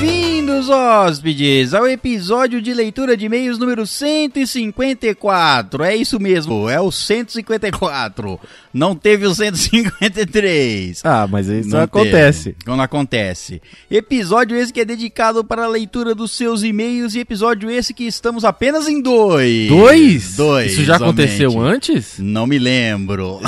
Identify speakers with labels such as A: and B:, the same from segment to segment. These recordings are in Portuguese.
A: Queridos hóspedes, ao episódio de leitura de e-mails número 154. É isso mesmo, é o 154. Não teve o 153.
B: Ah, mas isso não acontece.
A: Teve. Quando acontece. Episódio esse que é dedicado para a leitura dos seus e-mails e episódio esse que estamos apenas em dois.
B: Dois?
A: Dois.
B: Isso já aconteceu
A: somente.
B: antes?
A: Não me lembro.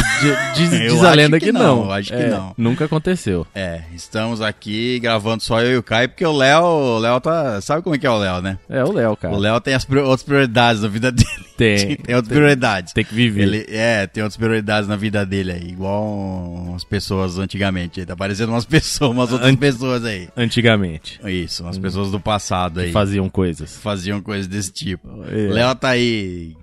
B: Diz,
A: Eu
B: diz a
A: acho
B: lenda
A: que
B: que,
A: não,
B: não.
A: eu acho que
B: É,
A: não.
B: Nunca aconteceu.
A: É, estamos aqui gravando só eu e o Caio, porque o Léo, o Léo tá, sabe como é que é o Léo, né?
B: É o Léo, cara.
A: O Léo tem as pri- outras prioridades na vida dele.
B: Tem.
A: tem outras prioridades.
B: Tem que viver.
A: Ele, é, tem outras prioridades na vida dele aí, igual as pessoas antigamente. Ele tá parecendo umas pessoas, umas outras pessoas aí.
B: Antigamente.
A: Isso,
B: Hum.
A: umas pessoas do passado aí.
B: Faziam coisas.
A: Faziam coisas desse tipo.
B: É.
A: Léo tá aí.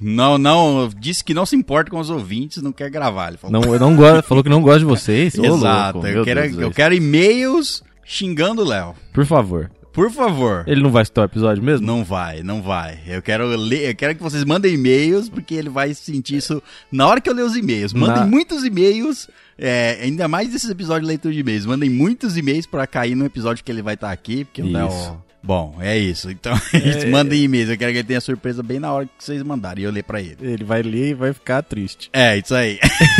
A: Não, não, disse que não se importa com os ouvintes, não quer gravar. Ele falou,
B: Não, eu não gosto, falou que não gosta de vocês. Ô,
A: Exato.
B: louco,
A: eu,
B: meu
A: quero,
B: Deus é do
A: eu
B: céu.
A: quero e-mails xingando o Léo.
B: Por favor.
A: Por favor.
B: Ele não vai citar o episódio mesmo?
A: Não vai, não vai. Eu quero ler, eu quero que vocês mandem e-mails, porque ele vai sentir isso na hora que eu ler os e-mails. Mandem
B: Na-
A: muitos e-mails, é, ainda mais desses episódios de leitura de e-mails. Mandem muitos e-mails pra cair no episódio que ele vai estar aqui, porque o
B: Isso.
A: Léo. Bom, é isso. Então, é isso. mandem e-mails. Eu quero que ele tenha surpresa bem na hora que vocês mandarem e eu ler pra ele.
B: Ele vai ler e vai ficar triste.
A: É, isso aí.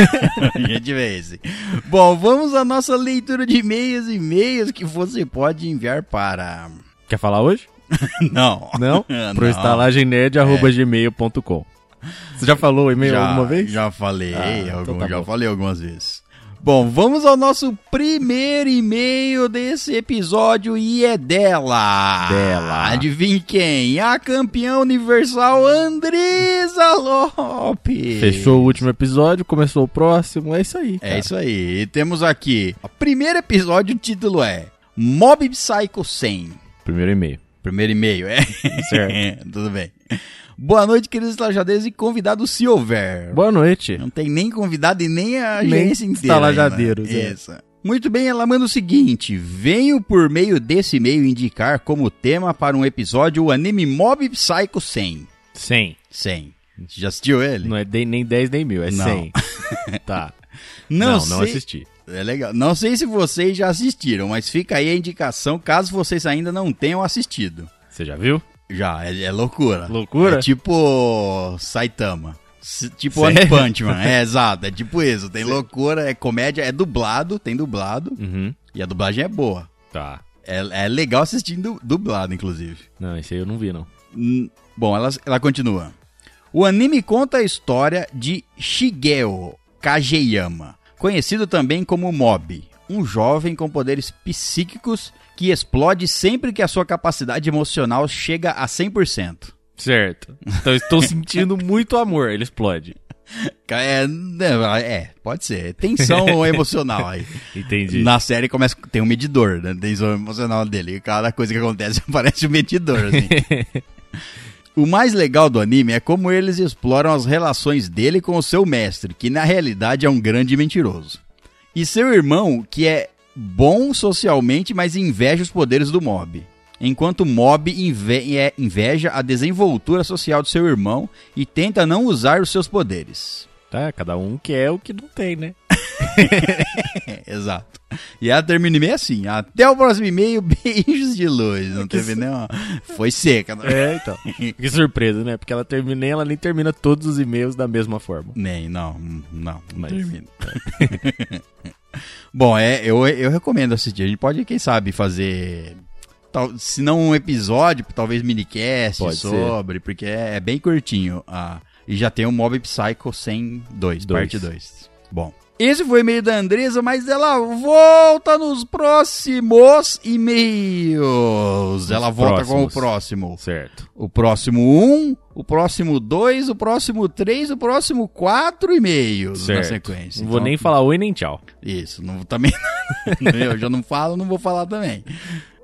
A: A gente vê esse. Bom, vamos à nossa leitura de e-mails e e-mails que você pode enviar para.
B: Quer falar hoje?
A: Não. É.
B: Não? Pro estalagemnerd.gmail.com. Você já falou o e-mail
A: já,
B: alguma vez?
A: Já falei,
B: Ah, então
A: algum-
B: tá
A: já
B: bom.
A: falei algumas vezes. Bom, vamos ao nosso primeiro e-mail desse episódio e é dela.
B: Dela.
A: Adivinhe quem? A campeã universal Andresa Lopes.
B: Fechou o último episódio, começou o próximo, é isso aí.
A: É
B: cara.
A: isso aí. E temos aqui. O primeiro episódio, o título é Mob Psycho 100.
B: Primeiro e-mail.
A: Primeiro e-mail, é?
B: Certo.
A: Tudo bem. Boa noite, queridos estalajadeiros e convidados, se houver.
B: Boa noite.
A: Não tem nem convidado e nem a
B: Nem
A: agência inteira.
B: estalajadeiros,
A: ainda.
B: é.
A: Isso. Muito bem, ela manda o seguinte: venho por meio desse e-mail indicar como tema para um episódio o anime Mob Psycho 100.
B: 100.
A: 100. Você já assistiu ele?
B: Não é de- nem 10 nem mil, é
A: Não.
B: 100. tá. não
A: sei-
B: assisti.
A: É legal. Não sei se vocês já assistiram, mas fica aí a indicação caso vocês ainda não tenham assistido.
B: Você já viu?
A: Já, é, é loucura.
B: Loucura?
A: É tipo Saitama. S- Tipo
B: Sério?
A: One Punch Man. É, exato. É tipo isso. Tem loucura, é comédia, é dublado, tem dublado.
B: Uhum.
A: E a dublagem é boa.
B: Tá.
A: É, é legal assistir du- dublado, inclusive.
B: Não, esse aí eu não vi, não.
A: Hum, Bom, ela, ela continua. O anime conta a história de Shigeo Kageyama, conhecido também como Mob, um jovem com poderes psíquicos que explode sempre que a sua capacidade emocional chega a 100%.
B: Certo. Então eu estou sentindo muito amor. Ele explode.
A: Ca- É, né, é, pode ser. Tensão emocional aí.
B: Entendi.
A: Na série começa tem um medidor, né? Tensão emocional dele. E Cada coisa que acontece aparece um medidor, assim. O mais legal do anime é como eles exploram as relações dele com o seu mestre, que na realidade é um grande mentiroso. E seu irmão, que é bom socialmente, mas inveja os poderes do Mob. Enquanto Mob inve- é- inveja a desenvoltura social de seu irmão e tenta não usar os seus poderes.
B: Tá, cada um quer o que não tem, né?
A: É, exato. E ela termina o e-mail assim. Até o próximo e-mail, beijos de luz. Não teve nenhuma. Foi seca. né? não-
B: É, então. Que surpresa, né? Porque ela termina, ela nem termina todos os e-mails da mesma forma.
A: Nem, não, hum, não, não
B: Mas-
A: termino. Bom, é, eu, eu recomendo assistir. A gente pode, quem sabe, fazer. tal- se não um episódio, talvez minicast
B: Pode ser.
A: sobre, porque é, é bem curtinho. Ah, e já tem o Mob Psycho 102,
B: Dois.
A: parte 2. Bom. Esse foi o e-mail da Andresa, mas ela volta nos próximos e-mails. Ela volta com o
B: próximos.
A: próximo
B: Certo.
A: o próximo 1, um, o próximo 2, o próximo 3, o próximo 4 e meio na
B: Certo.
A: sequência.
B: Não vou
A: Então,
B: nem falar oi nem tchau.
A: Isso, não, também eu já não falo, não vou falar também.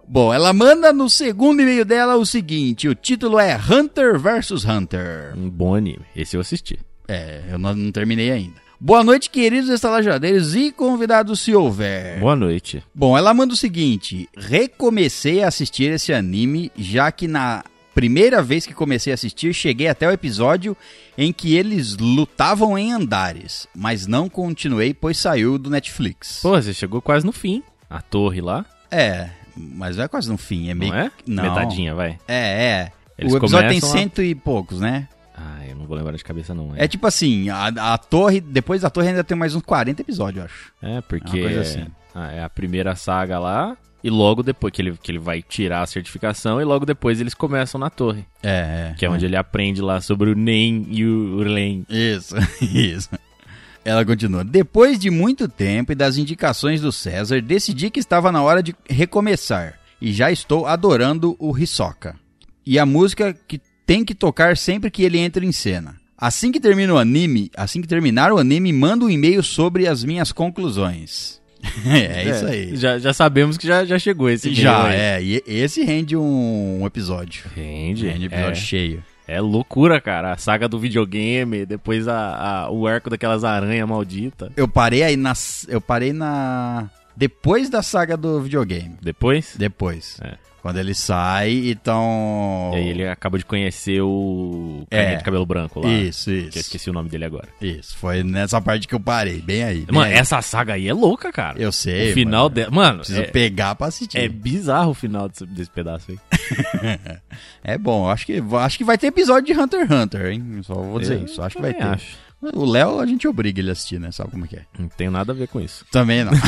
A: Bom, ela manda no segundo e-mail dela o seguinte, o título é Hunter vs Hunter.
B: Um bom anime. Esse eu assisti.
A: É, eu não, não terminei ainda. Boa noite, queridos estalajadeiros e convidados se houver.
B: Boa noite.
A: Bom, ela manda o seguinte: recomecei a assistir esse anime, já que na primeira vez que comecei a assistir, cheguei até o episódio em que eles lutavam em andares, mas não continuei, pois saiu do Netflix.
B: Pô, você chegou quase no fim. A torre lá.
A: É, Mas não é quase no fim, é meio.
B: Não é?
A: Não.
B: Metadinha, vai.
A: É, é.
B: Eles
A: o episódio tem
B: começam a-
A: cento e poucos, né?
B: Ah, eu não vou lembrar de cabeça, não.
A: É tipo assim, a, a torre, depois da torre ainda tem mais uns 40 episódios, eu acho.
B: É, porque
A: É uma coisa assim.
B: ah, é a primeira saga lá, e logo depois que ele, que ele vai tirar a certificação, e logo depois eles começam na torre,
A: É, é.
B: que é onde ele aprende lá sobre o Nen e o Len.
A: Isso, isso. Ela continua. Depois de muito tempo e das indicações do César, decidi que estava na hora de recomeçar. E já estou adorando o Hisoka. E a música que tem que tocar sempre que ele entra em cena. Assim que termina o anime, assim que terminar o anime, manda um e-mail sobre as minhas conclusões. é, isso aí.
B: Já, já sabemos que já, já chegou esse um
A: Já,
B: e-mail aí.
A: é. E esse rende um episódio.
B: Rende,
A: Rende
B: é,
A: episódio cheio.
B: é loucura, cara. A saga do videogame, depois a, a- o arco daquelas aranhas maldita.
A: Eu parei aí na. Eu parei na. Depois da saga do videogame.
B: Depois,
A: Depois.
B: É.
A: Quando ele sai, então.
B: e aí ele acaba de conhecer o carinha
A: É.
B: de cabelo branco lá.
A: Isso,
B: Que eu
A: isso.
B: esqueci o nome dele agora.
A: Isso. Foi nessa parte que eu parei. Bem aí. bem
B: Mano,
A: aí.
B: essa saga aí é louca, cara.
A: Eu sei.
B: o final
A: mano.
B: dela. Mano,
A: Preciso
B: é-
A: pegar pra
B: É
A: assistir.
B: bizarro o final desse, desse pedaço aí.
A: É, bom. Acho que, acho que vai ter episódio de Hunter x Hunter, hein? Só vou dizer
B: Eu
A: é isso. Acho que vai ter.
B: também acho.
A: O Léo, a gente obriga ele a assistir, né? Sabe como é que é?
B: Não tem nada a ver com isso.
A: Também não.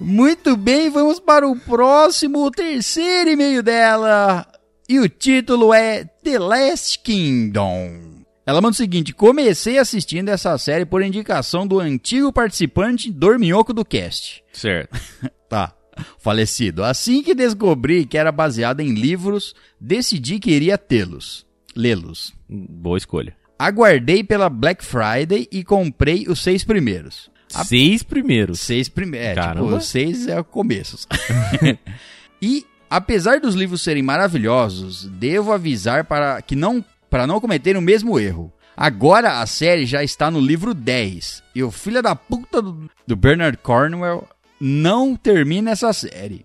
A: Muito bem, vamos para o próximo, o terceiro e-mail dela. E o título é The Last Kingdom. Ela manda o seguinte: comecei assistindo essa série por indicação do antigo participante Dorminhoco do Cast.
B: Certo.
A: Tá. Falecido. Assim que descobri que era baseada em livros, decidi que iria tê-los. Lê-los.
B: Boa escolha.
A: Aguardei pela Black Friday e comprei os seis primeiros.
B: Seis primeiros.
A: Seis primeiros. É,
B: Caramba.
A: tipo, os seis é o começo. e, apesar dos livros serem maravilhosos, devo avisar para que não para não cometer o mesmo erro. Agora a série já está no livro 10. E o filho da puta do, do Bernard Cornwell não termina essa série.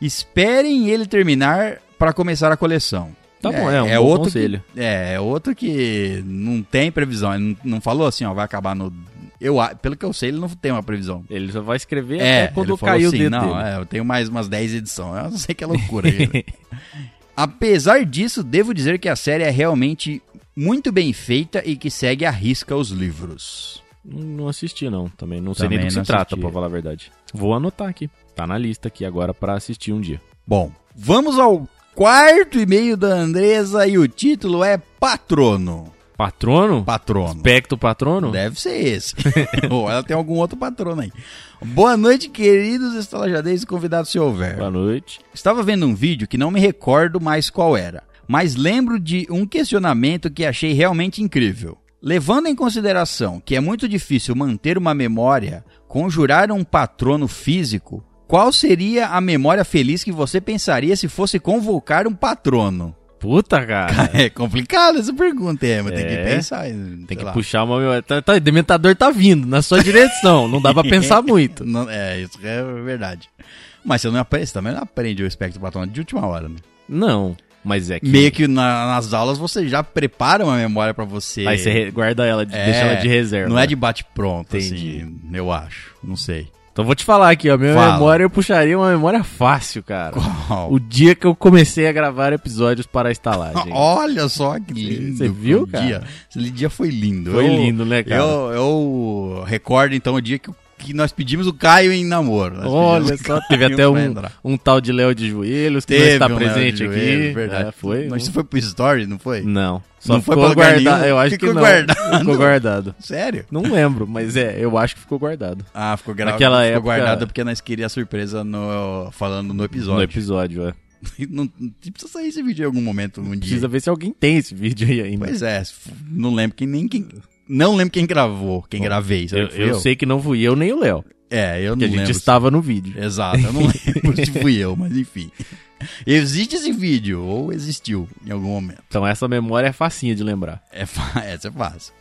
A: Esperem ele terminar para começar a coleção.
B: Tá bom, é um bom
A: outro
B: conselho.
A: Que, é, é outro que não tem previsão. Ele não, não falou assim, ó, vai acabar no. Eu, a- pelo que eu sei, ele não tem uma previsão.
B: Ele só vai escrever
A: É,
B: até quando
A: ele falou
B: caiu o
A: assim,
B: dedo
A: não,
B: dele.
A: é, eu tenho mais umas 10 edições, eu não sei que loucura. né? gente. Apesar disso, devo dizer que a série é realmente muito bem feita e que segue à risca os livros.
B: Não- Não assisti, não. Também não sei
A: Também
B: nem do que
A: não
B: se trata,
A: assisti.
B: pra falar a verdade. Vou anotar aqui. Tá na lista aqui agora pra assistir um dia.
A: Bom, vamos ao quarto e-mail da Andresa e o título é Patrono.
B: Patrono?
A: Patrono.
B: Aspecto patrono?
A: Deve ser esse. Ou ela tem algum outro patrono aí. Boa noite, queridos estalajadeiros e convidados, se houver.
B: Boa noite.
A: Estava vendo um vídeo que não me recordo mais qual era, mas lembro de um questionamento que achei realmente incrível. Levando em consideração que é muito difícil manter uma memória, conjurar um patrono físico, qual seria a memória feliz que você pensaria se fosse convocar um patrono?
B: Puta, cara.
A: É complicado essa pergunta, é, mas tem que
B: É.
A: pensar.
B: Tem que
A: puxar.
B: puxar uma memória. Tá, tá, Dementador tá vindo na sua direção. Não dá pra pensar muito.
A: Não- é, isso é verdade. Mas você, não aprende, você também não aprende o espectro patrono de última hora, né?
B: Não. Mas é que.
A: Meio que na- nas aulas você já prepara uma memória pra você.
B: Aí você re- guarda ela,
A: É,
B: deixa ela de reserva. né?
A: Não é de bate-pronto,
B: Entendi.
A: assim, eu acho. Não sei.
B: Então vou te falar aqui, ó. Minha
A: Fala.
B: memória, eu puxaria uma memória fácil, cara.
A: Qual?
B: O dia que eu comecei a gravar episódios para a estalagem.
A: Olha só que lindo.
B: Você viu,
A: que dia. Esse dia foi lindo.
B: Foi
A: Eu-
B: lindo, né, cara?
A: Eu, eu recordo, então, o dia que, que nós pedimos o Caio em namoro. Nós
B: Olha
A: pedimos o
B: só,
A: Caio
B: teve até
A: pra
B: um,
A: entrar.
B: um tal de Léo de Joelhos que
A: Teve
B: não está
A: um Léo de
B: presente
A: joelho,
B: aqui.
A: Verdade.
B: É, foi.
A: Mas isso foi pro story, não foi?
B: Não. Só
A: Não foi
B: ficou
A: pra lugar
B: guardado.
A: nenhum?
B: Eu acho
A: Ficou
B: que não.
A: guardado.
B: Ficou guardado.
A: Sério?
B: Não lembro, mas é, eu acho que ficou guardado.
A: Ah, ficou, gra...
B: Naquela
A: ficou
B: época-
A: guardado porque nós queríamos a surpresa no... falando no
B: No
A: episódio.
B: episódio, é.
A: Não, não- precisa sair esse vídeo em algum momento, um dia.
B: Precisa ver se alguém tem esse vídeo aí ainda.
A: Pois é, f- não lembro quem nem quem. Não lembro quem gravou, quem gravei. Será
B: eu,
A: que é, fui
B: eu sei que não fui eu nem o Léo.
A: É, eu
B: Que
A: não
B: a gente
A: lembro.
B: estava no vídeo.
A: Exato, eu não lembro se fui eu, mas enfim. Existe esse vídeo, ou existiu em algum momento.
B: Então essa memória é facinha de lembrar.
A: É, fa- essa é fácil.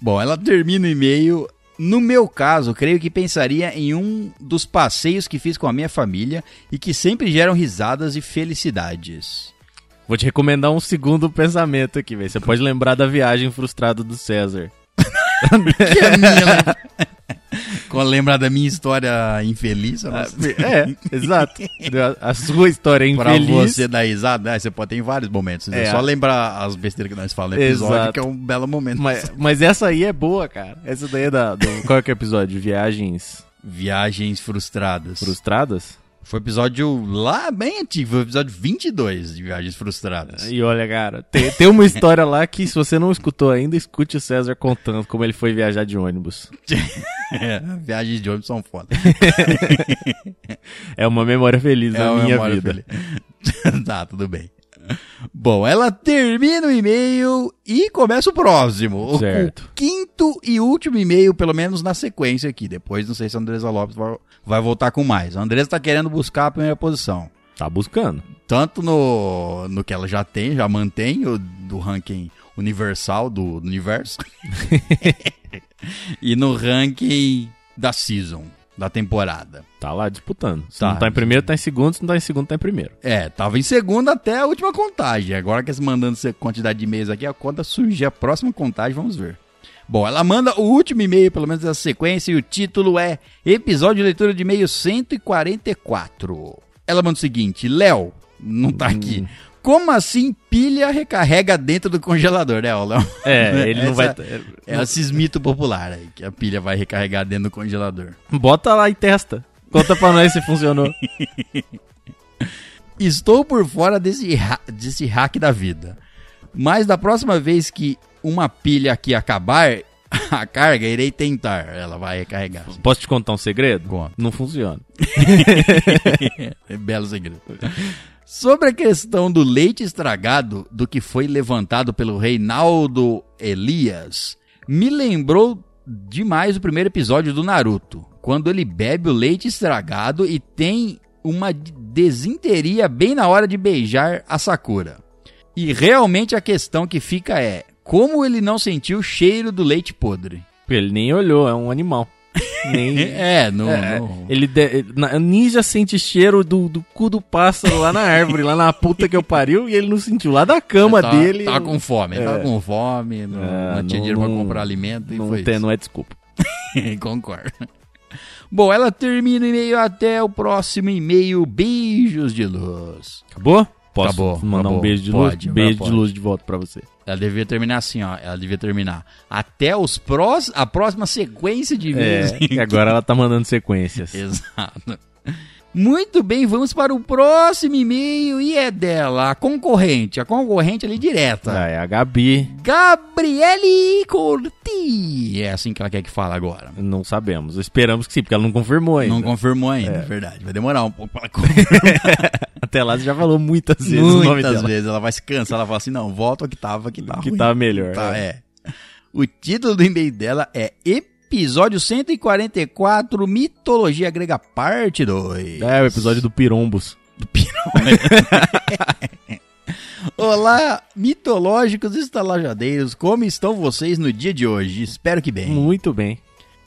A: Bom, ela termina o e-mail. No meu caso, creio que pensaria em um dos passeios que fiz com a minha família e que sempre geram risadas e felicidades.
B: Vou te recomendar um segundo pensamento aqui, velho. Você pode lembrar da viagem frustrada do César.
A: Que é minha, né? Quando lembrar da minha história infeliz, eu não sei.
B: É, exato. A sua história é
A: Pra
B: infeliz.
A: você dar risada, né, você pode ter em vários momentos. né?
B: É.
A: Só lembrar as besteiras que nós falamos no episódio,
B: Exato.
A: que é um belo momento.
B: Mas, mas essa aí é boa, cara. Essa daí é da, do. Qual é que é o episódio? Viagens
A: Viagens frustradas.
B: frustradas?
A: Foi episódio lá bem antigo, foi o episódio 22 de Viagens Frustradas.
B: E olha, cara, tem, tem uma história lá que se você não escutou ainda, escute o César contando como ele foi viajar de ônibus.
A: É, viagens de ônibus são foda.
B: É uma memória feliz da
A: uma
B: minha
A: memória feliz.
B: vida.
A: tá, tudo bem. Bom, ela termina o e-mail e começa o próximo. O-
B: Certo.
A: O quinto e último e-mail, pelo menos na sequência aqui. Depois não sei se a Andresa Lopes vai, vai voltar com mais. A Andresa tá querendo buscar a primeira posição.
B: Tá buscando.
A: Tanto no, no que ela já tem, já mantém, o, do ranking universal do, do universo. e no ranking da season, da temporada.
B: Tá lá disputando. Se
A: Tá.
B: não tá em primeiro, tá em segundo. Se não tá em segundo, tá em primeiro.
A: É, tava em segundo até a última contagem. Agora que eles mandando essa quantidade de e-mails aqui, a conta surgir a próxima contagem, vamos ver. Bom, ela manda o último e-mail, pelo menos da sequência, e o título é Episódio de Leitura de E-mail 144. Ela manda o seguinte: Léo, não tá aqui. Como assim pilha recarrega dentro do congelador, né, ô, Léo?
B: É, ele não vai.
A: Essa- É esses mitos populares aí, que a pilha vai recarregar dentro do congelador.
B: Bota lá e testa. Conta pra nós se funcionou.
A: Estou por fora desse, ha- desse hack da vida. Mas da próxima vez que uma pilha aqui acabar, a carga, irei tentar. Ela vai recarregar.
B: Posso te contar um segredo?
A: Conta.
B: Não funciona.
A: É belo segredo. Sobre a questão do leite estragado, do que foi levantado pelo Reinaldo Elias, me lembrou demais o primeiro episódio do Naruto, quando ele bebe o leite estragado e tem uma desinteria bem na hora de beijar a Sakura. E realmente a questão que fica é: como ele não sentiu o cheiro do leite podre?
B: Ele nem olhou, é um animal. Nem.
A: É, não.
B: É,
A: não-
B: ele de... na- ninja sente cheiro do, do cu do pássaro lá na árvore, lá na puta que eu pariu, e ele não sentiu. Lá da cama
A: tá,
B: dele.
A: Tá com fome,
B: É.
A: tá com fome, não,
B: É,
A: não tinha
B: não-
A: dinheiro pra
B: não-
A: comprar alimento e
B: não,
A: foi
B: tem,
A: isso.
B: não é desculpa.
A: Concordo. Bom, ela termina o e-mail até o próximo e-mail. Beijos de luz.
B: Acabou? Posso
A: Acabou,
B: mandar
A: acabou.
B: um beijo de
A: Pode,
B: luz? Beijo
A: pode.
B: de luz de volta pra você.
A: Ela devia terminar assim, ó. Ela devia terminar. Até os prós, a próxima sequência de e-mails.
B: É, e agora ela tá mandando sequências.
A: Exato. Muito bem, vamos para o próximo e-mail e é dela, a concorrente, a concorrente ali direta.
B: Ah, é a Gabi.
A: Gabriele Corti. É assim que ela quer que fala agora.
B: Não sabemos. Esperamos que sim, porque ela não confirmou ainda.
A: Não confirmou ainda, é verdade. Vai demorar um pouco pra confirmar.
B: Até lá você já falou muitas vezes o nome
A: Muitas
B: dela.
A: vezes ela vai se cansar, ela fala assim, não, volta ao que tava, que tá
B: Que
A: ruim.
B: tá melhor.
A: Tá, é. O título do e-mail dela é Episódio 144, Mitologia Grega, Parte 2.
B: É, o episódio do Pirombos.
A: Olá, mitológicos estalajadeiros, como estão vocês no dia de hoje? Espero que bem.
B: Muito bem.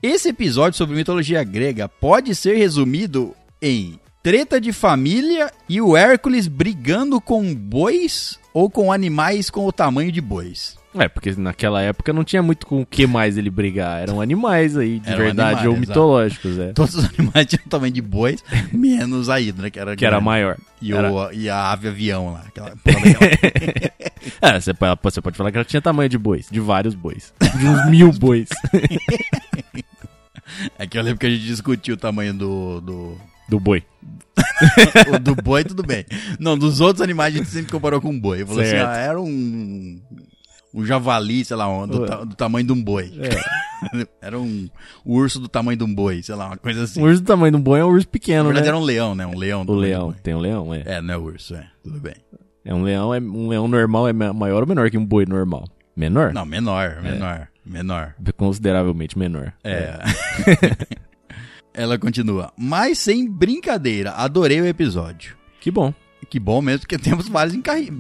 A: Esse episódio sobre mitologia grega pode ser resumido em treta de família e o Hércules brigando com bois ou com animais com o tamanho de bois.
B: É, porque naquela época não tinha muito com o que mais ele brigar. Eram animais aí, de
A: Eram
B: verdade,
A: animais,
B: ou
A: exato.
B: mitológicos, é.
A: Todos os animais tinham o tamanho de bois, menos a Hidra, que era,
B: Que era
A: grande.
B: maior.
A: É. E,
B: era-
A: o, e a ave avião lá. Aquela, porra daquela.
B: É, você pode, você pode falar que ela tinha tamanho de bois, de vários bois. De uns mil bois.
A: é que eu lembro que a gente discutiu o tamanho do, do,
B: Do boi.
A: o do boi, tudo bem. Não, dos outros animais a gente sempre comparou com um boi. Falou assim,
B: Certo.
A: ah, era um, um javali, sei lá, um- do, ta- do tamanho de um boi. Era um urso do tamanho de um boi, sei lá, uma coisa assim.
B: É. Um urso do tamanho de um boi é um urso
A: Na
B: pequeno, né?
A: verdade era um leão, né? Um leão. do
B: O
A: tamanho
B: leão.
A: de um
B: Tem um leão, é.
A: boi. É, não é urso, é. Tudo bem.
B: É um leão, é um leão normal é ma- maior ou menor que um boi normal? Menor?
A: Não,
B: É.
A: menor, menor, menor.
B: Consideravelmente menor.
A: É. Ela continua. Mas sem brincadeira, adorei o episódio.
B: Que bom.
A: Que bom mesmo, porque temos vários encarri-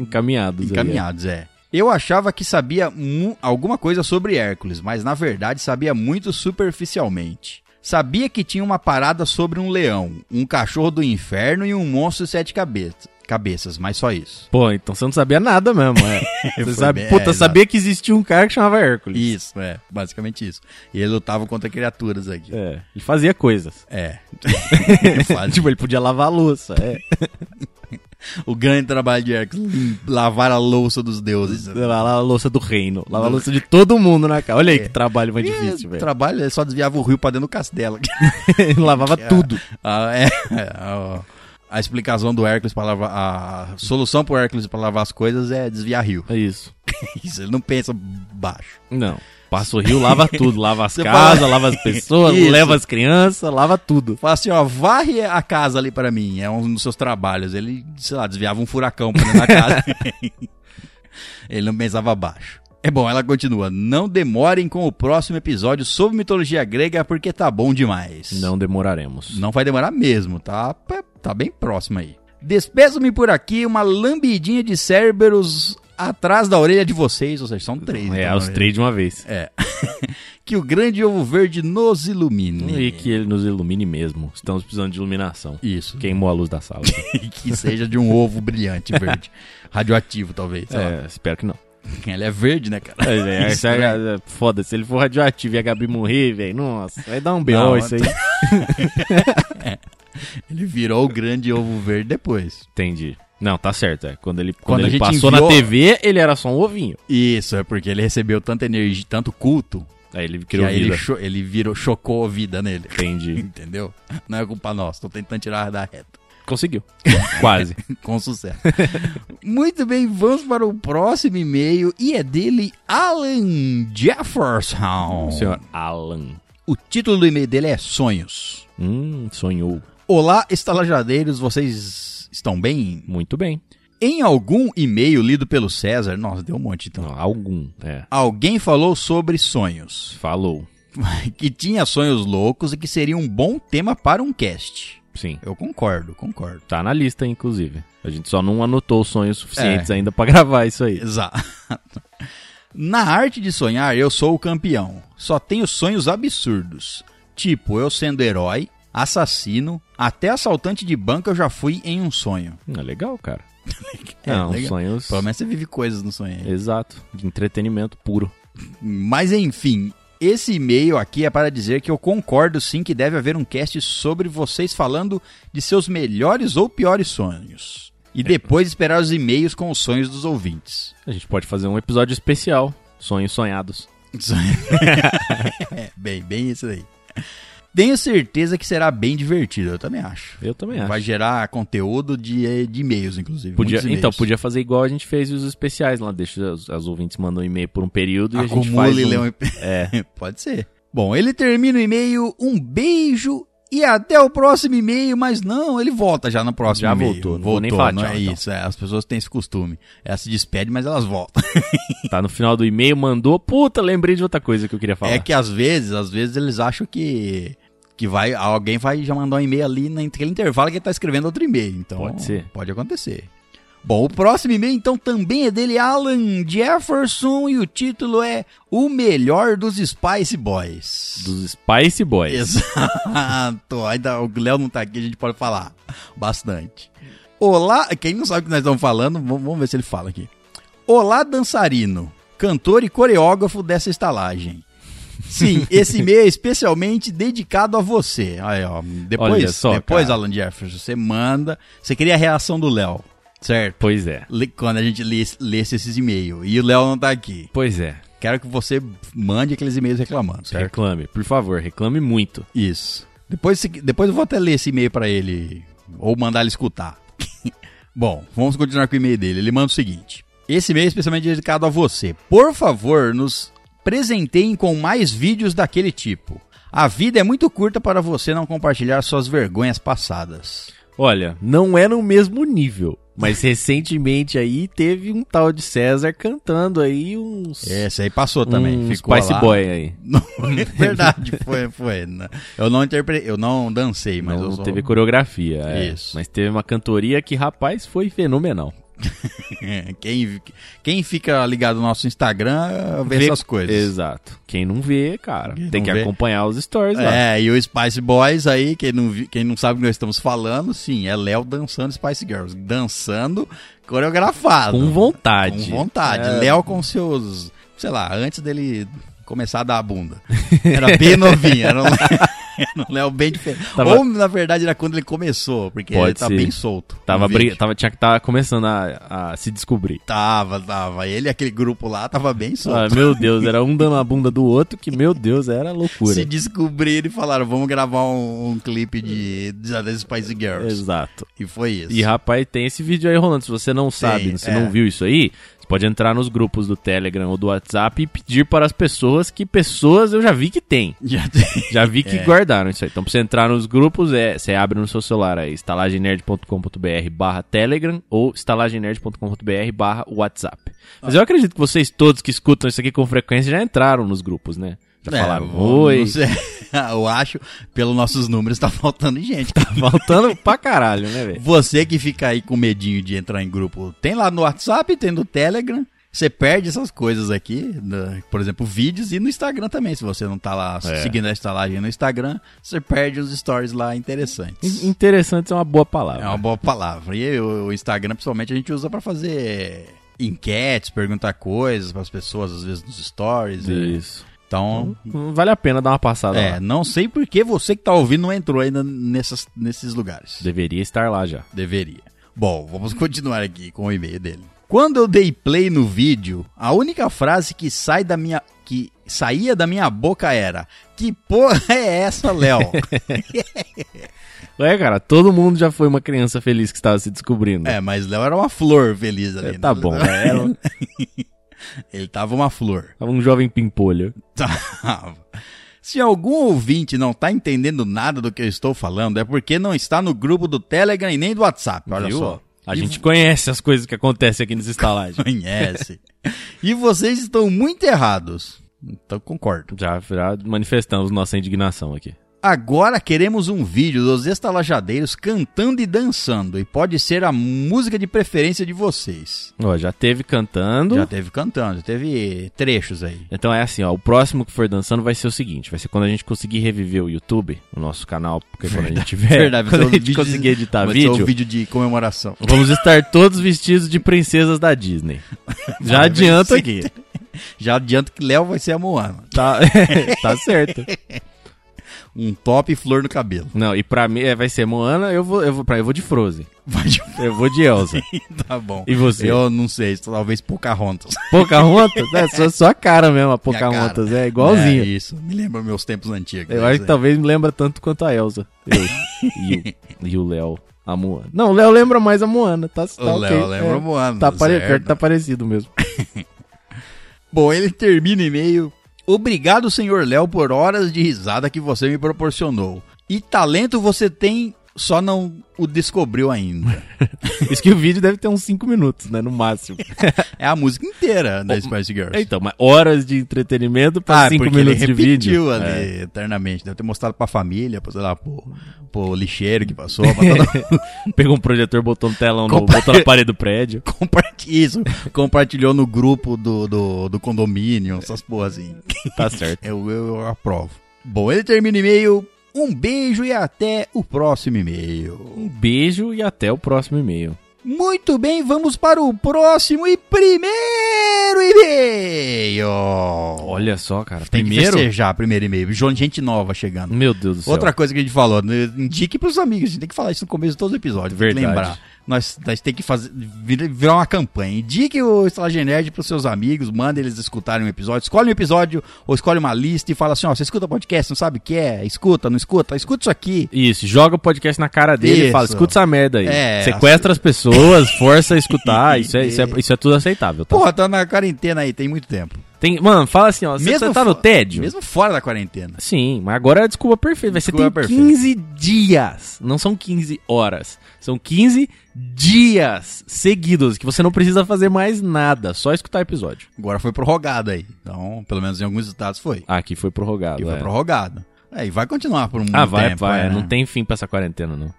B: Encaminhados. aí,
A: Encaminhados, é. Eu achava que sabia mu- alguma coisa sobre Hércules, mas na verdade sabia muito superficialmente. Sabia que tinha uma parada sobre um leão, um cachorro do inferno e um monstro de sete cabeças. cabeças, mas só isso.
B: Pô, então você não sabia nada mesmo, é.
A: Foi
B: Você sabe,
A: bem- é,
B: puta,
A: exato.
B: sabia que existia um cara que chamava Hércules.
A: Isso, é, basicamente isso. E ele lutava contra criaturas aqui.
B: É, ele fazia coisas.
A: É. Faz-
B: Tipo, ele podia lavar a louça, é.
A: o grande trabalho de Hércules, lim- lavar a louça dos deuses.
B: Lavar a louça do reino, lavar a louça de todo mundo na casa. Olha aí que trabalho mais difícil,
A: É,
B: velho.
A: trabalho, ele só desviava o rio pra dentro do castelo.
B: Ele lavava tudo.
A: Ah, é, a, a explicação do Hércules para lavar. A solução pro Hércules para lavar as coisas é desviar rio.
B: É isso.
A: Isso, ele não pensa baixo.
B: Não. Passa o rio, lava tudo. Lava as
A: Você
B: casas,
A: fala-
B: lava as pessoas,
A: Isso.
B: leva as crianças, lava tudo.
A: Fala assim, ó, varre a casa ali pra mim. É um dos seus trabalhos. Ele, sei lá, desviava um furacão pra dentro da casa. Ele não pensava baixo. É bom, ela continua. Não demorem com o próximo episódio sobre mitologia grega, porque tá bom demais.
B: Não demoraremos.
A: Não vai demorar mesmo, tá? Pé- Tá bem próximo aí. Despeço-me por aqui, uma lambidinha de Cerberus atrás da orelha de vocês, ou seja, são três. então,
B: É,
A: na
B: os
A: verdade.
B: três de uma vez.
A: É. que o grande ovo verde nos ilumine.
B: E que ele nos ilumine mesmo. Estamos precisando de iluminação.
A: Isso.
B: Queimou a luz da sala.
A: E que seja de um ovo brilhante verde. Radioativo, talvez. sei lá.
B: é, espero que não.
A: Ele é verde, né, cara?
B: É, é,
A: Isso,
B: isso aí,
A: né?
B: é, foda, se ele for radioativo e a Gabi morrer, velho, nossa, vai dar um
A: Não,
B: B.O. isso aí.
A: Ele virou o grande ovo verde depois.
B: Entendi. Não, tá certo, é. Quando ele,
A: Quando
B: quando
A: a
B: ele
A: gente
B: passou
A: enviou-
B: na TV, ele era só um ovinho.
A: Isso, é porque ele recebeu tanta energia, tanto culto,
B: Aí ele
A: que
B: criou
A: aí ele,
B: vida.
A: cho- ele virou, chocou a vida nele.
B: Entendi.
A: Entendeu? Não é culpa nossa, tô tentando tirar da reta.
B: Conseguiu. Quase.
A: Com sucesso. Muito bem, vamos para o próximo e-mail e é dele Alan Jefferson.
B: O senhor Alan.
A: O título do e-mail dele é Sonhos.
B: Hum, sonhou.
A: Olá, estalajadeiros, vocês estão bem?
B: Muito bem.
A: Em algum e-mail lido pelo César, nossa, deu um monte então.
B: Não, algum, é.
A: Alguém falou sobre sonhos,
B: Falou.
A: que tinha sonhos loucos e que seria um bom tema para um cast.
B: Sim.
A: Eu concordo, concordo.
B: Tá na lista, inclusive. A gente só não anotou os sonhos suficientes ainda pra gravar isso aí.
A: Exato. Na arte de sonhar, eu sou o campeão. Só tenho sonhos absurdos. Tipo, eu sendo herói, assassino, até assaltante de banco eu já fui em um sonho.
B: Hum, É legal, cara.
A: É,
B: não,
A: legal.
B: sonhos.
A: Pelo menos você vive coisas no sonho. aí.
B: Exato. De entretenimento puro.
A: Mas enfim, esse e-mail aqui é para dizer que eu concordo sim que deve haver um cast sobre vocês falando de seus melhores ou piores sonhos. E depois esperar os e-mails com os sonhos dos ouvintes.
B: A gente pode fazer um episódio especial. Sonhos sonhados.
A: é, bem, bem isso aí. Tenho certeza que será bem divertido, eu também acho.
B: Eu também acho.
A: Vai gerar conteúdo de, eh, de e-mails, inclusive.
B: Podia,
A: muitos
B: então,
A: e-mails.
B: podia fazer igual a gente fez os especiais lá. Deixa os, as ouvintes mandam um e-mail por um período e a gente
A: Acumula
B: faz
A: e
B: um...
A: lê um... Pode ser. Bom, ele termina o e-mail, um beijo e até o próximo e-mail, mas não, ele volta já no próximo
B: Já
A: e-mail.
B: voltou, não
A: voltou,
B: vou nem falar
A: não
B: tchau,
A: é
B: então.
A: isso, é, as pessoas têm esse costume. Elas se despedem, mas elas voltam.
B: Tá no final do e-mail, mandou. Puta, lembrei de outra coisa que eu queria falar.
A: É que às vezes, às vezes eles acham que que vai alguém vai já mandar um e-mail ali naquele intervalo que ele tá escrevendo outro e-mail. Então,
B: Pode ser.
A: Pode acontecer. Bom, o próximo e-mail então também é dele Alan Jefferson e o título é O melhor dos Spice Boys.
B: Dos Spice Boys.
A: Exato. Ainda o Léo não tá aqui, a gente pode falar bastante. Olá, quem não sabe o que nós estamos falando, v- vamos ver se ele fala aqui. Olá, dançarino, cantor e coreógrafo dessa estalagem. Sim, esse e-mail é especialmente dedicado a você. Aí, ó,
B: Olha
A: depois,
B: só,
A: depois
B: cara.
A: Alan Jefferson, você manda. Você queria a reação do Léo, certo?
B: Pois é.
A: Le- Quando a gente lesse, lesse esses e-mails. E o Léo não tá aqui.
B: Pois é.
A: Quero que você mande aqueles e-mails reclamando, certo?
B: Reclame, por favor, reclame muito.
A: Isso. Depois, se- depois eu vou até ler esse e-mail pra ele, ou mandar ele escutar. Bom, vamos continuar com o e-mail dele. Ele manda o seguinte: Esse e-mail é especialmente dedicado a você. Por favor, nos presenteiem com mais vídeos daquele tipo. A vida é muito curta para você não compartilhar suas vergonhas passadas.
B: Olha, não é no mesmo nível. Mas recentemente aí teve um tal de César cantando aí uns.
A: Esse aí passou É, também.
B: uns
A: ficou
B: Hum, um Spice
A: lá.
B: Boy aí.
A: Não, é verdade, foi, foi. Eu não interpretei, eu não dancei, mas
B: não
A: eu só...
B: teve coreografia. é.
A: Isso.
B: Mas teve uma cantoria que, rapaz, foi fenomenal.
A: quem, quem fica ligado no nosso Instagram vê,
B: Vê-
A: essas coisas.
B: Exato. Quem não vê, cara,
A: Quem
B: tem
A: não
B: que
A: vê.
B: acompanhar os stories lá.
A: É, e o Spice Boys aí, quem não, vi- quem não sabe o que nós estamos falando, sim, é Léo dançando Spice Girls. Dançando coreografado.
B: Com vontade.
A: tá Com vontade.
B: É.
A: Léo com seus, sei lá, antes dele começar a dar a bunda. Era bem novinho, era um, era um Léo bem diferente.
B: Tava-
A: Ou, na verdade, era quando ele começou, porque
B: Pode
A: ele tá
B: ser.
A: bem solto.
B: Tava,
A: no vídeo.
B: bri- tava, tinha que tava começando a, a se descobrir.
A: Tava, tava. Ele e aquele grupo lá tava bem
B: Ah,
A: solto.
B: meu Deus, era um dando a bunda do outro que, meu Deus, era loucura.
A: Se descobriram e falaram, vamos gravar um, um clipe de, de das Spice Girls.
B: Exato.
A: E foi isso.
B: E rapaz, tem esse vídeo aí rolando. Se você não sabe, se
A: é.
B: não viu isso aí, você pode entrar nos grupos do Telegram ou do WhatsApp e pedir para as pessoas que pessoas eu já vi que tem.
A: Já tem.
B: Já vi
A: É.
B: que guardaram isso aí. Então, pra você entrar nos grupos, é, você abre no seu celular aí, estalagenerd.com.br barra Telegram ou estalagenerd.com.br barra WhatsApp. Mas eu acredito que vocês todos que escutam isso aqui com frequência já entraram nos grupos, né? Já
A: É,
B: falaram,
A: vou-
B: oi,
A: não sei. Eu acho, pelos nossos números, tá faltando gente.
B: faltando pra caralho, né, velho?
A: Você que fica aí com medinho de entrar em grupo, tem lá no WhatsApp, tem no Telegram. Você perde essas coisas aqui, né? por exemplo, vídeos e no Instagram também. Se você não tá lá seguindo a estalagem no Instagram, você perde os stories lá interessantes.
B: In- Interessante é uma boa
A: É
B: palavra.
A: uma boa palavra. E o o Instagram, principalmente, a gente usa pra fazer enquetes, perguntar coisas pras pessoas, às vezes nos stories. e-
B: Isso.
A: Então,
B: Vale a pena dar uma passada
A: né? é,
B: lá.
A: não sei por que você que tá ouvindo não entrou ainda nessas, nesses lugares.
B: Deveria estar lá já.
A: Deveria. Bom, vamos continuar aqui com o e-mail dele. Quando eu dei play no vídeo, a única frase que sai da minha que saía da minha boca era: "Que porra é essa, Léo?"
B: É, cara, todo mundo já foi uma criança feliz que estava se descobrindo.
A: é, mas Léo era uma flor feliz ali.
B: É,
A: né?
B: tá bom. né? Era um-
A: Ele tava uma flor.
B: tava um jovem pimpolho.
A: Tava. Se algum ouvinte não tá entendendo nada do que eu estou falando, é porque não está no grupo do Telegram e nem do WhatsApp. Olha
B: viu?
A: só.
B: A
A: E
B: gente conhece as coisas que acontecem aqui nos estalagens.
A: conhece. e vocês estão muito errados. Então concordo.
B: já, já manifestamos nossa indignação aqui.
A: Agora queremos um vídeo dos estalajadeiros cantando e dançando, e pode ser a música de preferência de vocês.
B: Ó, já teve cantando.
A: Já teve cantando, já teve trechos aí.
B: Então é assim, ó, o próximo que for dançando vai ser o seguinte, vai ser quando a gente conseguir reviver o YouTube, o nosso canal, porque quando a gente tiver,
A: Verdade, vai
B: É,
A: ser um
B: quando a gente
A: vídeo de-
B: conseguir editar
A: Vai ser
B: vídeo,
A: um vídeo de comemoração.
B: Vamos estar todos vestidos de princesas da Disney. Já
A: Vai
B: adianto
A: ser.
B: aqui.
A: Já adianto que Léo vai ser a Moana.
B: Tá, tá certo.
A: Um top e flor no cabelo.
B: Não, e pra mim é, vai ser Moana, eu vou, eu vou, pra, eu vou de Frozen.
A: Vai de...
B: Eu vou de Elsa.
A: tá bom.
B: E você?
A: Eu não sei, talvez Pocahontas.
B: Pocahontas? É, só sua cara mesmo, a
A: Minha
B: Pocahontas.
A: cara.
B: É igualzinho.
A: É, isso, me lembra meus tempos antigos.
B: eu acho que tá
A: Isso aí.
B: talvez me lembra tanto quanto a Elsa. Eu. e o- e o Léo, a Moana. Não, o Léo lembra mais a Moana, tá, tá
A: O
B: ok.
A: Léo lembra
B: É,
A: a Moana.
B: Tá, pare... pior
A: certo?
B: que tá parecido mesmo.
A: Bom, ele termina o e-mail. Obrigado, senhor Léo, por horas de risada que você me proporcionou. E talento você tem, só não o descobriu ainda.
B: Isso que o vídeo deve ter uns 5 minutos, né, no máximo.
A: É a música inteira da Spice
B: É,
A: Girls.
B: Então, mas horas de entretenimento pra
A: Ah,
B: 5
A: porque
B: minutos
A: ele
B: de
A: repetiu
B: vídeo.
A: ali
B: É.
A: eternamente. Deve ter mostrado pra família, pra, sei lá, pro, pro lixeiro que passou, pra todo mundo.
B: Pegou um projetor, botou no telão, no,
A: Compa-
B: botou na parede do prédio.
A: Comparti- isso. Compartilhou no grupo do, do, do condomínio, essas porras assim.
B: Tá certo.
A: Eu, eu, eu aprovo. Bom, ele termina o e-mail. Um beijo e até o próximo e-mail.
B: Um beijo e até o próximo e-mail.
A: Muito bem, vamos para o próximo e primeiro e-mail.
B: Olha só, cara.
A: Tem que
B: Primeiro.
A: festejar primeiro e-mail. João, gente nova chegando.
B: Meu Deus do céu.
A: Outra coisa que a gente falou, né, indique pros amigos, a gente tem que falar isso no começo de todos os episódios. tem que
B: Verdade.
A: Lembrar. Nós, nós tem que fazer, vir- virar uma campanha. Indique o Estalagem Nerd pros seus amigos, manda eles escutarem um episódio. Escolhe um episódio ou escolhe uma lista e fala assim: ó, você escuta podcast, não sabe o que é? Escuta, não escuta? Escuta isso aqui.
B: Isso, joga o podcast na cara dele e
A: Isso.
B: fala: escuta essa merda aí.
A: É,
B: Sequestra as pessoas, força a escutar. Isso é, isso, é, isso é tudo aceitável, tá?
A: Porra, tá na quarentena aí, tem muito tempo.
B: Tem, mano, fala assim, ó. Você tá no
A: fo-
B: tédio?
A: Mesmo fora da quarentena.
B: Sim, mas agora é a desculpa perfeita. Vai ser tem
A: Desculpa perfeita.
B: 15 dias. Não são 15 horas. São 15 dias seguidos que você não precisa fazer mais nada, só escutar episódio.
A: Agora foi prorrogado aí. Então, pelo menos em alguns estados foi.
B: Ah, aqui foi prorrogado.
A: E foi
B: é.
A: prorrogado. É, e vai continuar por um
B: Ah, vai,
A: tempo.
B: vai.
A: é, né?
B: Não tem fim pra essa quarentena, não.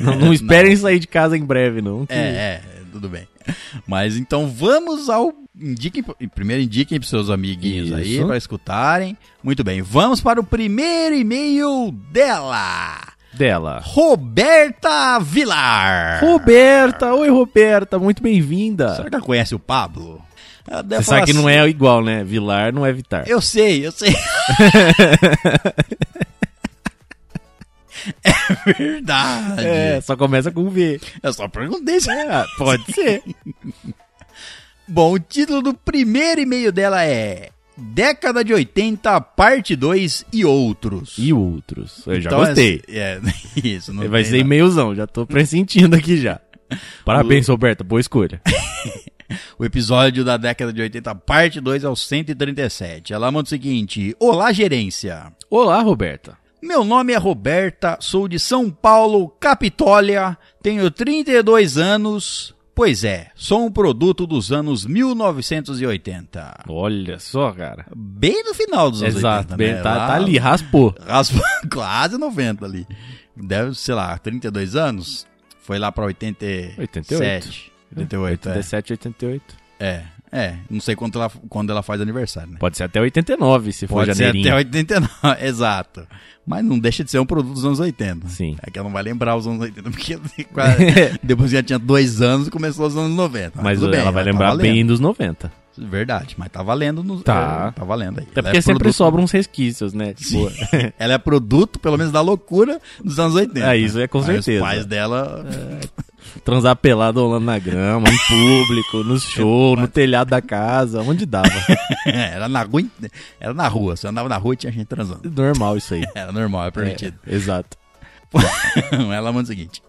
B: não, não esperem sair de casa em breve, não. que-
A: É, é, tudo bem. Mas então vamos ao. Indiquem, primeiro indiquem para seus amiguinhos
B: Isso.
A: aí para escutarem. Muito bem, vamos para o primeiro e-mail dela,
B: Dela.
A: Roberta Vilar.
B: Roberta, oi Roberta, muito bem-vinda.
A: Será que ela conhece o Pablo? Ela deve
B: Você sabe
A: falar
B: que não
A: assim,
B: é igual, né? Vilar não é Vitar.
A: Eu sei, eu sei. é verdade.
B: É, só começa com V.
A: Eu só perguntei se
B: É, pode ser.
A: Bom, o título do primeiro e-mail dela é Década de 80, parte 2 e outros.
B: E outros. Eu já
A: Então,
B: gostei.
A: É, é, isso, não
B: Vai
A: tem
B: ser
A: nada.
B: e-mailzão, já tô pressentindo aqui já. Parabéns, Roberta, boa escolha.
A: O episódio da década de 80, parte é 2 ao 137. Ela manda o seguinte: Olá, gerência.
B: Olá, Roberta.
A: Meu nome é Roberta, sou de São Paulo, Capitólia, tenho 32 anos. Pois é, sou um produto dos anos 1980.
B: Olha só, cara.
A: Bem no final dos anos
B: Exato,
A: 80,
B: bem,
A: né?
B: tá,
A: Lá-
B: tá ali, raspou.
A: Raspa quase 90 ali. Deve, sei lá, 32 anos. Foi lá pra 87.
B: 88.
A: 88, é.
B: 87, 88.
A: é. É, não sei quando ela, quando ela faz aniversário, né?
B: Pode ser até 89, se for
A: Pode ser
B: janeirinho.
A: até 89, exato. Mas não deixa de ser um produto dos anos 80.
B: Sim.
A: É que ela não vai lembrar os anos 80, porque quase- depois que ela tinha dois anos e começou os anos 90.
B: Mas
A: tudo
B: ela
A: bem,
B: vai
A: tá
B: lembrar
A: valendo.
B: bem dos 90.
A: Verdade, mas tá valendo. No,
B: Tá.
A: é, tá valendo aí.
B: Até
A: Ela
B: porque
A: é
B: sempre
A: produto-
B: sobram uns resquícios, né? Tipo,
A: Ela é produto, pelo menos, da loucura dos anos 80.
B: É, isso é com
A: Aí
B: certeza.
A: Os pais dela
B: transar pelado rolando na grama, em público, no show, no telhado da casa, onde dava.
A: era na rua, era na rua, você andava na rua e tinha gente transando.
B: Normal isso aí.
A: Era normal, é permitido.
B: É, exato. É.
A: Ela manda o seguinte: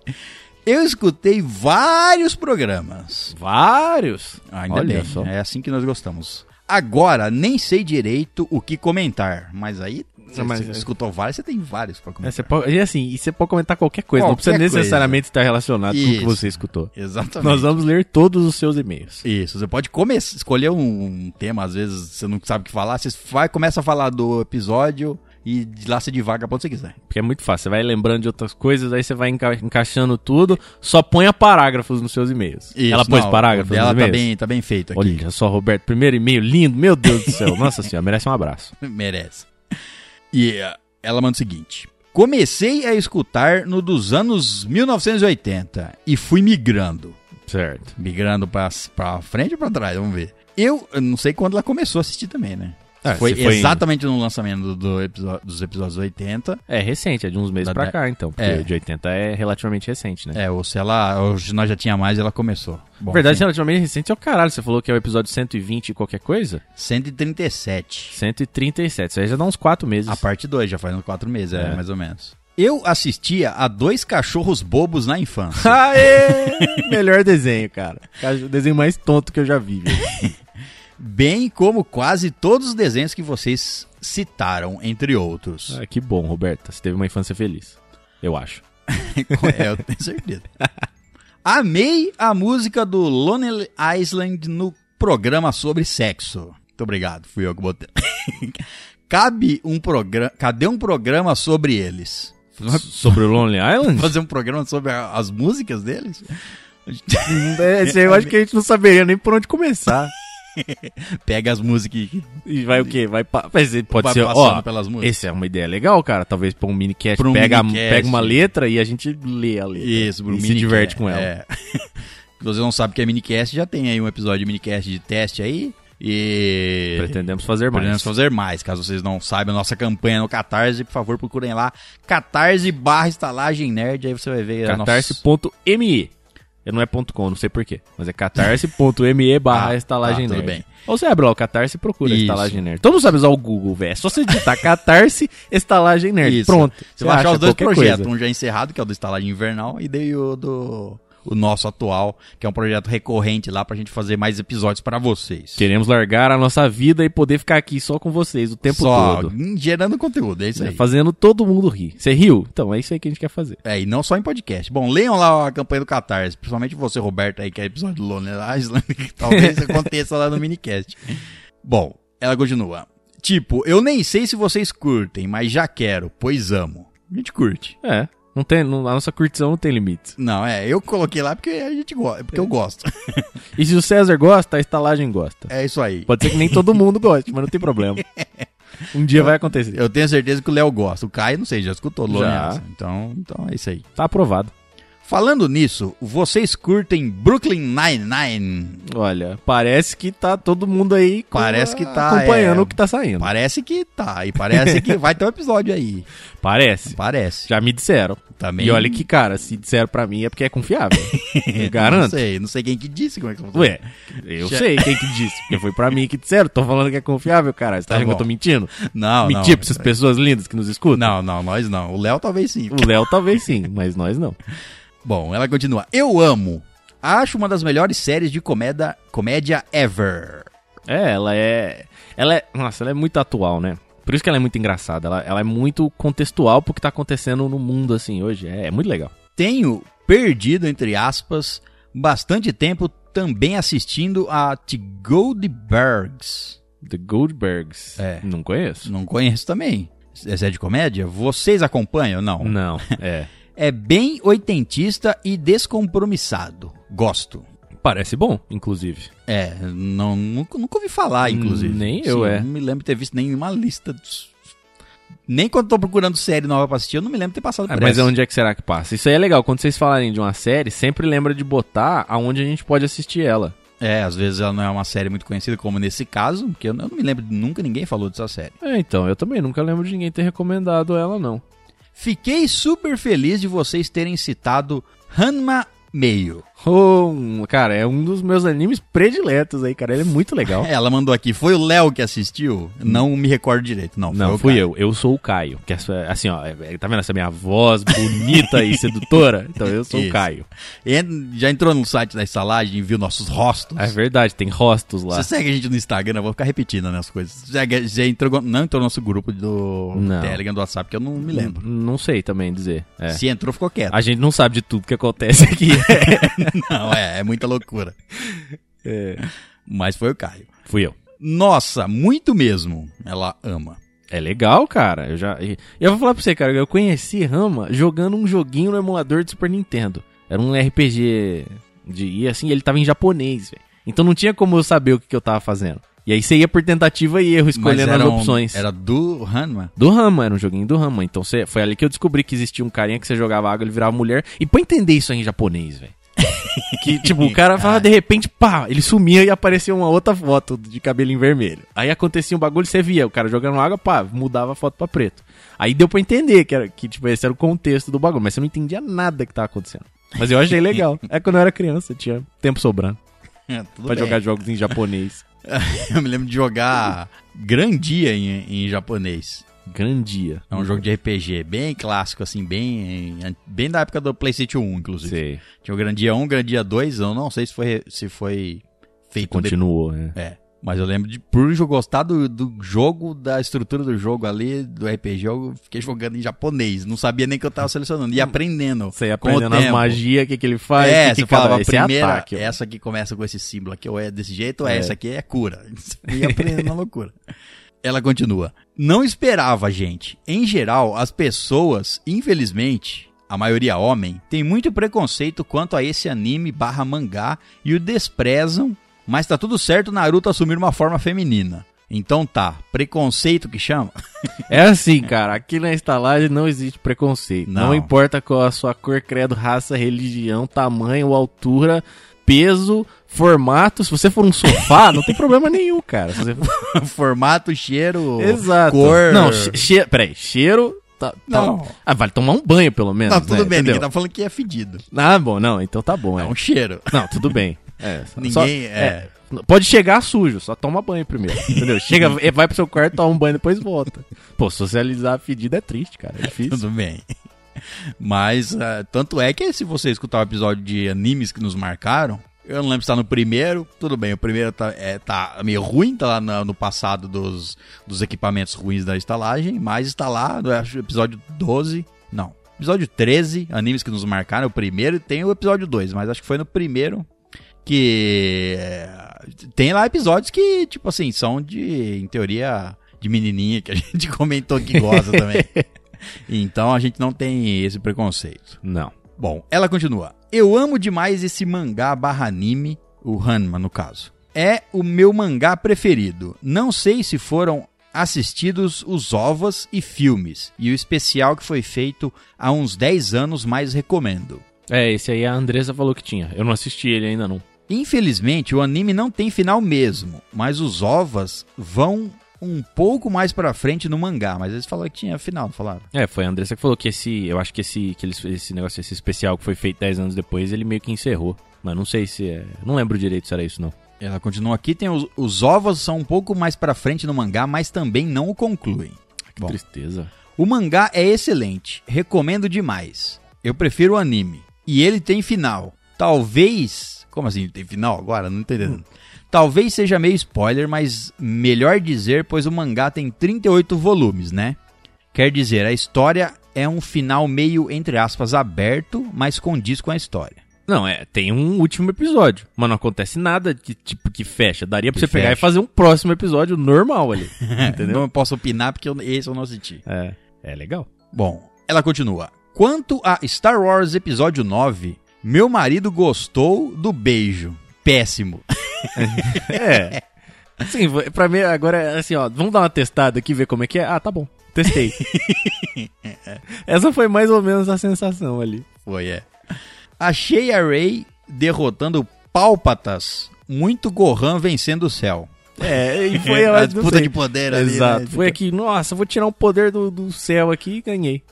A: Eu escutei vários programas.
B: Vários.
A: Ainda
B: Olha
A: bem,
B: só.
A: é assim que nós gostamos. Agora nem sei direito o que comentar, mas aí você
B: mas-
A: escutou vários, você tem vários pra
B: É,
A: comentar.
B: você pode, e assim, e você pode comentar qualquer coisa, não
A: Qualquer
B: precisa necessariamente estar relacionado com o que
A: Isso.
B: você escutou.
A: Exatamente.
B: Nós vamos ler todos os seus e-mails.
A: Isso, você pode começar, escolher um, um tema, às vezes você não sabe o que falar, você vai, começa a falar do episódio e de lá você devaga pra onde você quiser.
B: Porque é muito fácil, você vai lembrando de outras coisas, aí você vai enca- encaixando tudo, só ponha parágrafos nos seus e-mails.
A: Isso,
B: Ela pôs
A: não,
B: parágrafos nos
A: Ela tá
B: e-mails?
A: bem, tá bem feito aqui.
B: Olha só, Roberto, primeiro e-mail lindo, meu Deus do céu. Nossa senhora, merece um abraço.
A: Merece. E eh, ela manda o seguinte: Comecei a escutar no dos anos 1980 e fui migrando.
B: Certo.
A: Migrando pra, pra frente ou pra trás, vamos ver. Eu, eu não sei quando ela começou a assistir também, né?
B: Ah,
A: foi,
B: se foi em-
A: exatamente no lançamento do episódio, dos episódios 80.
B: É recente, é de uns meses
A: Da
B: pra
A: dé-
B: cá, então. Porque
A: É.
B: de 80 é relativamente recente, né?
A: É, ou se ela. Ou se nós já tinha mais, ela começou. Bom,
B: Na verdade,
A: enfim,
B: relativamente recente é o caralho. Você falou que é o episódio 120 e qualquer coisa?
A: 137.
B: 137. Isso aí já dá uns 4 meses.
A: A parte 2, já faz uns 4 meses, é,
B: É.
A: mais ou menos. Eu assistia a dois cachorros bobos na infância.
B: Aê! Melhor desenho, cara. O desenho mais tonto que eu já vi. viu?
A: bem como quase todos os desenhos que vocês citaram, entre outros.
B: Ah, que bom, Roberta. Você teve uma infância feliz. Eu acho.
A: é, eu tenho certeza. Amei a música do Lonely Island no programa sobre sexo. Muito obrigado, fui eu que botei. Cabe um programa. Cadê um programa sobre eles?
B: Sobre o Lonely Island?
A: Fazer um programa sobre a- as músicas deles?
B: É, esse aí eu acho que a gente não saberia nem por onde começar.
A: Pega as músicas que
B: E vai o quê? Vai pa... Mas pode
A: vai
B: ser,
A: passando
B: ó,
A: pelas músicas.
B: Esse é uma ideia legal, cara. Talvez pra um minicast.
A: Pra um
B: pega,
A: minicast.
B: pega uma letra e a gente lê a letra.
A: Isso, um
B: E
A: Bruno.
B: se diverte com ela.
A: é. Se você não sabe o que é minicast, já tem aí um episódio de minicast de teste aí. E.
B: Pretendemos fazer mais.
A: Pretendemos fazer mais. Caso vocês não saibam, a nossa campanha no Catarse, por favor, procurem lá. Catarse barra estalagem nerd. Aí você vai ver a nossa-
B: Catarse.me. Eu Não é ponto .com, não sei porquê. Mas é catarse.me barra
A: Ah,
B: estalagem
A: tá, tudo
B: nerd.
A: bem.
B: Ou você abre lá o Catarse e procura
A: Isso.
B: estalagem nerd. Todo mundo sabe usar o Google, velho. É só você digitar Catarse estalagem nerd.
A: Isso.
B: Pronto.
A: Você vai achar os dois
B: qualquer
A: projetos.
B: coisa.
A: Um já encerrado, que é o do estalagem invernal, e daí o do. O nosso atual, que é um projeto recorrente lá pra gente fazer mais episódios pra vocês.
B: Queremos largar a nossa vida e poder ficar aqui só com vocês o tempo
A: Só
B: todo. Né?
A: hum, gerando conteúdo, é isso aí.
B: Fazendo todo mundo rir. Você riu? Então é isso aí que a gente quer fazer.
A: É, e não só em podcast. Bom, leiam lá a campanha do Catarse, principalmente você, Roberto, aí, que é episódio do Lonely Island, que talvez aconteça lá no minicast. Bom, ela continua. Tipo, eu nem sei se vocês curtem, mas já quero, pois amo. A gente curte.
B: É. Não tem, não- a nossa curtição não tem limites.
A: Não, é, eu coloquei lá porque a gente gosta,
B: É.
A: porque eu gosto.
B: E se o César gosta, a estalagem gosta.
A: É isso aí.
B: Pode ser que nem todo mundo goste, mas não tem problema. Um dia vai acontecer.
A: Eu tenho certeza que o Léo gosta. O Caio, não sei, já escutou Lone
B: Já.
A: House. Então, então é isso aí.
B: Tá aprovado.
A: Falando nisso, vocês curtem Brooklyn Nine-Nine?
B: Olha, parece que tá todo mundo aí com-
A: Parece que tá,
B: acompanhando
A: é.
B: o que tá saindo.
A: Parece que tá, e parece que vai ter um episódio aí.
B: Parece.
A: Parece.
B: Já me disseram.
A: Também.
B: E olha que, cara, se disseram pra mim é porque é confiável. Eu
A: Não
B: garanto.
A: sei, não sei quem que disse como é que funciona.
B: Ué, eu sei quem que disse, porque foi pra mim que disseram. Tô falando que é confiável, cara. Você tá
A: Tá
B: achando que eu
A: bom.
B: tô mentindo?
A: Não, não.
B: Mentir pra essas pessoas lindas que nos escutam?
A: Não, não, nós não. O Léo talvez sim.
B: O Léo talvez sim, mas nós não.
A: Bom, ela continua. Eu amo. Acho uma das melhores séries de comédia, comédia ever.
B: É, ela é. Ela é. Nossa, ela é muito atual, né? Por isso que ela é muito engraçada. Ela, ela é muito contextual pro que tá acontecendo no mundo, assim, hoje. É, é muito legal.
A: Tenho perdido, entre aspas, bastante tempo também assistindo a The Goldbergs.
B: The Goldbergs.
A: É.
B: Não conheço?
A: Não conheço também. Essa é de comédia? Vocês acompanham? Não.
B: Não, é.
A: É bem oitentista e descompromissado. Gosto.
B: Parece bom, inclusive.
A: É, não, nunca, nunca ouvi falar,
B: Hum,
A: inclusive.
B: nem eu, é.
A: Não me lembro de ter visto nenhuma lista. dos- Nem quando tô procurando série nova pra assistir, eu não me lembro de ter passado
B: Ah,
A: por
B: mas
A: essa.
B: onde é que será que passa? Isso aí é legal. Quando vocês falarem de uma série, sempre lembra de botar aonde a gente pode assistir ela.
A: É, às vezes ela não é uma série muito conhecida, como nesse caso, porque eu não eu não me lembro, de nunca ninguém falou dessa série.
B: É, então, eu também nunca lembro de ninguém ter recomendado ela, não.
A: Fiquei super feliz de vocês terem citado Hanma Meio.
B: Oh, um- cara, é um dos meus animes prediletos aí, cara. Ele é muito legal.
A: Ela mandou aqui, foi o Léo que assistiu? Não me recordo direito, não.
B: Não,
A: foi o
B: fui
A: cara.
B: eu. Eu sou o Caio. Que é só- assim, ó, é- tá vendo essa minha voz bonita e sedutora? Então eu sou o
A: Isso.
B: Caio.
A: En- Já entrou no site da estalagem e viu nossos rostos?
B: É verdade, tem rostos lá.
A: Você segue a gente no Instagram, eu vou ficar repetindo né, as coisas. Você segue- Você entrou, não entrou no nosso grupo do
B: Não.
A: Telegram, do WhatsApp, que eu não me lembro.
B: N- Não sei também dizer. É.
A: Se entrou, ficou quieto.
B: A gente não sabe de tudo que acontece aqui.
A: Não, é, é muita loucura.
B: É.
A: Mas foi o Caio.
B: Fui eu.
A: Nossa, muito mesmo. Ela ama.
B: É legal, cara. Eu já. e- Eu vou falar pra você, cara. Eu conheci Rama jogando um joguinho no emulador de Super Nintendo. Era um RPG de. E assim, ele tava em japonês, velho. Então não tinha como eu saber o que, que eu tava fazendo. E aí você ia por tentativa e erro, escolhendo
A: Mas
B: as
A: eram-
B: opções.
A: Era do Hanma.
B: Do Rama, era um joguinho do Rama. Então você, foi ali que eu descobri que existia um carinha que você jogava água, ele virava mulher. E pra entender isso aí em japonês, velho. Que, tipo, o cara falava, de repente, pá, ele sumia e aparecia uma outra foto de cabelinho vermelho. Aí acontecia um bagulho, você via o cara jogando água, pá, mudava a foto pra preto. Aí deu pra entender que, era, que tipo, esse era o contexto do bagulho, mas você não entendia nada que tava acontecendo. Mas eu achei legal. É quando eu era criança, tinha tempo sobrando
A: É, Tudo
B: pra
A: bem.
B: jogar jogos em japonês.
A: Eu me lembro de jogar Grandia em, em japonês.
B: Grandia.
A: É um jogo de RPG bem clássico, assim, bem, bem da época do PlayStation 1, inclusive.
B: Você
A: Tinha o Grandia 1, Grandia 2, eu não sei se foi, se foi feito depois.
B: continuou, né?
A: É. Mas eu lembro de, por eu gostar do, do jogo, da estrutura do jogo ali, do RPG, eu fiquei jogando em japonês. Não sabia nem que eu tava selecionando. E aprendendo.
B: Hum. Você ia
A: com o
B: aprendendo as
A: tempo.
B: magias, o que, que ele faz, o
A: é,
B: que,
A: você
B: que cada-
A: falava a
B: esse é
A: primeira, assim.
B: ataque.
A: essa que começa com esse símbolo aqui, ou é desse jeito, ou
B: É.
A: é. essa aqui é cura. E aprendendo na loucura. Ela continua. Não esperava, gente. Em geral, as pessoas, infelizmente, a maioria homem, tem muito preconceito quanto a esse anime barra mangá e o desprezam, mas tá tudo certo Naruto assumir uma forma feminina. Então tá, preconceito que chama?
B: É assim, cara, aqui na estalagem não existe preconceito. Não.
A: Não.
B: importa qual a sua cor, credo, raça, religião, tamanho, altura, peso, formato. Se você for um sofá, não tem problema nenhum, cara. Se você for-
A: Formato, cheiro,
B: Exato.
A: cor...
B: Não, che cheiro. Peraí, cheiro. Tá, tá-
A: Não.
B: Ah, vale tomar um banho, pelo menos.
A: Tá tudo
B: né?
A: bem,
B: Entendeu?
A: ninguém tá falando que é fedido.
B: Ah, bom, não, então tá bom.
A: É
B: É.
A: um cheiro.
B: Não, tudo bem. É, só-
A: Ninguém
B: só-
A: é.
B: Pode chegar sujo, só toma banho primeiro. Entendeu? Chega, é, vai pro seu quarto, toma um banho, depois volta. Pô, socializar fedido é triste, cara. É difícil.
A: Tudo bem. Mas ah, tanto é que se você escutar o episódio de animes que nos marcaram, eu não lembro se tá no primeiro, tudo bem, o primeiro tá, é, tá meio ruim, tá lá na- no passado dos, dos equipamentos ruins da estalagem, mas está lá, eu acho, episódio 12, não, episódio 13, animes que nos marcaram, o primeiro, e tem o episódio 2, mas acho que foi no primeiro que eh, tem lá episódios que, tipo assim, são de, em teoria, de menininha que a gente comentou que gosta também. Então a gente não tem esse preconceito.
B: Não.
A: Bom, ela continua. Eu amo demais esse mangá barra anime, o Hanma no caso. É o meu mangá preferido. Não sei se foram assistidos os ovas e filmes, e o especial que foi feito há uns 10 anos mais recomendo.
B: É, esse aí a Andressa falou que tinha. Eu não assisti ele ainda não.
A: Infelizmente, o anime não tem final mesmo, mas os ovas vão um pouco mais pra frente no mangá, mas eles falaram que tinha final, não falaram?
B: É, foi a Andressa que falou que esse, eu acho que esse, que eles, esse negócio, esse especial que foi feito 10 anos depois, ele meio que encerrou. Mas não sei se é, não lembro direito se era isso não.
A: Ela continua aqui, tem os, os ovos são um pouco mais pra frente no mangá, mas também não o concluem.
B: Que
A: Bom.
B: tristeza.
A: O mangá é excelente, recomendo demais. Eu prefiro o anime. E ele tem final. Talvez. Como assim? Tem final agora? Não tô entendendo. Talvez seja meio spoiler, mas melhor dizer, pois o mangá tem 38 volumes, né? Quer dizer, a história é um final meio, entre aspas, aberto, mas condiz com a história.
B: Não, é, tem um último episódio, mas não acontece nada que tipo que fecha. Daria pra
A: Que
B: você pegar e
A: fecha.
B: fazer um próximo episódio normal ali.
A: Entendeu? Não posso opinar porque eu- esse eu não assisti.
B: é, é legal.
A: Bom, ela continua. Quanto a Star Wars Episódio 9, meu marido gostou do beijo. Péssimo.
B: É. Sim, vo- pra mim agora assim, ó, vamos dar uma testada aqui ver como é que é. Ah, tá bom. Testei. Essa foi mais ou menos a sensação ali.
A: Foi, é. Achei a Rey derrotando Pálpatas, muito Gohan vencendo o céu.
B: É, e foi
A: a
B: a
A: disputa de poder ali,
B: Exato.
A: né?
B: Foi aqui, nossa, vou tirar um poder do, do céu aqui e ganhei.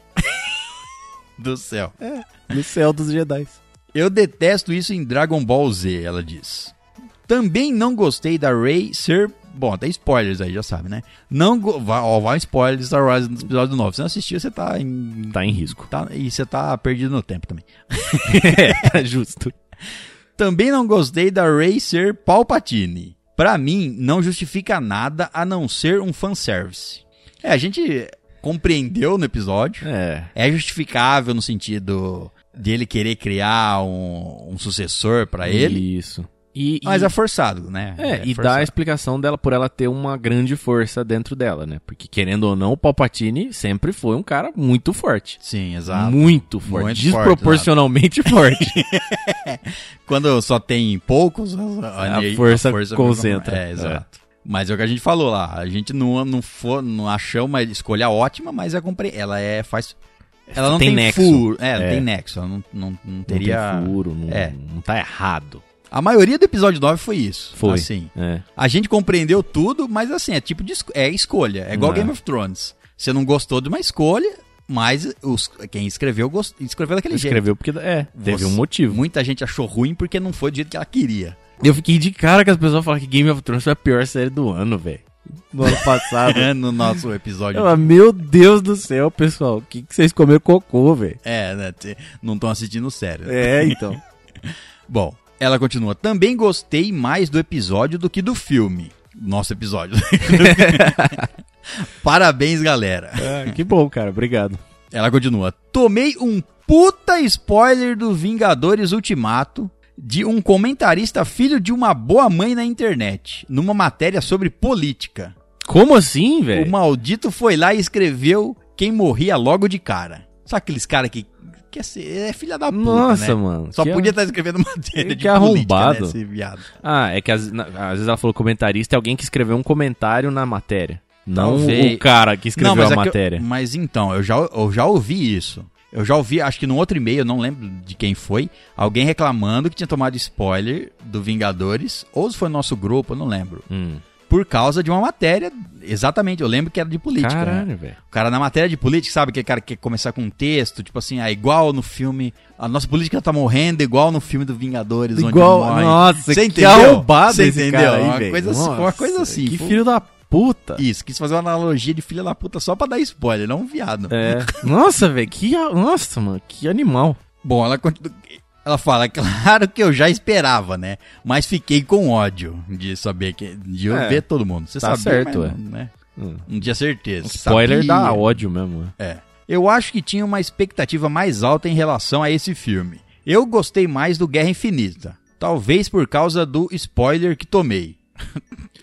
A: Do céu.
B: Do céu dos Jedi.
A: Eu detesto isso em Dragon Ball Z, ela diz. Também não gostei da Rey ser. Bom, tem spoilers aí, já sabe, né? Não go... vai, ó, vai um spoiler de Star Wars no episódio 9. Se não assistiu, você tá em.
B: Tá em risco.
A: tá- E você tá perdido no tempo também.
B: é, tá justo.
A: Também não gostei da Rey ser Palpatine. Pra mim, não justifica nada a não ser um fanservice. É, a gente compreendeu no episódio.
B: É.
A: É justificável no sentido dele querer criar um, um sucessor pra ele.
B: Isso. E,
A: Mas
B: e-
A: é forçado, né?
B: é, e dá a
A: forçado.
B: explicação dela por ela ter uma grande força dentro dela, né? Porque querendo ou não, o Palpatine sempre foi um cara muito forte.
A: Sim, exato.
B: Muito forte.
A: Muito
B: desproporcionalmente forte.
A: Quando só tem poucos, a,
B: A força concentra.
A: É, exato. Mas é o que a gente falou lá. A gente não, não, for, não achou uma escolha ótima, mas é compre... ela é faz. Ela não
B: Tem
A: tem,
B: nexo.
A: furo. É, não
B: É.
A: tem nexo. Ela não, não, não
B: Não
A: teria.
B: tem furo, não,
A: É.
B: não tá errado.
A: A maioria do episódio 9 foi isso.
B: Foi.
A: Assim,
B: É.
A: a gente compreendeu tudo, mas assim, é tipo de esco- é escolha. É igual
B: É.
A: Game of Thrones. Você não gostou de uma escolha, mas os, quem escreveu gost... escreveu daquele jeito.
B: Escreveu porque. É, teve
A: Você-
B: um motivo.
A: Muita gente achou ruim porque não foi do jeito que ela queria.
B: Eu fiquei de cara que as pessoas falam que Game of Thrones foi a pior série do ano, velho. Do ano passado.
A: né, no nosso episódio.
B: Tá Eu falo, meu Deus do céu, pessoal. O que, que vocês comeram cocô, velho?
A: É, né? te- Não estão assistindo sério.
B: É, então.
A: Bom, ela continua. Também gostei mais do episódio do que do filme. Nosso episódio. Parabéns, galera.
B: Ah, que bom, cara. Obrigado.
A: Ela continua. Tomei um puta spoiler do Vingadores Ultimato de um comentarista filho de uma boa mãe na internet, numa matéria sobre política.
B: Como assim, velho?
A: O maldito foi lá e escreveu quem morria logo de cara. Sabe aqueles caras que quer ser, é filha da puta,
B: Nossa,
A: né?
B: mano.
A: Só
B: que é
A: podia estar escrevendo matéria de
B: que
A: política,
B: é arrombado.
A: né, esse viado.
B: Ah, é que às, na- às vezes ela falou comentarista, é alguém que escreveu um comentário na matéria. Não
A: Talvez.
B: o cara que escreveu a
A: é que eu-
B: matéria.
A: mas então, eu já, eu já ouvi isso. Eu já ouvi, acho que num outro e-mail, eu não lembro de quem foi, alguém reclamando que tinha tomado spoiler do Vingadores, ou se foi nosso grupo, eu não lembro.
B: Hum.
A: Por causa de uma matéria, exatamente, eu lembro que era de política. né?
B: Caralho, velho.
A: O cara na matéria de política, sabe? Aquele cara que quer começar com um texto, tipo assim, ah, igual no filme. A nossa política tá morrendo, igual no filme do Vingadores,
B: Igual,
A: onde morre.
B: nossa,
A: Você
B: que
A: entendeu?
B: arrombado
A: Você
B: esse
A: entendeu?
B: cara aí,
A: Uma
B: velho.
A: coisa assim- uma
B: Nossa,
A: coisa assim,
B: Que
A: pô.
B: filho da puta.
A: Isso, quis fazer uma analogia de filha da puta só pra dar spoiler, não um viado.
B: É. Nossa, velho, que. a- Nossa, mano, que animal.
A: Bom, ela continua. Ela fala, claro que eu já esperava, né? Mas fiquei com ódio de saber que. De eu
B: É,
A: ver todo mundo. Você
B: tá
A: sabe
B: certo, é.
A: né?
B: Hum.
A: Não tinha certeza.
B: Spoiler
A: Sabia.
B: dá ódio mesmo. né?
A: É. Eu acho que tinha uma expectativa mais alta em relação a esse filme. Eu gostei mais do Guerra Infinita. Talvez por causa do spoiler que tomei.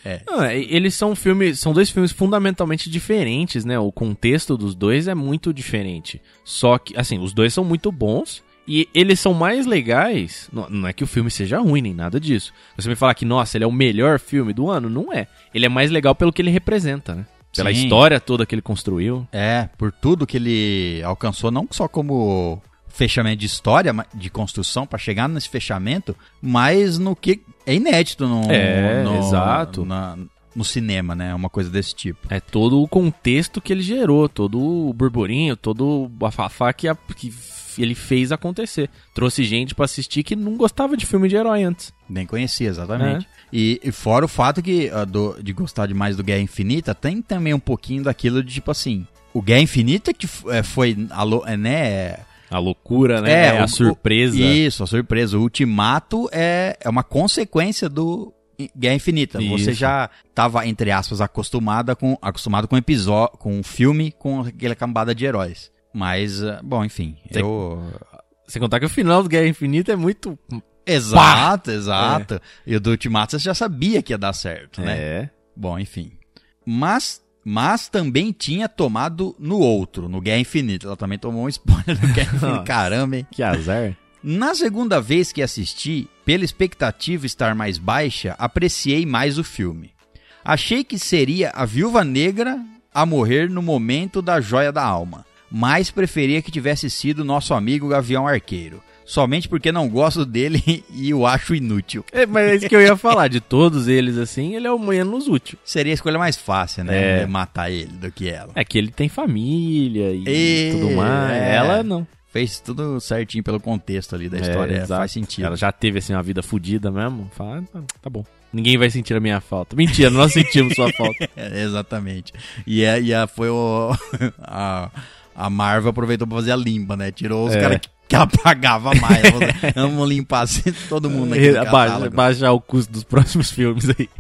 A: É.
B: Ah, e- eles são filmes, são dois filmes fundamentalmente diferentes, né? O contexto dos dois é muito diferente. Só que, assim, os dois são muito bons e eles são mais legais. Não, não é que o filme seja ruim nem nada disso. Você me falar que, nossa, ele é o melhor filme do ano, não é. Ele é mais legal pelo que ele representa, né? Pela
A: Sim.
B: história toda que ele construiu.
A: É, por tudo que ele alcançou, não só como fechamento de história, ma- de construção, pra chegar nesse fechamento, mas no que é inédito no,
B: É,
A: no-
B: exato.
A: na- no cinema, né? Uma coisa desse tipo.
B: É todo o contexto que ele gerou, todo o burburinho, todo o bafafá que, a- que f- ele fez acontecer. Trouxe gente pra assistir que não gostava de filme de herói antes.
A: Nem conhecia,
B: É.
A: exatamente. E, e fora o fato que ah, do- de gostar demais do Guerra Infinita, tem também um pouquinho daquilo de tipo assim. O Guerra Infinita que f- é, foi, alô, é, né?
B: A loucura, né?
A: É,
B: a
A: o-
B: surpresa.
A: Isso, a surpresa. O Ultimato é, é uma consequência do I- Guerra Infinita. Você
B: Isso.
A: já estava, entre aspas, acostumada com, acostumado com episódio, com um filme, com aquela cambada de heróis. Mas, ah, bom, enfim.
B: Tem-
A: Eu...
B: Sem contar que o final do Guerra Infinita é muito.
A: Exato, exato. E o do Ultimato você já sabia que ia dar certo, né?
B: É.
A: Bom, enfim. Mas, mas também tinha tomado no outro, no Guerra Infinita. Ela também tomou um spoiler do Guerra Infinita.
B: Nossa.
A: Caramba, hein?
B: Que azar.
A: Na segunda vez que assisti, pela expectativa estar mais baixa, apreciei mais o filme. Achei que seria a viúva negra a morrer no momento da joia da alma, mas preferia que tivesse sido nosso amigo Gavião Arqueiro, somente porque não gosto dele e o acho inútil.
B: É, mas é isso que eu ia falar. De todos eles, assim, ele é o menos útil.
A: Seria a escolha mais fácil, né?
B: É.
A: Matar ele do que ela.
B: É que ele tem família e,
A: E-
B: tudo mais.
A: é.
B: Ela não.
A: Fez tudo certinho pelo contexto ali da história,
B: É, exato.
A: faz sentido.
B: Ela já teve, assim, uma vida fodida mesmo. Fala, ah, tá bom. Ninguém vai sentir a minha falta. Mentira, nós sentimos sua falta.
A: É, exatamente. E, é, e a, foi o. A, a Marvel aproveitou pra fazer a limpa, né? Tirou os
B: É.
A: caras que, que ela pagava mais. Ela falou, Vamos limpar assim, todo mundo aqui. no
B: Baixa,
A: catálogo."
B: baixar o custo dos próximos filmes aí.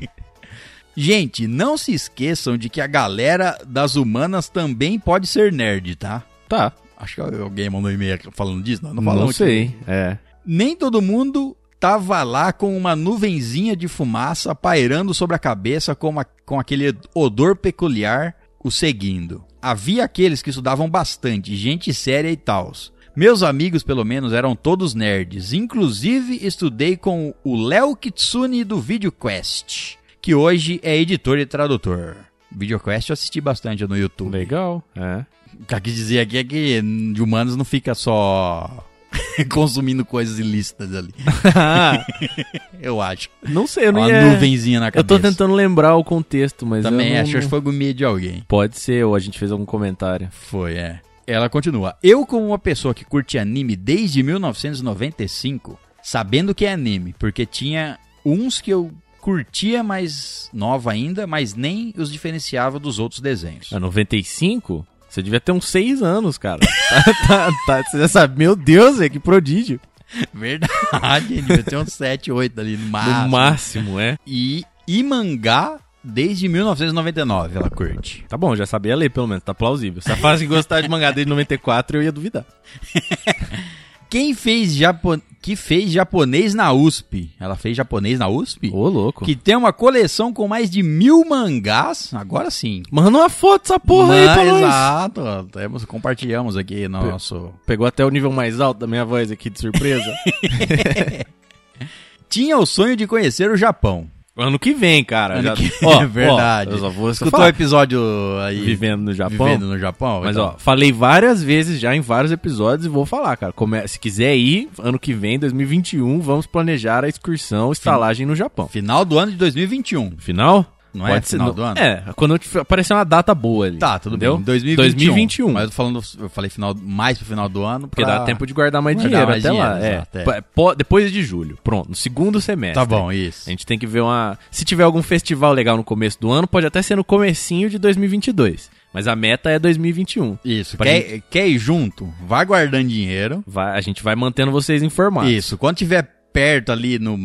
A: Gente, não se esqueçam de que a galera das humanas também pode ser nerd, tá?
B: Tá.
A: Acho que alguém mandou um e-mail falando disso. Não, um não
B: Não,
A: falamos
B: sei. É.
A: Nem todo mundo tava lá com uma nuvenzinha de fumaça pairando sobre a cabeça com, a- com aquele odor peculiar o seguindo. Havia aqueles que estudavam bastante, gente séria e tals. Meus amigos, pelo menos, eram todos nerds. Inclusive, estudei com o Léo Kitsune do VideoQuest, que hoje é editor e tradutor. VideoQuest eu assisti bastante no YouTube.
B: Legal. É.
A: O que eu quis dizer aqui é que de humanos não fica só consumindo coisas ilícitas ali. Eu acho.
B: não sei, eu é- não
A: Uma
B: ia...
A: nuvenzinha na
B: Eu
A: cabeça.
B: tô tentando lembrar o contexto, mas eu
A: Também
B: não-
A: acho que foi gourmet de alguém.
B: Pode ser, ou a gente fez algum comentário.
A: Foi, é. Ela continua. Eu, como uma pessoa que curte anime desde 1995, sabendo que é anime, porque tinha uns que eu curtia mais nova ainda, mas nem os diferenciava dos outros desenhos.
B: A 95? Você devia ter uns 6 anos, cara. tá, tá, tá, você já sabe. Meu Deus, é que prodígio.
A: Verdade, devia ter uns 7, 8 ali no
B: No
A: máximo.
B: máximo, é.
A: E, e mangá desde 1999 ela curte.
B: Tá bom, já sabia ler, pelo menos. Tá plausível. Se a fase gostar de mangá desde 94, eu ia duvidar.
A: Quem fez, japo... que fez japonês na USP? Ela fez japonês na USP?
B: Ô, louco.
A: Que tem uma coleção com mais de mil mangás. Agora sim.
B: Manda uma foto dessa porra aí pra
A: Mas,
B: nós.
A: Exato. Temos, compartilhamos aqui no
B: Pe-
A: nosso.
B: Pegou até o nível mais alto da minha voz aqui, de surpresa.
A: Tinha o sonho de conhecer o Japão.
B: ano que vem, cara.
A: Ano
B: já-
A: que-
B: Ó,
A: é verdade.
B: ó, eu só vou
A: Escutou o
B: falar.
A: episódio aí.
B: Vivendo no Japão.
A: Vivendo no Japão?
B: Mas
A: Então,
B: ó, falei várias vezes já em vários episódios e vou falar, cara. Come- Se quiser ir, ano que vem, 2021, vamos planejar a excursão estalagem no Japão.
A: Final do ano de 2021.
B: Final?
A: Não é final do ano?
B: É, quando eu te- aparecer uma data boa ali.
A: Tá, tudo
B: entendeu?
A: bem. 2021.
B: 2021.
A: Mas eu, tô falando, eu falei final, mais pro final do ano.
B: Porque
A: pra-
B: dá tempo de guardar mais
A: Vai
B: dinheiro
A: dar mais
B: até lá.
A: dinheiro,
B: é.
A: exato, é.
B: Pa- po- Depois de julho. Pronto, no segundo semestre.
A: Tá bom, isso.
B: A gente tem que ver uma. Se tiver algum festival legal no começo do ano, pode até ser no comecinho de 2022. Mas a meta é 2021.
A: Isso.
B: Pra
A: Quer, quer ir junto? Vai guardando dinheiro.
B: Vai, a gente vai mantendo vocês informados.
A: Isso. Quando tiver perto ali, no,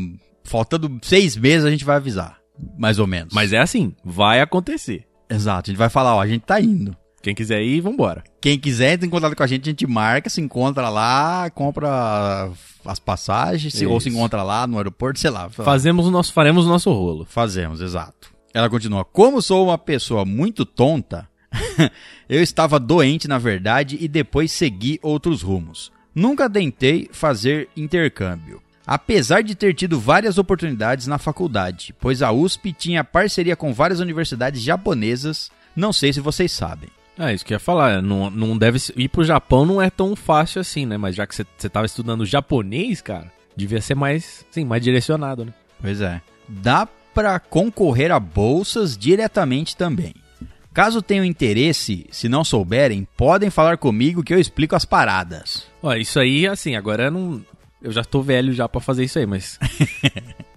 A: faltando seis meses, a gente vai avisar. Mais ou menos.
B: Mas é assim, vai acontecer.
A: Exato. A gente vai falar, ó, a gente tá indo.
B: Quem quiser ir, vambora.
A: Quem quiser entra em contato com a gente, a gente marca, se encontra lá, compra as passagens, se- ou se
B: Isso. Tá.
A: encontra lá no aeroporto, sei lá. fa-
B: Fazemos o nosso, faremos o nosso rolo.
A: Fazemos, exato. Ela continua: Como sou uma pessoa muito tonta, eu estava doente na verdade e depois segui outros rumos. Nunca tentei fazer intercâmbio. Apesar de ter tido várias oportunidades na faculdade, pois a USP tinha parceria com várias universidades japonesas, não sei se vocês sabem.
B: Ah, isso que eu ia falar. Não, não deve ser- ir pro Japão não é tão fácil assim, né? Mas já que você- você tava estudando japonês, cara, devia ser mais, sim, mais direcionado, né?
A: Pois é. Dá para concorrer a bolsas diretamente também. Caso tenham interesse, se não souberem, podem falar comigo que eu explico as paradas.
B: Ó, isso aí, assim, agora eu não. Eu já tô velho já pra fazer isso aí, mas.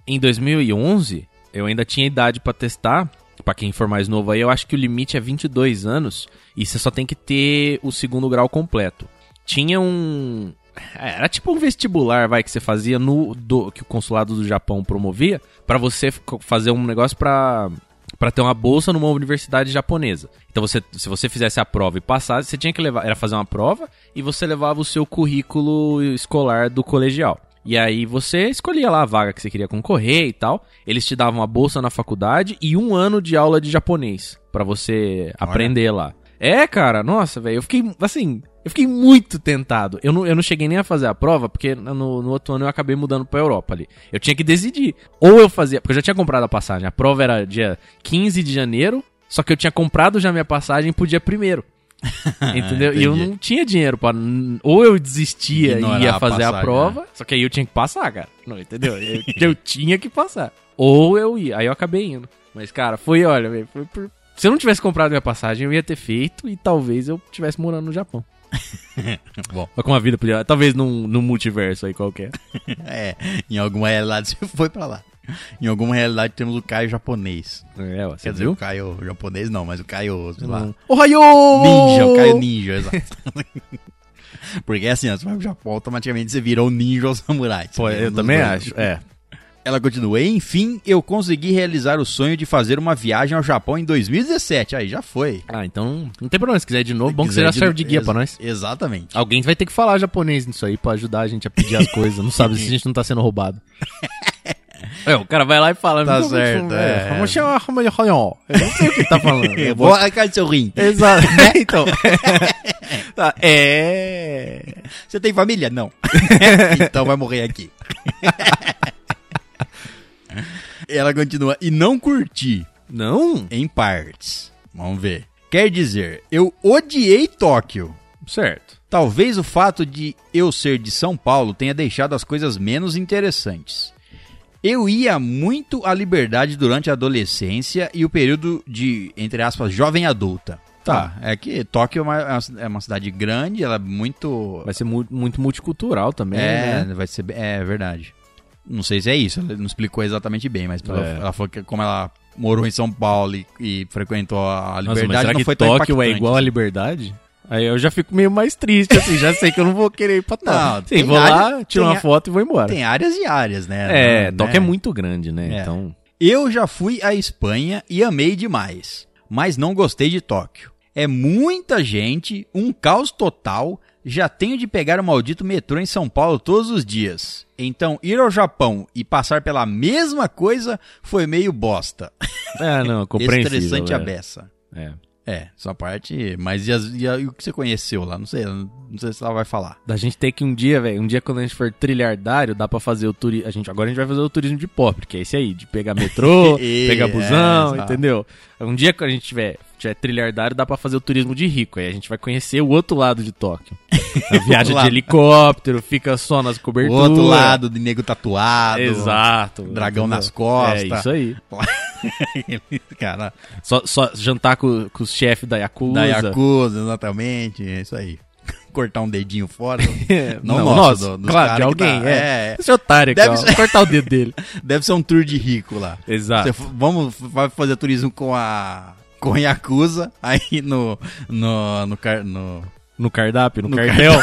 B: em 2011, eu ainda tinha idade pra testar. Pra quem for mais novo aí, eu acho que o limite é 22 anos e você só tem que ter o segundo grau completo. Tinha um. é, Era tipo um vestibular, vai, que você fazia no do- que o consulado do Japão promovia pra você fico- fazer um negócio pra para ter uma bolsa numa universidade japonesa. Então você, se você fizesse a prova e passasse, você tinha que levar, era fazer uma prova e você levava o seu currículo escolar do colegial. E aí você escolhia lá a vaga que você queria concorrer e tal. Eles te davam a bolsa na faculdade e um ano de aula de japonês pra você
A: Olha.
B: aprender lá. É, cara, nossa, velho, eu fiquei assim, eu fiquei muito tentado. Eu não, eu não cheguei nem a fazer a prova, porque no, no outro ano eu acabei mudando pra Europa ali. Eu tinha que decidir. Ou eu fazia, porque eu já tinha comprado a passagem. A prova era dia 15 de janeiro, só que eu tinha comprado já minha passagem pro dia primeiro. Entendeu? e eu
A: Entendi.
B: não tinha dinheiro pra. Ou eu desistia
A: Ignorar
B: e ia
A: a
B: fazer a,
A: passagem,
B: prova, só que aí eu tinha que passar, cara. Não, entendeu? Eu, eu tinha que passar. Ou eu ia. Aí eu acabei indo. Mas, cara, foi, olha, velho, foi por. Se eu não tivesse comprado minha passagem, eu ia ter feito e talvez eu estivesse morando no Japão.
A: Bom.
B: Olha como a vida podia. Talvez num, num multiverso aí qualquer.
A: É, em alguma realidade você foi pra lá. Em alguma realidade temos o Caio japonês.
B: É, ó, você
A: Quer dizer, o Caio japonês não, mas o Caio, sei lá,
B: O raio!
A: ninja, o
B: Oh!
A: Caio ninja, exato. Porque é assim, ó, você vai pro Japão, automaticamente você vira um ninja ou samurai. Você
B: Pô,
A: vira um
B: eu
A: dos
B: também
A: dois.
B: acho. É.
A: Ela continua, enfim, eu consegui realizar o sonho de fazer uma viagem ao Japão em 2017. Aí, já foi.
B: Ah, então não tem problema. Se quiser ir de novo, bom que você
A: Quiser
B: já serve de guia
A: ex-
B: pra nós. Ah,
A: Exatamente.
B: Alguém vai ter que falar japonês nisso aí pra ajudar a gente a pedir as coisas. Não sabe se a gente não tá sendo roubado. É, o cara vai lá e fala.
A: Tá
B: "Não,
A: certo, é.
B: Vamos chamar Eu não sei o que ele tá falando.
A: Eu vou arrancar seu rim.
B: Exato. Então. Tá, é.
A: Você tem família? Não. então vai morrer aqui. Ela continua, e não curti,
B: Não?
A: em partes. Vamos ver. Quer dizer, eu odiei Tóquio.
B: Certo.
A: Talvez o fato de eu ser de São Paulo tenha deixado as coisas menos interessantes. Eu ia muito à liberdade durante a adolescência e o período de, entre aspas, jovem adulta. Tá, é que Tóquio é uma, é uma- é uma cidade grande, ela é muito.
B: Vai ser mu- muito multicultural também.
A: É,
B: né?
A: vai ser. bem- É verdade. Não sei se é isso, ela não explicou exatamente bem, mas ela,
B: É.
A: ela falou que como ela morou em São Paulo e, e frequentou a
B: Nossa,
A: liberdade,
B: mas será
A: não
B: que
A: foi tão
B: Tóquio é
A: impactante,
B: igual à liberdade? Aí eu já fico meio mais triste, assim, já sei que eu não vou querer ir pra Tóquio.
A: Não,
B: Sim,
A: tem
B: vou lá,
A: área- tem
B: tiro uma
A: a-
B: foto e vou embora.
A: Tem áreas e áreas, né?
B: É,
A: Não-
B: Tóquio
A: né?
B: é muito grande, né?
A: É.
B: Então.
A: Eu já fui à Espanha e amei demais, mas não gostei de Tóquio. É muita gente, um caos total. Já tenho de pegar o maldito metrô em São Paulo todos os dias. Então, ir ao Japão e passar pela mesma coisa foi meio bosta.
B: Ah, não, compreensível.
A: Estressante
B: é.
A: a beça.
B: É.
A: É, sua parte. Mas e, as- e a- e o que você conheceu lá? Não sei, não sei se ela vai falar.
B: Da gente ter que um dia, velho, um dia quando a gente for trilhardário, dá pra fazer o turismo. A gente, agora a gente vai fazer o turismo de pobre, que é esse aí, de pegar metrô,
A: E-
B: pegar
A: é,
B: busão,
A: exato.
B: entendeu? Um dia quando a gente tiver, tiver trilhardário, dá pra fazer o turismo de rico. Aí a gente vai conhecer o outro lado de Tóquio. A viagem de
A: lado.
B: helicóptero, fica só nas
A: O
B: coberturas.
A: outro lado de nego tatuado.
B: Exato.
A: Dragão nas
B: É
A: costas.
B: isso aí.
A: Cara,
B: Só, só jantar com, com os chefes da Yakuza.
A: da Yakuza, exatamente. É isso aí. Cortar um dedinho fora.
B: É,
A: Não,
B: não,
A: nosso,
B: nosso,
A: do- dos
B: claro,
A: cara
B: de
A: que
B: alguém,
A: tá-
B: é.
A: é.
B: Esse otário aqui,
A: Deve
B: ó,
A: ser-
B: cortar o dedo dele.
A: Deve ser um tour de rico lá. Você
B: Exato.
A: f- vamos f- vai fazer turismo com a. Com a Yakuza, aí no. No. No. car- no,
B: No cardápio, no,
A: No
B: cartel,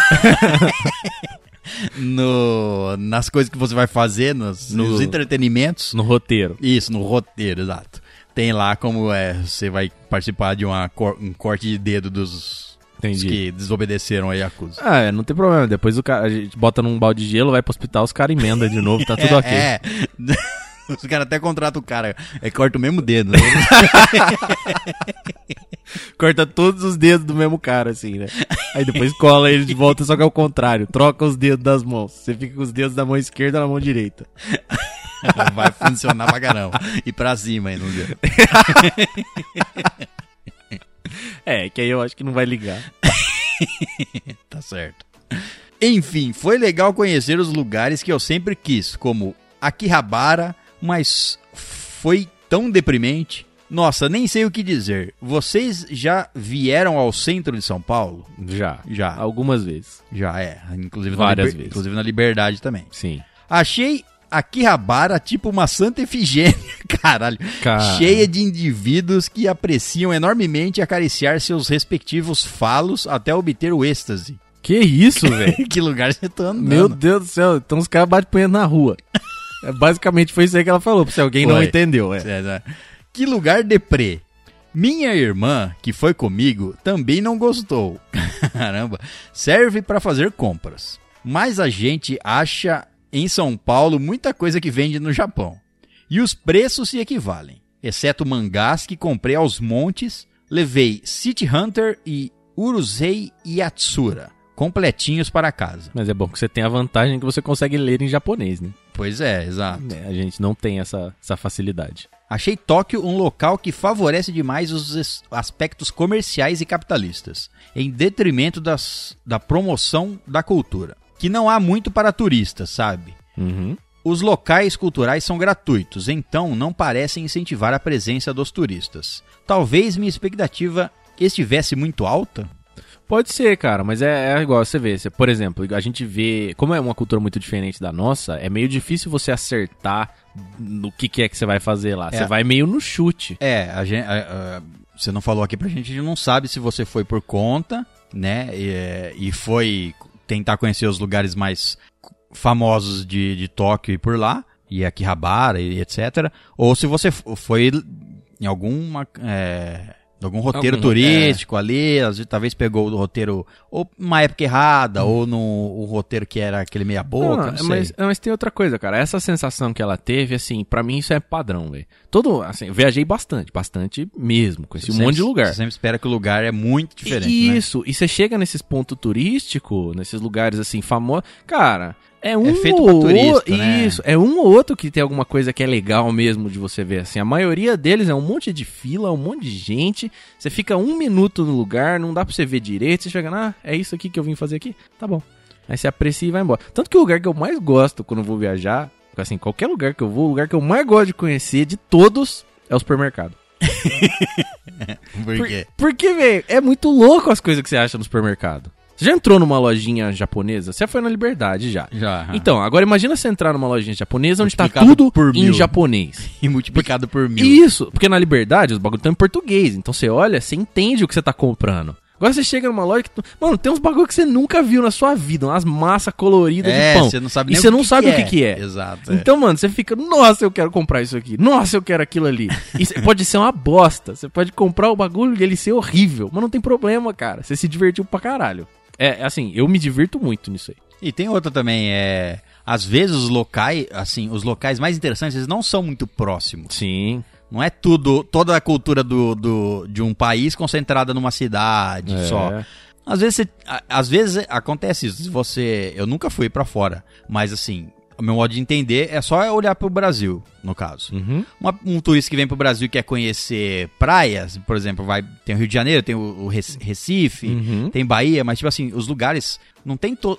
A: no- nas coisas que você vai fazer, nos,
B: No-
A: nos entretenimentos.
B: no roteiro.
A: Isso, no roteiro, exato. Tem lá como é, você vai participar de uma cor- um corte de dedo dos, dos
B: Entendi.
A: que desobedeceram a Yakuza.
B: Ah, é, não tem problema. É, Depois o cara, a gente bota num balde de gelo, vai pro hospital, os caras emenda de novo, tá tudo ok.
A: É, Os caras até contratam o cara. É corta o mesmo dedo. Né?
B: Corta todos os dedos do mesmo cara, assim, né? Aí depois cola ele de volta, só que é o contrário. Troca os dedos das mãos. Você fica com os dedos da mão esquerda na mão direita.
A: Vai funcionar pra caramba. E pra cima ainda um dia.
B: É, que aí eu acho que não vai ligar.
A: Tá certo. Enfim, foi legal conhecer os lugares que eu sempre quis, como Akihabara, mas foi tão deprimente. Nossa, nem sei o que dizer. Vocês já vieram ao centro de São Paulo?
B: Já.
A: Já.
B: Algumas vezes.
A: Já é, inclusive
B: Várias
A: na liber-
B: vezes.
A: inclusive na Liberdade também.
B: Sim.
A: Achei Akihabara tipo uma santa efigênia, caralho,
B: Cara.
A: cheia de indivíduos que apreciam enormemente acariciar seus respectivos falos até obter o êxtase.
B: Que isso, velho?
A: que lugar você tá andando?
B: Meu Deus do céu. Então os caras batem punheta na rua. É, basicamente foi isso aí que ela falou, se alguém não
A: Foi.
B: entendeu, é.
A: É, né? Que lugar deprê. Minha irmã, que foi comigo, também não gostou. Caramba. Serve pra fazer compras. Mas a gente acha em São Paulo muita coisa que vende no Japão. E os preços se equivalem. Exceto mangás que comprei aos montes. Levei City Hunter e Urusei Yatsura. Completinhos para casa.
B: Mas é bom que você tem a vantagem que você consegue ler em japonês, né?
A: Pois é, exato.
B: É, A gente não tem essa, essa facilidade.
A: Achei Tóquio um local que favorece demais os es- aspectos comerciais e capitalistas, em detrimento das, da promoção da cultura. Que não há muito para turistas, sabe?
B: Uhum.
A: Os locais culturais são gratuitos, então não parecem incentivar a presença dos turistas. Talvez minha expectativa estivesse muito alta?
B: Pode ser, cara, mas é, é igual você vê. Você, por exemplo, a gente vê. Como é uma cultura muito diferente da nossa, é meio difícil você acertar no que, que é que você vai fazer lá.
A: É.
B: Você vai meio no chute.
A: É, a gente, você não falou aqui pra gente, a gente não sabe se você foi por conta, né? E, é, e foi tentar conhecer os lugares mais famosos de, de Tóquio e por lá, e Akihabara e etc. Ou se você f- foi em alguma. é, algum roteiro
B: Algum-
A: turístico ali, às vezes, talvez pegou o roteiro ou uma época errada, ou no o roteiro que era aquele meia boca, não, sei.
B: Hum. Ah, mas, mas tem outra coisa, cara. Essa sensação que ela teve, assim, pra mim isso é padrão, velho. Todo, assim, eu viajei bastante, bastante mesmo. Conheci um
A: Você
B: monte de
A: sempre-
B: lugar.
A: Você sempre espera que o lugar é muito diferente, né?
B: Isso, e você chega nesses pontos turísticos, nesses lugares assim famosos, cara, é um
A: feito
B: ou
A: pra
B: outro-
A: turista, né?
B: isso, é um ou outro que tem alguma coisa que é legal mesmo de você ver assim. A maioria deles é um monte de fila, um monte de gente. Você fica um minuto no lugar, não dá pra você ver direito, você chega, ah, é isso aqui que eu vim fazer aqui? Tá bom. Aí você aprecia e vai embora. Tanto que o lugar que eu mais gosto quando eu vou viajar, assim, qualquer lugar que eu vou, o lugar que eu mais gosto de conhecer de todos é o supermercado.
A: Por quê?
B: Porque, velho, é muito louco as coisas que você acha no supermercado. Você já entrou numa lojinha japonesa? Você foi na Liberdade já.
A: Já.
B: Então, agora imagina você entrar numa lojinha japonesa onde tá
A: Ah. Multiplicado
B: tudo
A: por
B: em
A: mil.
B: japonês.
A: E multiplicado por mil.
B: Isso, porque na Liberdade os bagulho estão em português. Então você olha, você entende o que você tá comprando. Agora você chega numa loja que. tu- Mano, tem uns bagulho que você nunca viu na sua vida, umas massas coloridas de pão.
A: É, você não sabe
B: E
A: nem
B: você
A: o
B: não
A: que
B: sabe
A: que
B: o que que é.
A: Exato. é.
B: Então, mano, você fica, nossa, eu quero comprar isso aqui. Nossa, eu quero aquilo ali. E cê- pode ser uma bosta. Você pode comprar o bagulho e ele ser horrível. Mas não tem problema, cara. Você se divertiu pra caralho. É, é assim, eu me divirto muito nisso aí.
A: E tem outra também, é. Às vezes os locais, assim, os locais mais interessantes, eles não são muito próximos.
B: Sim.
A: Não é tudo, toda a cultura do, do, de um país concentrada numa cidade só.
B: Só.
A: Às vezes, você- a- às vezes acontece isso. Se Você, eu nunca fui pra fora, mas assim, o meu modo de entender é só olhar pro Brasil, no caso.
B: Uhum.
A: Uma- um turista que vem pro Brasil e quer conhecer praias, por exemplo, vai tem o Rio de Janeiro, tem o, o Rec- Recife,
B: Uhum.
A: tem Bahia, mas tipo assim, os lugares não tem to...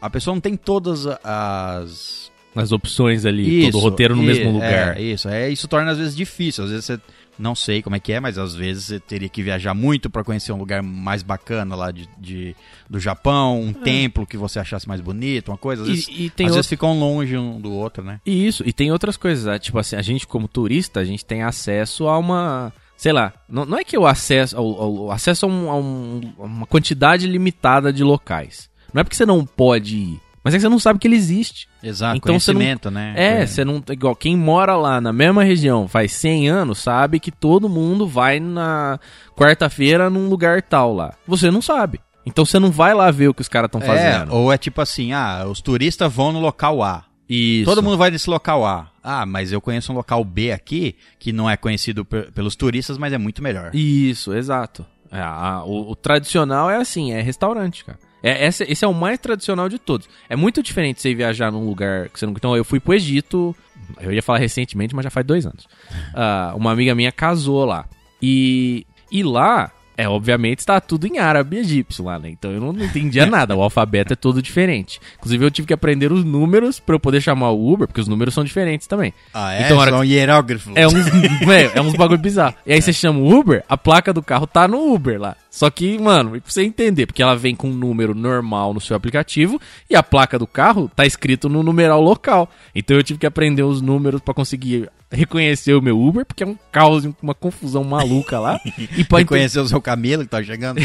A: a pessoa não tem todas as
B: As opções ali,
A: Isso,
B: todo o roteiro no
A: i-
B: mesmo lugar.
A: É, isso, é, isso torna às vezes difícil, às vezes você não sei como é que é, mas às vezes você teria que viajar muito pra conhecer um lugar mais bacana lá de, de- do Japão, um templo que você achasse mais bonito, uma coisa, às vezes,
B: É. E, e
A: às
B: tem outro-
A: vezes ficam longe um do outro, né?
B: E Isso, e tem outras coisas, ah, tipo assim, a gente como turista, a gente tem acesso a uma, sei lá, não, não é que eu acesso, ao, ao- acesso a, um- a um- a uma quantidade limitada de locais. Não é porque você não pode ir, mas é que você não sabe que ele existe.
A: Exato,
B: Então você não-
A: conhecimento, né?
B: É, você não, igual quem mora lá na mesma região faz 100 anos sabe que todo mundo vai na quarta-feira num lugar tal lá. Você não sabe. Então você não vai lá ver o que os caras estão
A: É,
B: tá fazendo.
A: ou é tipo assim, ah, os turistas vão no local A.
B: Isso.
A: Todo mundo vai nesse local A. Ah, mas eu conheço um local B aqui que não é conhecido pe- pelos turistas, mas é muito melhor.
B: Isso, exato. É, a- o, o tradicional é assim, é restaurante, cara. É, essa- esse é o mais tradicional de todos. É muito diferente você viajar num lugar que você não. Então, eu fui pro Egito, eu ia falar recentemente, mas já faz dois anos. Ah, uma amiga minha casou lá. E, e lá, é obviamente, está tudo em árabe e egípcio lá, né? Então eu não entendia nada. O alfabeto é todo diferente. Inclusive, eu tive que aprender os números pra eu poder chamar o Uber, porque os números são diferentes também.
A: Ah, é?
B: Então, a hora
A: Só um hierógrafo.
B: É uns, velho, é uns bagulho bizarro. E aí você chama o Uber, a placa do carro tá no Uber lá. Só que, mano, pra você entender, porque ela vem com um número normal no seu aplicativo e a placa do carro tá escrito no numeral local. Então eu tive que aprender os números pra conseguir reconhecer o meu Uber, porque é um caos, uma confusão maluca lá. E pra,
A: Pode
B: ente-
A: conhecer o seu camelo que tá chegando.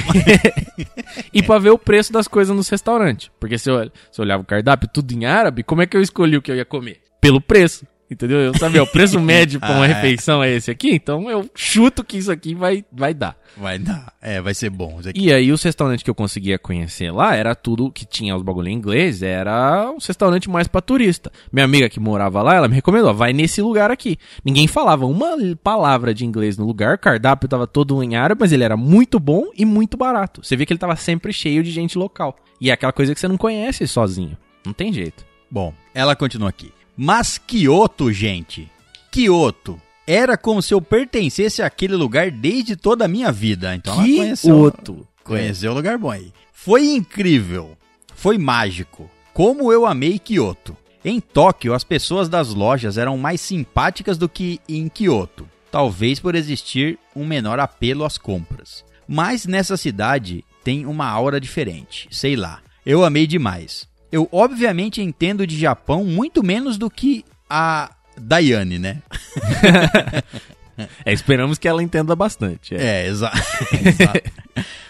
B: e pra ver o preço das coisas nos restaurantes. Porque se eu, se eu olhava o cardápio tudo em árabe, como é que eu escolhi o que eu ia comer? Pelo preço. Entendeu? Eu sabia, o preço médio pra uma
A: Ah, é.
B: refeição é esse aqui, então eu chuto que isso aqui vai, vai dar.
A: vai dar. É, vai ser bom. Isso aqui.
B: E aí, os restaurantes que eu conseguia conhecer lá era tudo que tinha os bagulho em inglês, era um restaurante mais pra turista. Minha amiga que morava lá, ela me recomendou, ó, vai nesse lugar aqui. Ninguém falava uma palavra de inglês no lugar, o cardápio tava todo em árabe, mas ele era muito bom e muito barato. Você vê que ele tava sempre cheio de gente local. E é aquela coisa que você não conhece sozinho. Não tem jeito.
A: Bom, ela continua aqui. Mas Kyoto, gente. Kyoto. Era como se eu pertencesse àquele lugar desde toda a minha vida. Então ela conheceu.
B: outro.
A: Conheceu o lugar bom aí. Foi incrível. Foi mágico. Como eu amei Kyoto. Em Tóquio, as pessoas das lojas eram mais simpáticas do que em Kyoto. Talvez por existir um menor apelo às compras. Mas nessa cidade tem uma aura diferente. Sei lá. Eu amei demais. Eu obviamente entendo de Japão muito menos do que a Daiane, né?
B: É, esperamos que ela entenda bastante. é.
A: É, exa- exato.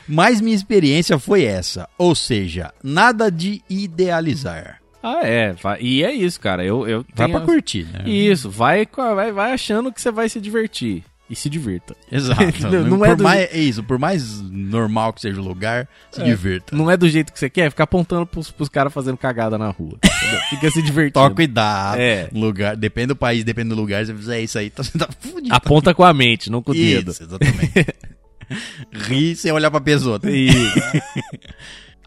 A: Mas minha experiência foi essa, ou seja, nada de idealizar.
B: Ah, é. Fa- E é isso, cara. Eu, eu
A: Dá
B: tenho-
A: pra curtir, né?
B: Isso, vai, com a- vai, vai achando que você vai se divertir. E se divirta.
A: Exato.
B: Não, não
A: por
B: é do
A: mais, é isso, por mais normal que seja o lugar, se divirta.
B: Não é do jeito que você quer, fica apontando pros, pros caras fazendo cagada na rua. entendeu? Fica se divertindo.
A: Toca cuidado.
B: É.
A: Lugar, depende do país, depende do lugar, se você fizer isso aí, tá, você tá fudido.
B: Aponta com a mente, não com o dedo.
A: Isso, exatamente. Ri sem olhar pra pessoa.
B: Isso.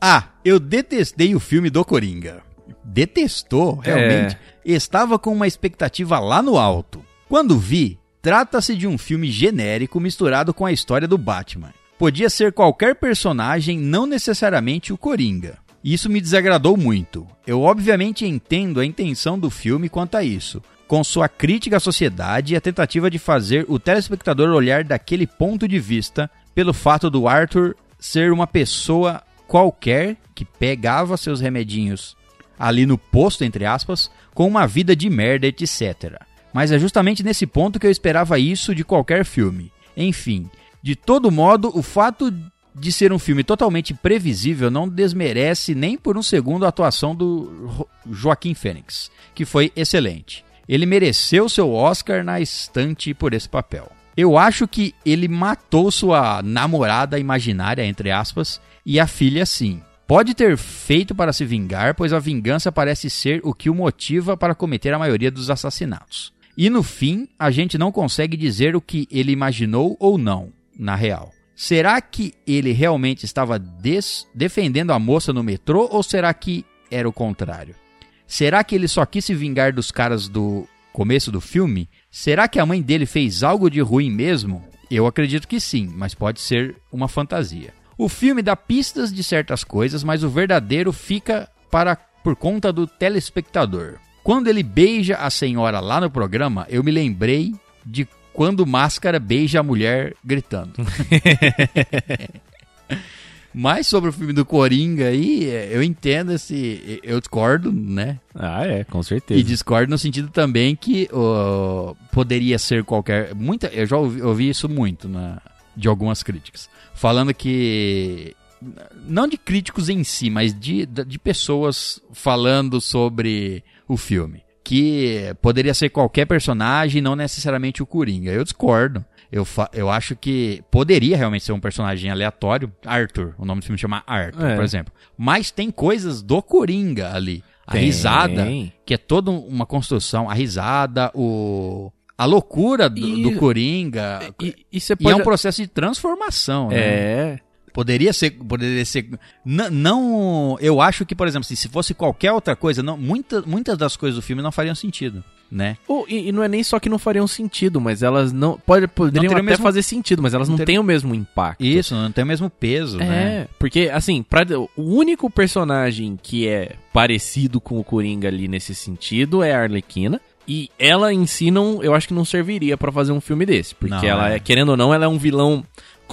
A: Ah, eu detestei o filme do Coringa. Detestou,
B: É.
A: realmente. Estava com uma expectativa lá no alto. Quando vi, trata-se de um filme genérico misturado com a história do Batman. Podia ser qualquer personagem, não necessariamente o Coringa. Isso me desagradou muito. Eu obviamente entendo a intenção do filme quanto a isso, com sua crítica à sociedade e a tentativa de fazer o telespectador olhar daquele ponto de vista pelo fato do Arthur ser uma pessoa qualquer que pegava seus remedinhos ali no posto, entre aspas, com uma vida de merda, etc. Mas é justamente nesse ponto que eu esperava isso de qualquer filme. Enfim, de todo modo, o fato de ser um filme totalmente previsível não desmerece nem por um segundo a atuação do Jo- Joaquim Fênix, que foi excelente. Ele mereceu seu Oscar na estante por esse papel. Eu acho que ele matou sua namorada imaginária, entre aspas, e a filha sim. Pode ter feito para se vingar, pois a vingança parece ser o que o motiva para cometer a maioria dos assassinatos. E no fim, a gente não consegue dizer o que ele imaginou ou não, na real. Será que ele realmente estava des- defendendo a moça no metrô ou será que era o contrário? Será que ele só quis se vingar dos caras do começo do filme? Será que a mãe dele fez algo de ruim mesmo? Eu acredito que sim, mas pode ser uma fantasia. O filme dá pistas de certas coisas, mas o verdadeiro fica para por conta do telespectador. Quando ele beija a senhora lá no programa, eu me lembrei de quando Máscara beija a mulher gritando. Mas sobre o filme do Coringa aí, é, eu entendo esse. Eu discordo, né?
B: ah, é, com
A: E
B: certeza.
A: discordo no sentido também que ó, poderia ser qualquer. Muita, eu já ouvi, ouvi isso muito na, de algumas críticas. Falando que. Não de críticos em si, mas de, de pessoas falando sobre o filme. Que poderia ser qualquer personagem, não necessariamente o Coringa. Eu discordo. Eu, fa- eu acho que poderia realmente ser um personagem aleatório. Arthur, o nome do filme chama Arthur,
B: É.
A: por exemplo. Mas tem coisas do Coringa ali. A
B: Tem.
A: risada, que é toda um- uma construção. A risada, o... A loucura do,
B: E-
A: do Coringa. E,
B: E, e você
A: é
B: pode...
A: um processo de transformação, né?
B: É.
A: Poderia ser. Poderia ser. n- não. Eu acho que, por exemplo, assim, se fosse qualquer outra coisa, não, muita, muitas das coisas do filme não fariam sentido, né?
B: Ou- e, e não é nem só que não fariam sentido, mas elas não. Pode, poderiam
A: teriam
B: até
A: o mesmo-
B: fazer sentido, mas elas não,
A: não teriam-
B: têm o mesmo impacto.
A: Isso, não tem o mesmo peso, né?
B: É, porque assim, pra, o único personagem que é parecido com o Coringa ali nesse sentido é a Arlequina. E ela em si não, eu acho que não serviria pra fazer um filme desse, porque
A: Não,
B: ela
A: é.
B: é, querendo ou não, ela é um vilão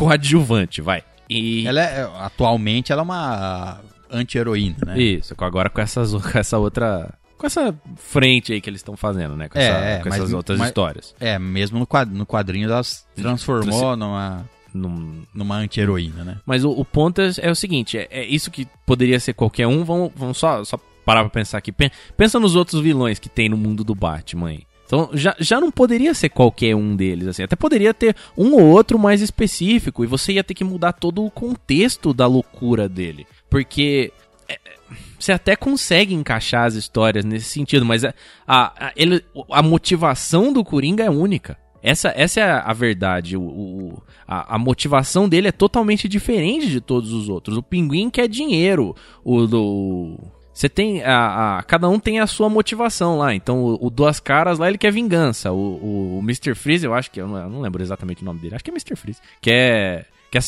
B: coadjuvante, vai. E
A: Ela é, atualmente ela é uma anti-heroína, né?
B: isso, com- agora com essas com essa outra com essa frente aí que eles estão fazendo, né, com,
A: É,
B: essa-
A: é,
B: com
A: mas-
B: essas outras
A: mas-
B: histórias.
A: É, mesmo no quadrinho, no quadrinho ela se transformou numa,
B: Num-
A: numa anti-heroína, né?
B: Mas o, o ponto é, é o seguinte, é, é isso que poderia ser qualquer um, vamos, vamos só, só parar pra pensar aqui. Pen- Pensa nos outros vilões que tem no mundo do Batman aí. Então já, já não poderia ser qualquer um deles, assim. Até poderia ter um ou outro mais específico, e você ia ter que mudar todo o contexto da loucura dele. Porque é, você até consegue encaixar as histórias nesse sentido, mas a, a, a- ele- a motivação do Coringa é única. Essa, essa é a, a verdade. O, o- a, a motivação dele é totalmente diferente de todos os outros. O pinguim quer dinheiro. O do. Você tem. A, a- cada um tem a sua motivação lá. Então, o, o Duas Caras lá, ele quer vingança. O, o, o Mr. Freeze, eu acho que. Eu não, eu não lembro exatamente o nome dele. Acho que é Mr. Freeze. Quer quer,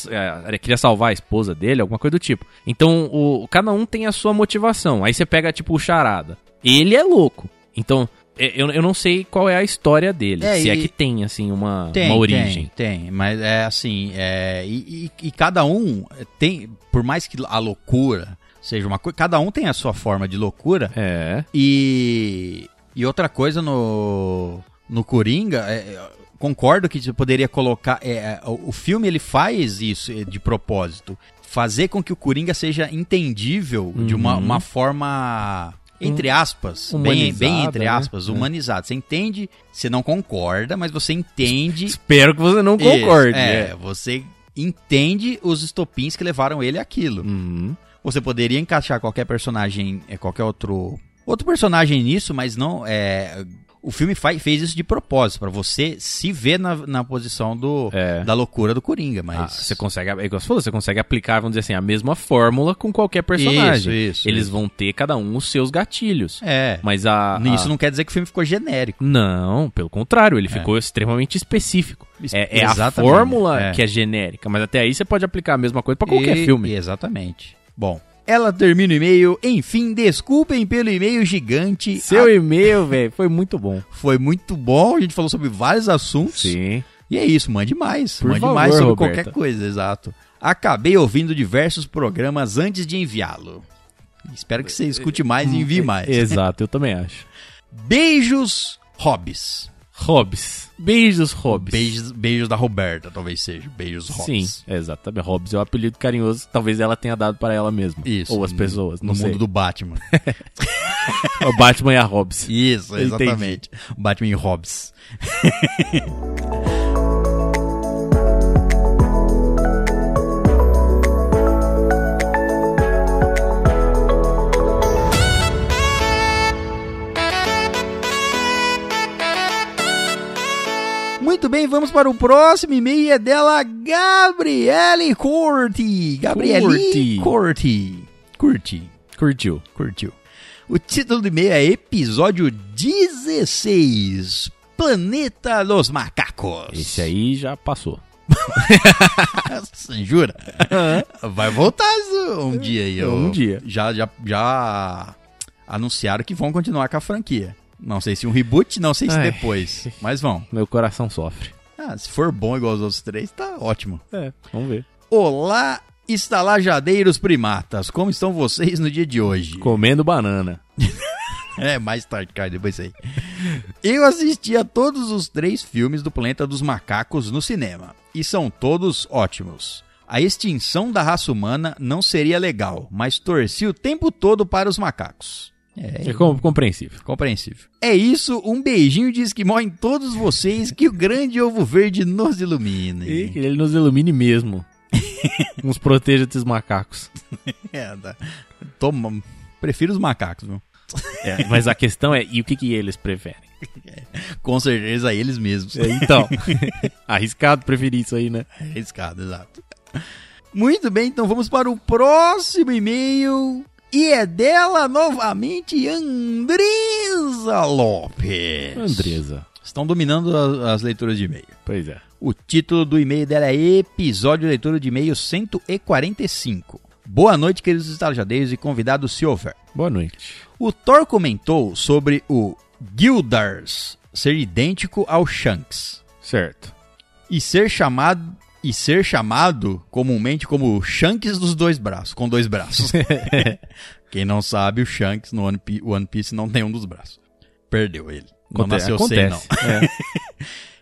B: é, queria salvar a esposa dele, alguma coisa do tipo. Então, o, cada um tem a sua motivação. Aí você pega, tipo, o Charada. Ele é louco. Então, é, eu, eu não sei qual é a história dele.
A: É,
B: se é
A: e-
B: que tem, assim, uma,
A: Tem,
B: uma origem.
A: Tem, tem, mas é assim, é, e, e- e cada um tem, por mais que a loucura seja uma coisa, cada um tem a sua forma de loucura,
B: É.
A: E, e outra coisa no, no Coringa, é, é, concordo que você poderia colocar. é, é, o o filme ele faz isso é, de propósito. Fazer com que o Coringa seja entendível de uma,
B: Uhum.
A: uma forma. Entre aspas,
B: Hum,
A: bem,
B: humanizada,
A: bem entre
B: né?
A: aspas,
B: É.
A: humanizado. Você entende, você não concorda, mas você entende.
B: Espero que você não concorde.
A: Isso,
B: é.
A: é, você entende os estopins que levaram ele àquilo.
B: Uhum.
A: Você poderia encaixar qualquer personagem, é, qualquer outro outro personagem nisso, mas não é. O filme fa- fez isso de propósito pra você se ver na, na posição do
B: É.
A: da loucura do Coringa,
B: Ah,
A: mas
B: você consegue, é igual você falou, você consegue aplicar, vamos dizer assim, a mesma fórmula com qualquer personagem.
A: Isso, isso,
B: Eles Ah,
A: isso.
B: vão ter cada um os seus gatilhos.
A: é.
B: Mas a. a-
A: Isso não quer dizer que o filme ficou genérico.
B: Não, pelo contrário, ele
A: É.
B: ficou extremamente específico.
A: Es-
B: É, é a
A: exatamente,
B: fórmula
A: é.
B: que é genérica, mas até aí você pode aplicar a mesma coisa pra qualquer
A: E-
B: filme.
A: Exatamente. Bom, ela termina o e-mail. Enfim, desculpem pelo e-mail gigante.
B: Seu
A: Ah,
B: e-mail, velho, foi muito bom.
A: foi muito bom. A gente falou sobre vários assuntos.
B: Sim.
A: E é isso, mande mais.
B: Por
A: mande
B: favor,
A: mais sobre
B: Roberta.
A: qualquer coisa, exato. Acabei ouvindo diversos programas antes de enviá-lo. Espero que você escute mais e envie mais.
B: É, Exato, eu também acho.
A: Beijos, Hobbs.
B: Hobbs. Beijos, Hobbs.
A: Beijos, beijos da Roberta, talvez seja. Beijos, Hobbs.
B: Sim, exatamente. Hobbs é um apelido carinhoso, talvez ela tenha dado pra ela mesma.
A: Isso.
B: Ou as pessoas,
A: no
B: não sei. É
A: mundo do Batman.
B: O Batman e a Hobbs.
A: Isso,
B: Entendi.
A: exatamente. Batman e Hobbs. Muito bem, vamos para o próximo e-mail e é dela Gabriele Corti. Gabriele
B: Corti.
A: Corti. Curti.
B: Curtiu.
A: Curtiu. O título do e-mail é Episódio 16: Planeta dos Macacos.
B: Esse aí já passou.
A: Você Jura? Vai voltar isso um dia aí.
B: Um
A: eu-
B: dia.
A: Já, já, já anunciaram que vão continuar com a franquia. Não sei se um reboot, não sei se
B: Ai.
A: depois. Mas vão.
B: Meu coração sofre.
A: Ah, se for bom igual os outros três, tá ótimo.
B: É, vamos ver.
A: Olá, estalajadeiros primatas. Como estão vocês no dia de hoje?
B: Comendo banana.
A: É, mais tarde, cara, depois aí. Eu assisti a todos os três filmes do Planeta dos Macacos no cinema. E são todos ótimos. A extinção da raça humana não seria legal, mas torci o tempo todo para os macacos. É,
B: É com- compreensível.
A: compreensível. É isso, um beijinho de esquimó em todos vocês, que o grande ovo verde nos ilumine.
B: E que ele nos ilumine mesmo. Nos proteja dos macacos.
A: É, dá- Toma, tá. prefiro os macacos, viu?
B: É, mas a questão é, e o que, que eles preferem?
A: Com certeza eles mesmos.
B: É, Então, arriscado preferir isso aí, né?
A: Arriscado, exato. Muito bem, então vamos para o próximo e-mail. E é dela novamente, Andresa Lopes.
B: Andresa,
A: Estão dominando a- as leituras de e-mail.
B: pois é.
A: O título do e-mail dela é Episódio Leitura de E-mail 145. Boa noite, queridos estalajadeiros e convidado Silver.
B: Boa noite.
A: O Thor comentou sobre o Gildars ser idêntico ao Shanks
B: Certo.
A: e ser chamado e ser chamado comumente como o Shanks dos dois braços, com dois braços. Quem não sabe, o Shanks no One Piece, One Piece não tem um dos braços. Perdeu ele. Não nasceu sem, não.
B: É.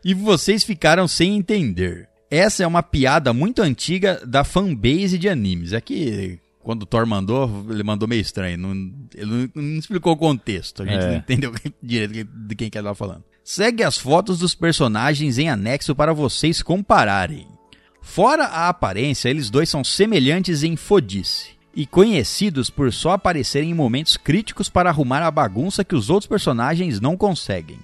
A: E vocês ficaram sem entender. Essa é uma piada muito antiga da fanbase de animes. É que quando o Thor mandou, ele mandou meio estranho. Não, ele não, não explicou o contexto. A gente
B: É.
A: não entendeu direito de quem que ele tava falando. Segue as fotos dos personagens em anexo para vocês compararem. Fora a aparência, eles dois são semelhantes em fodice e conhecidos por só aparecerem em momentos críticos para arrumar a bagunça que os outros personagens não conseguem.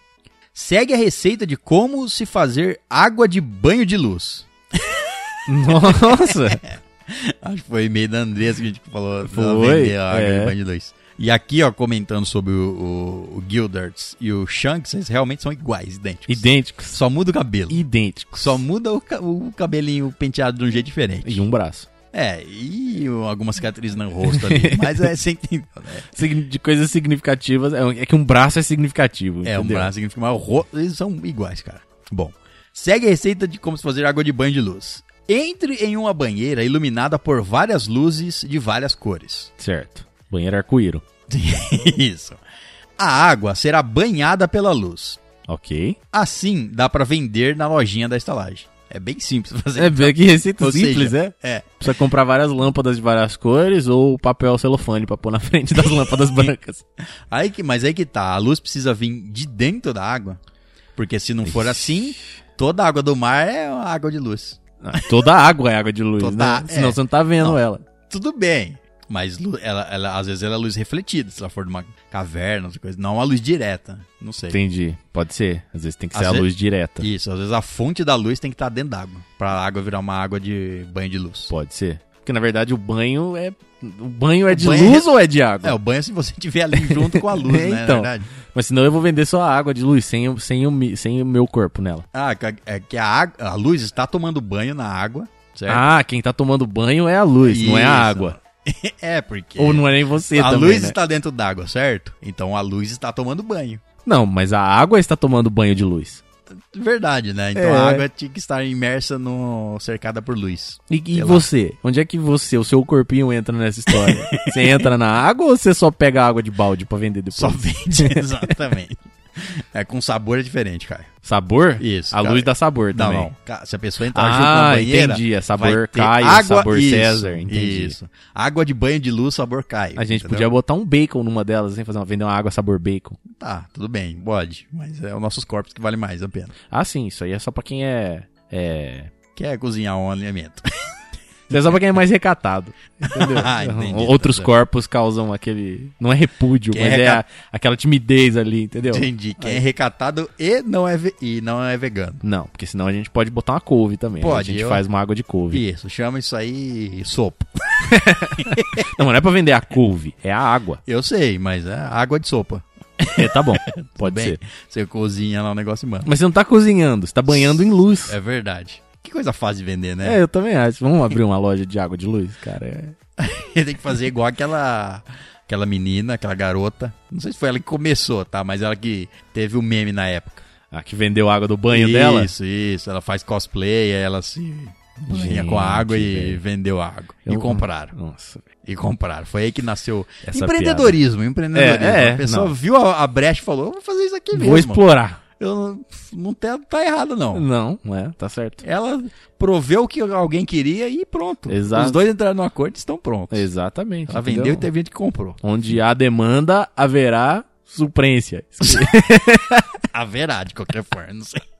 A: Segue a receita de como se fazer água de banho de luz.
B: Nossa!
A: Acho que foi meio da Andressa que a gente falou. ela
B: Foi,
A: vendeu a água
B: é.
A: de banho de luz. E aqui, ó, comentando sobre o, o, o Gildarts e o Shanks, eles realmente são iguais, idênticos.
B: Idênticos.
A: Só muda o cabelo.
B: Idênticos.
A: Só muda o, ca- o cabelinho penteado de um jeito diferente.
B: E um braço.
A: É, e algumas cicatrizes no rosto ali. mas é, você entendeu, né?
B: Signi- De coisas significativas. é um- É que um braço é significativo.
A: É, um
B: entendeu?
A: braço significa mais. o ro- Eles são iguais, cara. Bom, segue a receita de como se fazer água de banho de luz. Entre em uma banheira iluminada por várias luzes de várias cores.
B: Certo. Banheiro arco-íro.
A: Isso. A água será banhada pela luz.
B: Ok.
A: Assim, dá pra vender na lojinha da estalagem. É bem simples fazer.
B: É, bem que receita
A: Ou
B: simples,
A: seja,
B: é?
A: É,
B: Precisa comprar várias lâmpadas de várias cores ou papel celofane pra pôr na frente das lâmpadas brancas.
A: Aí que, mas aí que tá, a luz precisa vir de dentro da água. Porque se não for assim, toda a água do mar é uma água de luz.
B: Ah, toda água é água de luz,
A: Toda-
B: né? Senão
A: é.
B: você não tá vendo
A: Não.
B: ela.
A: Tudo bem. Mas lu- ela, ela- às vezes ela é luz refletida, se ela for de uma caverna, outra coisa. Não a luz direta. Não sei.
B: Entendi. Pode ser. Às vezes tem que ser
A: Às
B: a
A: ve-
B: luz direta.
A: Isso, às vezes a fonte da luz tem que estar dentro d'água. Pra água virar uma água de banho de luz.
B: Pode ser. Porque na verdade o banho é. O banho é de
A: banho é-
B: luz ou é de água?
A: É, o banho é se você estiver ali junto com a luz, né?
B: Então.
A: Na verdade.
B: Mas senão eu vou vender só a água de luz sem, o- sem, o, mi- sem o meu corpo nela.
A: Ah, ca- é que a, água- a luz está tomando banho na água, certo?
B: Ah, quem tá tomando banho é a luz, não é a
A: Isso.
B: água.
A: É, porque.
B: Ou não é nem você
A: a
B: também,
A: luz
B: né?
A: está dentro d'água, certo? Então a luz está tomando banho.
B: Não, mas a água está tomando banho de luz.
A: Verdade, né? Então
B: É.
A: a água tinha que estar imersa no cercada por luz.
B: E, e
A: Sei lá.
B: você? Onde é que você, o seu corpinho entra nessa história? você entra na água ou você só pega água de balde pra vender depois?
A: Só vende, exatamente. É com sabor é diferente, cara.
B: Sabor?
A: Isso,
B: A
A: cara.
B: luz dá sabor
A: Não,
B: também.
A: não. Ca- Se a pessoa entrar junto na
B: Ah,
A: banheira,
B: entendi. É
A: vai
B: sabor
A: ter
B: Caio,
A: água,
B: sabor
A: isso,
B: César, entendi.
A: Isso. Água de banho de luz, sabor Caio.
B: A gente podia
A: entendeu?
B: botar um bacon numa delas, assim, fazer uma, vender uma água sabor bacon.
A: Tá, tudo bem, pode. Mas é os nossos corpos que vale mais a pena.
B: Ah, sim, isso aí é só pra quem é. É.
A: Quer cozinhar um alimento.
B: Isso é só pra quem é mais recatado. Entendeu?
A: Ah, entendi,
B: Então, Outros
A: entendeu.
B: corpos causam aquele. Não é repúdio,
A: Quem é
B: mas é,
A: reca-
B: a- aquela timidez ali, entendeu?
A: Entendi. Quem é recatado e não é, ve- e não é vegano.
B: Não, porque senão a gente pode botar uma couve também.
A: Pode,
B: a gente
A: eu-
B: faz uma água de couve.
A: Isso, chama isso aí sopa.
B: Não, mas não é pra vender a couve, é a água.
A: Eu sei, mas é água de sopa.
B: É, tá bom, pode
A: Bem,
B: ser.
A: você cozinha lá o negócio e manda.
B: Mas você não tá cozinhando, você tá banhando em luz.
A: É verdade. Que coisa fácil de vender,
B: É,
A: né?
B: eu também acho. Vamos abrir uma loja de água de luz, cara. É...
A: Tem que fazer igual aquela aquela menina, aquela garota. Não sei se foi ela que começou, tá? Mas ela que teve o meme na época.
B: A que vendeu água do banho dela?
A: Isso, isso. Ela faz cosplay, aí ela se banha
B: Gente,
A: com a água e
B: velho.
A: vendeu água. E
B: Eu-
A: compraram.
B: Nossa, velho.
A: E compraram. Foi aí que nasceu
B: Essa
A: empreendedorismo, empreendedorismo.
B: É, é,
A: a pessoa
B: não.
A: viu a, a brecha e falou, eu vou fazer isso aqui
B: Vou
A: mesmo.
B: explorar.
A: Eu não, não tá, tá errado, não.
B: Não, não é, tá certo.
A: Ela proveu o que alguém queria e pronto.
B: Exato.
A: Os dois entraram no acordo e estão prontos.
B: Exatamente.
A: Ela
B: entendeu?
A: vendeu e teve gente que comprou.
B: Onde há demanda, haverá suprência.
A: Haverá, de qualquer forma, não sei.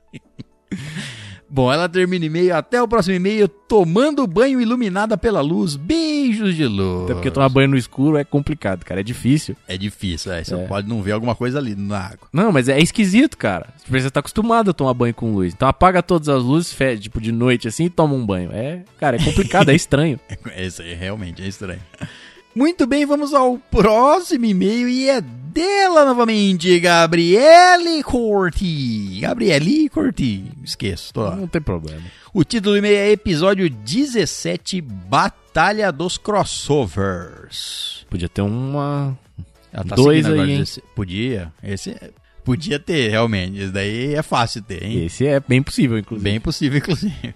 A: Bom, ela termina o e-mail. Até o próximo e-mail. Tomando banho iluminada pela luz. Beijos de luz.
B: Até porque tomar banho no escuro é complicado, cara. É difícil.
A: É difícil, é. Você
B: É.
A: pode não ver alguma coisa ali na água.
B: Não, mas é esquisito, cara. Tipo, Você tá acostumado a tomar banho com luz. Então apaga todas as luzes, fede, tipo, de noite assim e toma um banho. É, cara, é complicado, é estranho.
A: É, isso aí, realmente é estranho. Muito bem, vamos ao próximo e-mail e é dela novamente, Gabriele Corti. Gabriele Corti. Esqueço, tô.
B: Não tem problema.
A: O título do e-mail é Episódio 17 Batalha dos Crossovers.
B: Podia ter uma.
A: Ela tá
B: Dois
A: seguindo agora
B: aí, hein?
A: desse- Podia. Esse é- podia ter, realmente. Esse daí é fácil ter, hein?
B: Esse é bem possível, inclusive.
A: Bem possível, inclusive.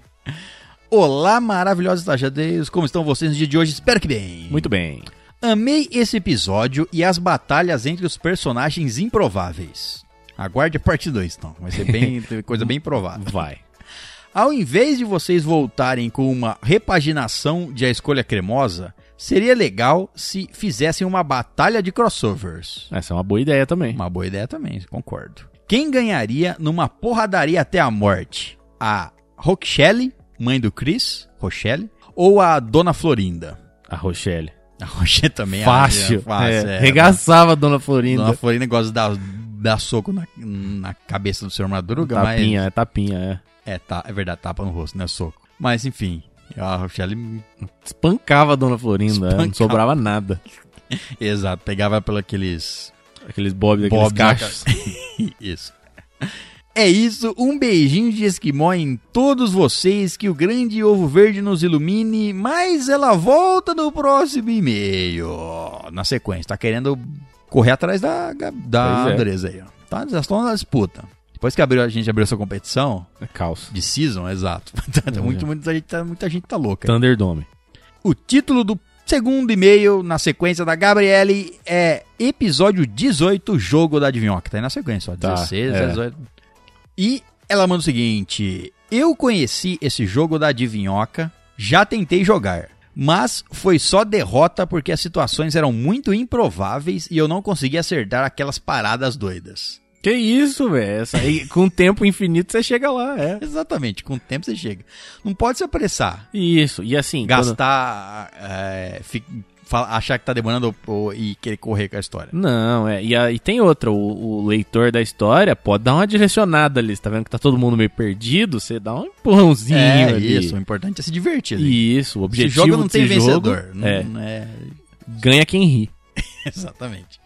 A: Olá, maravilhosos estagiadeiros. Como estão vocês no dia de hoje? Espero que bem.
B: Muito bem.
A: Amei esse episódio e as batalhas entre os personagens improváveis. Aguarde a parte 2, então. Vai ser bem, coisa bem provável.
B: Vai.
A: Ao invés de vocês voltarem com uma repaginação de A Escolha Cremosa, seria legal se fizessem uma batalha de crossovers.
B: Essa é uma boa ideia também.
A: Uma boa ideia também, concordo. Quem ganharia numa porradaria até a morte? A Rochelle, mãe do Chris, Rochelle, ou a Dona Florinda?
B: A Rochelle.
A: A Rochelle também é
B: Fácil.
A: é fácil.
B: é.
A: é.
B: Regaçava a Dona Florinda.
A: Dona Florinda gosta de dar, dar soco na, na cabeça do senhor Madruga, mas...
B: Tapinha, é tapinha, é.
A: É, tá, é verdade, tapa no rosto, né? Soco. Mas enfim, a Rochelle,
B: Espancava a Dona Florinda, é, não
A: Espancava.
B: sobrava nada.
A: exato, pegava pelos aqueles.
B: Aqueles bobs, aqueles
A: Bobs, né,
B: cachos.
A: Isso. É isso, um beijinho de esquimó em todos vocês, que o grande ovo verde nos ilumine, mas ela volta no próximo e-mail. Na sequência, tá querendo correr atrás da, Gab- da
B: Pois é.
A: Andresa aí, ó. Tá, já estão na disputa. Depois que abriu, a gente abriu essa competição
B: Calça.
A: de season, exato. Tá
B: é.
A: muito, muita, gente, tá- muita gente tá louca.
B: Thunderdome.
A: O título do segundo e-mail na sequência da Gabriele é Episódio 18, Jogo da Adivinhoca. Tá aí na sequência, ó.
B: Tá,
A: 16,
B: é.
A: 18. E ela manda o seguinte: Eu conheci esse jogo da Adivinhoca, já tentei jogar. Mas foi só derrota porque as situações eram muito improváveis e eu não conseguia acertar aquelas paradas doidas.
B: Que isso, velho. Essa aí, Com tempo infinito você chega lá, é.
A: Exatamente, com o tempo você chega. Não pode se apressar.
B: Isso, e assim, quando-
A: gastar, é, fi- fa- achar que tá demorando ou- e querer correr com a história.
B: Não, é. E, a- e tem outra, o, o leitor da história pode dar uma direcionada ali. Você tá vendo que tá todo mundo meio perdido? Você dá um empurrãozinho
A: é
B: ali.
A: isso, o importante é se divertir. né?
B: Isso, o
A: Esse
B: objetivo
A: jogo não
B: desse
A: tem
B: jogo
A: vencedor. Não,
B: É,
A: é,
B: ganha quem ri.
A: exatamente.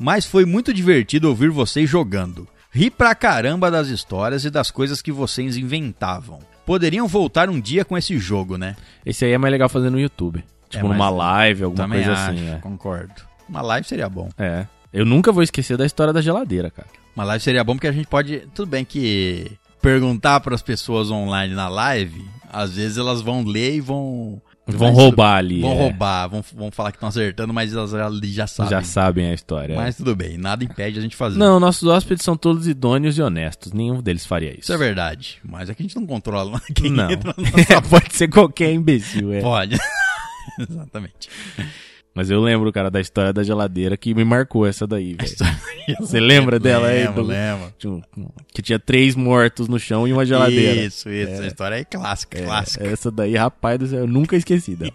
A: Mas foi muito divertido ouvir vocês jogando. Ri pra caramba das histórias e das coisas que vocês inventavam. Poderiam voltar um dia com esse jogo, né?
B: Esse aí é mais legal fazer no YouTube. Tipo
A: mas-
B: numa live,
A: É
B: alguma
A: Também
B: coisa
A: acho,
B: assim.
A: concordo. Uma live seria bom.
B: É. é. Eu nunca vou esquecer da história da geladeira, cara.
A: Uma live seria bom porque a gente pode. Tudo bem que perguntar para as pessoas online na live, às vezes elas vão ler e vão.
B: Vão
A: mas-
B: roubar ali.
A: Vão
B: é.
A: roubar, vão, vão falar que estão acertando, mas elas ali já sabem.
B: Já sabem a história. é.
A: Mas tudo bem, nada impede a gente fazer.
B: Não, nossos hóspedes são todos idôneos e honestos. Nenhum deles faria isso.
A: Isso é verdade. Mas é que a gente não controla quem
B: Não.
A: entra.
B: Pode ser qualquer imbecil, é.
A: Pode. Exatamente.
B: Mas eu lembro, cara, da história da geladeira que me marcou essa daí, velho. É. Você
A: Eu
B: lembra dela aí,
A: é lembro,
B: Douglas?
A: Lembro.
B: Tinha um- Que tinha três mortos no chão e uma geladeira.
A: Isso, isso. Essa história é clássica, clássica.
B: Essa daí, rapaz do céu, eu nunca esqueci dela.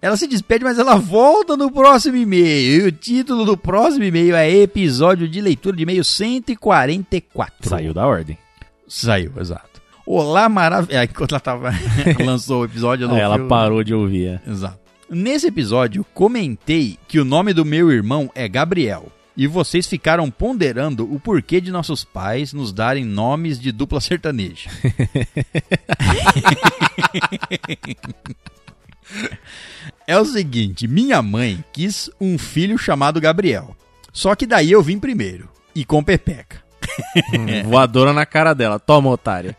A: Ela se despede, mas ela volta no próximo e-mail. E o título do próximo e-mail é Episódio de Leitura de E-mail 144.
B: Saiu da ordem.
A: Saiu, exato. Olá, maravilha. Enquanto ela tava... lançou o episódio, eu não
B: Aí É, ela
A: vi o-
B: parou de ouvir. é.
A: Exato. Nesse episódio, comentei que o nome do meu irmão é Gabriel. E vocês ficaram ponderando o porquê de nossos pais nos darem nomes de dupla sertaneja. é o seguinte, minha mãe quis um filho chamado Gabriel. Só que daí eu vim primeiro. E com pepeca. É.
B: Voadora na cara dela. Toma, otária.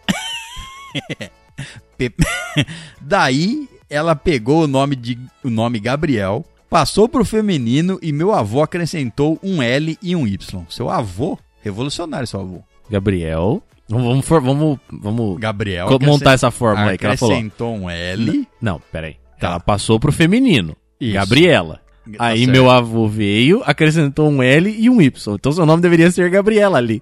A: Daí ela pegou o nome de o nome Gabriel, passou pro feminino e meu avô acrescentou um L e um Y. Seu avô, revolucionário seu avô.
B: Gabriel. Vamos, vamos, for- vamos, vamos
A: Gabriel
B: co- montar
A: acrescent-
B: essa fórmula aí que ela falou.
A: acrescentou um L.
B: Não, peraí.
A: Tá.
B: Ela passou pro feminino.
A: Isso.
B: Gabriela.
A: Tá
B: aí
A: certo.
B: meu avô veio, acrescentou um L e um Y. Então seu nome deveria ser Gabriela ali.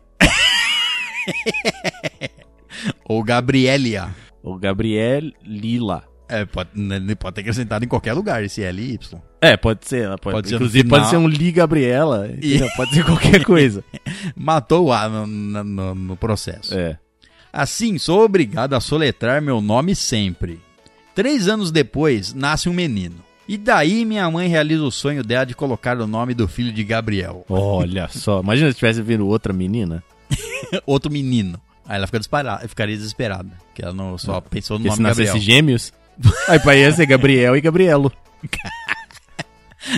A: Ou Gabrielia.
B: O Gabriel Lila.
A: É, pode, né, pode ter acrescentado em qualquer lugar esse L e Y.
B: É, pode ser. Ela pode,
A: Pode ser no
B: inclusive,
A: final.
B: pode ser um Li Gabriela. entendeu? Pode ser qualquer coisa.
A: Matou o A no, no- no- no processo.
B: É.
A: Assim, sou obrigado a soletrar meu nome sempre. Três anos depois, nasce um menino. E daí minha mãe realiza o sonho dela de colocar o nome do filho de Gabriel.
B: Olha só. Imagina se tivesse vindo outra menina.
A: Outro menino. Aí ela fica dispara- ficaria desesperada. Porque ela não só pensou no
B: Porque se
A: nome
B: nascesse
A: Gabriel.
B: gêmeos. Aí pra ia ser Gabriel e Gabrielo.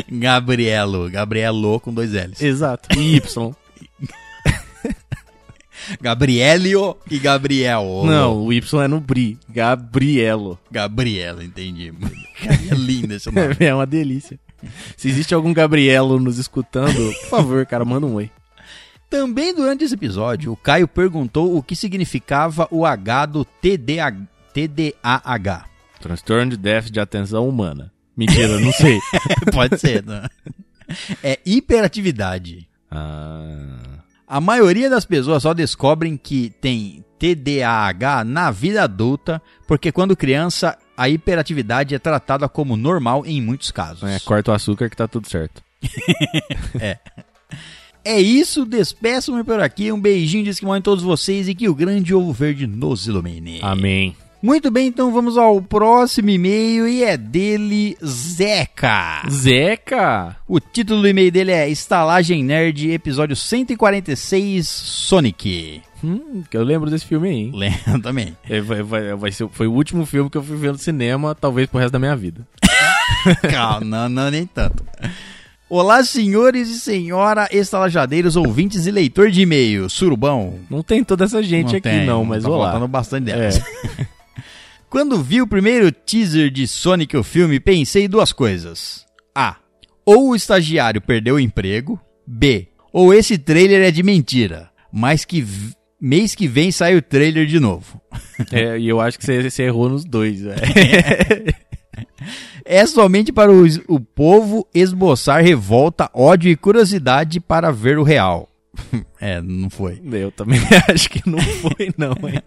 A: Gabrielo. Gabrielo com dois L's.
B: Exato. E Y.
A: Gabrielio e Gabriel.
B: Não, o Y é no Bri. Gabrielo.
A: Gabriela, entendi. É lindo esse nome.
B: É uma delícia. Se existe algum Gabrielo nos escutando, por favor, cara, manda um oi.
A: Também durante esse episódio, o Caio perguntou o que significava o H do TDA TDAH.
B: Transtorno de déficit de atenção humana. Mentira, não sei.
A: Pode ser, né? É hiperatividade.
B: Ah.
A: A maioria das pessoas só descobrem que tem TDAH na vida adulta, porque quando criança, a hiperatividade é tratada como normal em muitos casos.
B: É, corta o açúcar que tá tudo certo.
A: É isso, despeço-me por aqui. Um beijinho de esquimão em todos vocês e que o grande ovo verde nos ilumine.
B: Amém.
A: Muito bem, então vamos ao próximo e-mail e é dele, Zeca.
B: Zeca!
A: O título do e-mail dele é Estalagem Nerd, episódio 146, Sonic.
B: Hum, que eu lembro desse filme aí, hein?
A: Lembra também.
B: É, vai- vai- vai ser- foi o último filme que eu fui ver no cinema, talvez pro resto da minha vida.
A: Calma, não, não, nem tanto. Olá, senhores e senhora estalajadeiros, ouvintes e leitor de e-mail, surubão.
B: Não tem toda essa gente
A: Não
B: aqui,
A: tem,
B: não, mas
A: tá
B: olá.
A: faltando bastante
B: É,
A: delas. Quando vi o primeiro teaser de Sonic o filme, pensei duas coisas. A. Ou o estagiário perdeu o emprego. B. Ou esse trailer é de mentira. Mas que v- mês que vem sai o trailer de novo.
B: é, e eu acho que você, você errou nos dois, velho.
A: É somente para o, es- o povo esboçar revolta, ódio e curiosidade para ver o real. é, não foi.
B: Eu também acho que não foi, não, hein?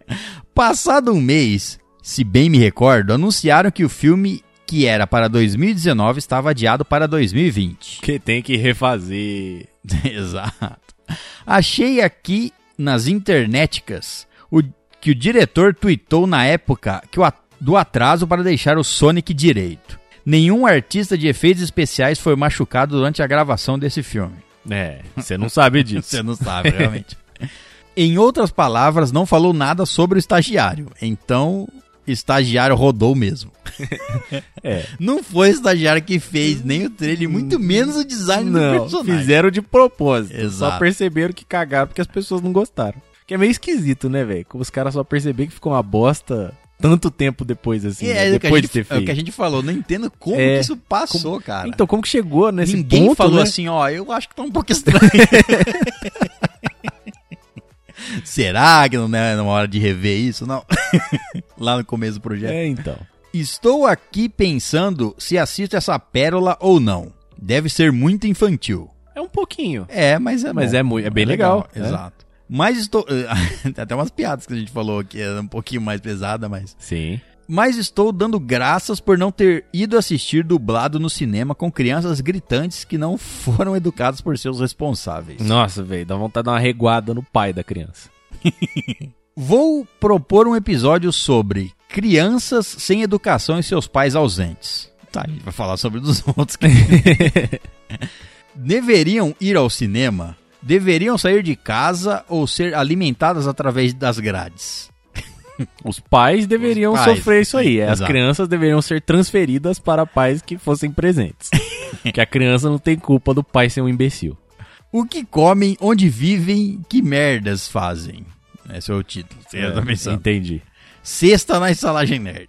A: Passado um mês, se bem me recordo, anunciaram que o filme que era para 2019 estava adiado para 2020.
B: Que tem que refazer.
A: Exato. Achei aqui nas internéticas o, que o diretor tweetou na época que o, a- do atraso para deixar o Sonic direito. Nenhum artista de efeitos especiais foi machucado durante a gravação desse filme.
B: É, você não sabe disso.
A: Você não sabe, realmente. em outras palavras, não falou nada sobre o estagiário. Então, estagiário rodou mesmo.
B: É.
A: Não foi o estagiário que fez nem o trailer, muito menos o design do
B: Não,
A: personagem.
B: fizeram de propósito. Só
A: Exato.
B: perceberam que cagaram porque as pessoas não gostaram. Que é meio esquisito, né, velho? Como os caras só perceberam que ficou uma bosta tanto tempo depois, assim, né?
A: É, é o que a
B: depois de
A: gente-
B: ter
A: é o que a
B: feito.
A: gente falou, não entendo como
B: É,
A: que isso passou, cara.
B: Então, como que chegou nesse
A: Ninguém
B: ponto,
A: falou
B: né?
A: assim, ó, eu acho que tá um pouco estranho. Será que não é uma hora de rever isso? Não. Lá no começo do projeto.
B: É, então.
A: Estou aqui pensando se assisto essa pérola ou não. Deve ser muito infantil.
B: É um pouquinho.
A: É, mas é
B: Mas
A: bom.
B: é mui- é bem legal, né?
A: Exato. Mas estou. Tem até umas piadas que a gente falou que é um pouquinho mais pesada, mas.
B: Sim.
A: Mas estou dando graças por não ter ido assistir dublado no cinema com crianças gritantes que não foram educadas por seus responsáveis.
B: Nossa, velho, dá vontade de dar uma reguada no pai da criança.
A: Vou propor um episódio sobre crianças sem educação e seus pais ausentes. Tá, a gente vai falar sobre dos outros. que- Deveriam ir ao cinema? Deveriam sair de casa ou ser alimentadas através das grades?
B: Os pais deveriam
A: Os pais,
B: sofrer isso aí.
A: sim,
B: As
A: exato.
B: crianças deveriam ser transferidas para pais que fossem presentes. Porque a criança não tem culpa do pai ser um imbecil.
A: O que comem, onde vivem, que merdas fazem? Esse é o título. Você
B: É,
A: tá pensando.
B: Entendi.
A: Sexta na estalagem nerd.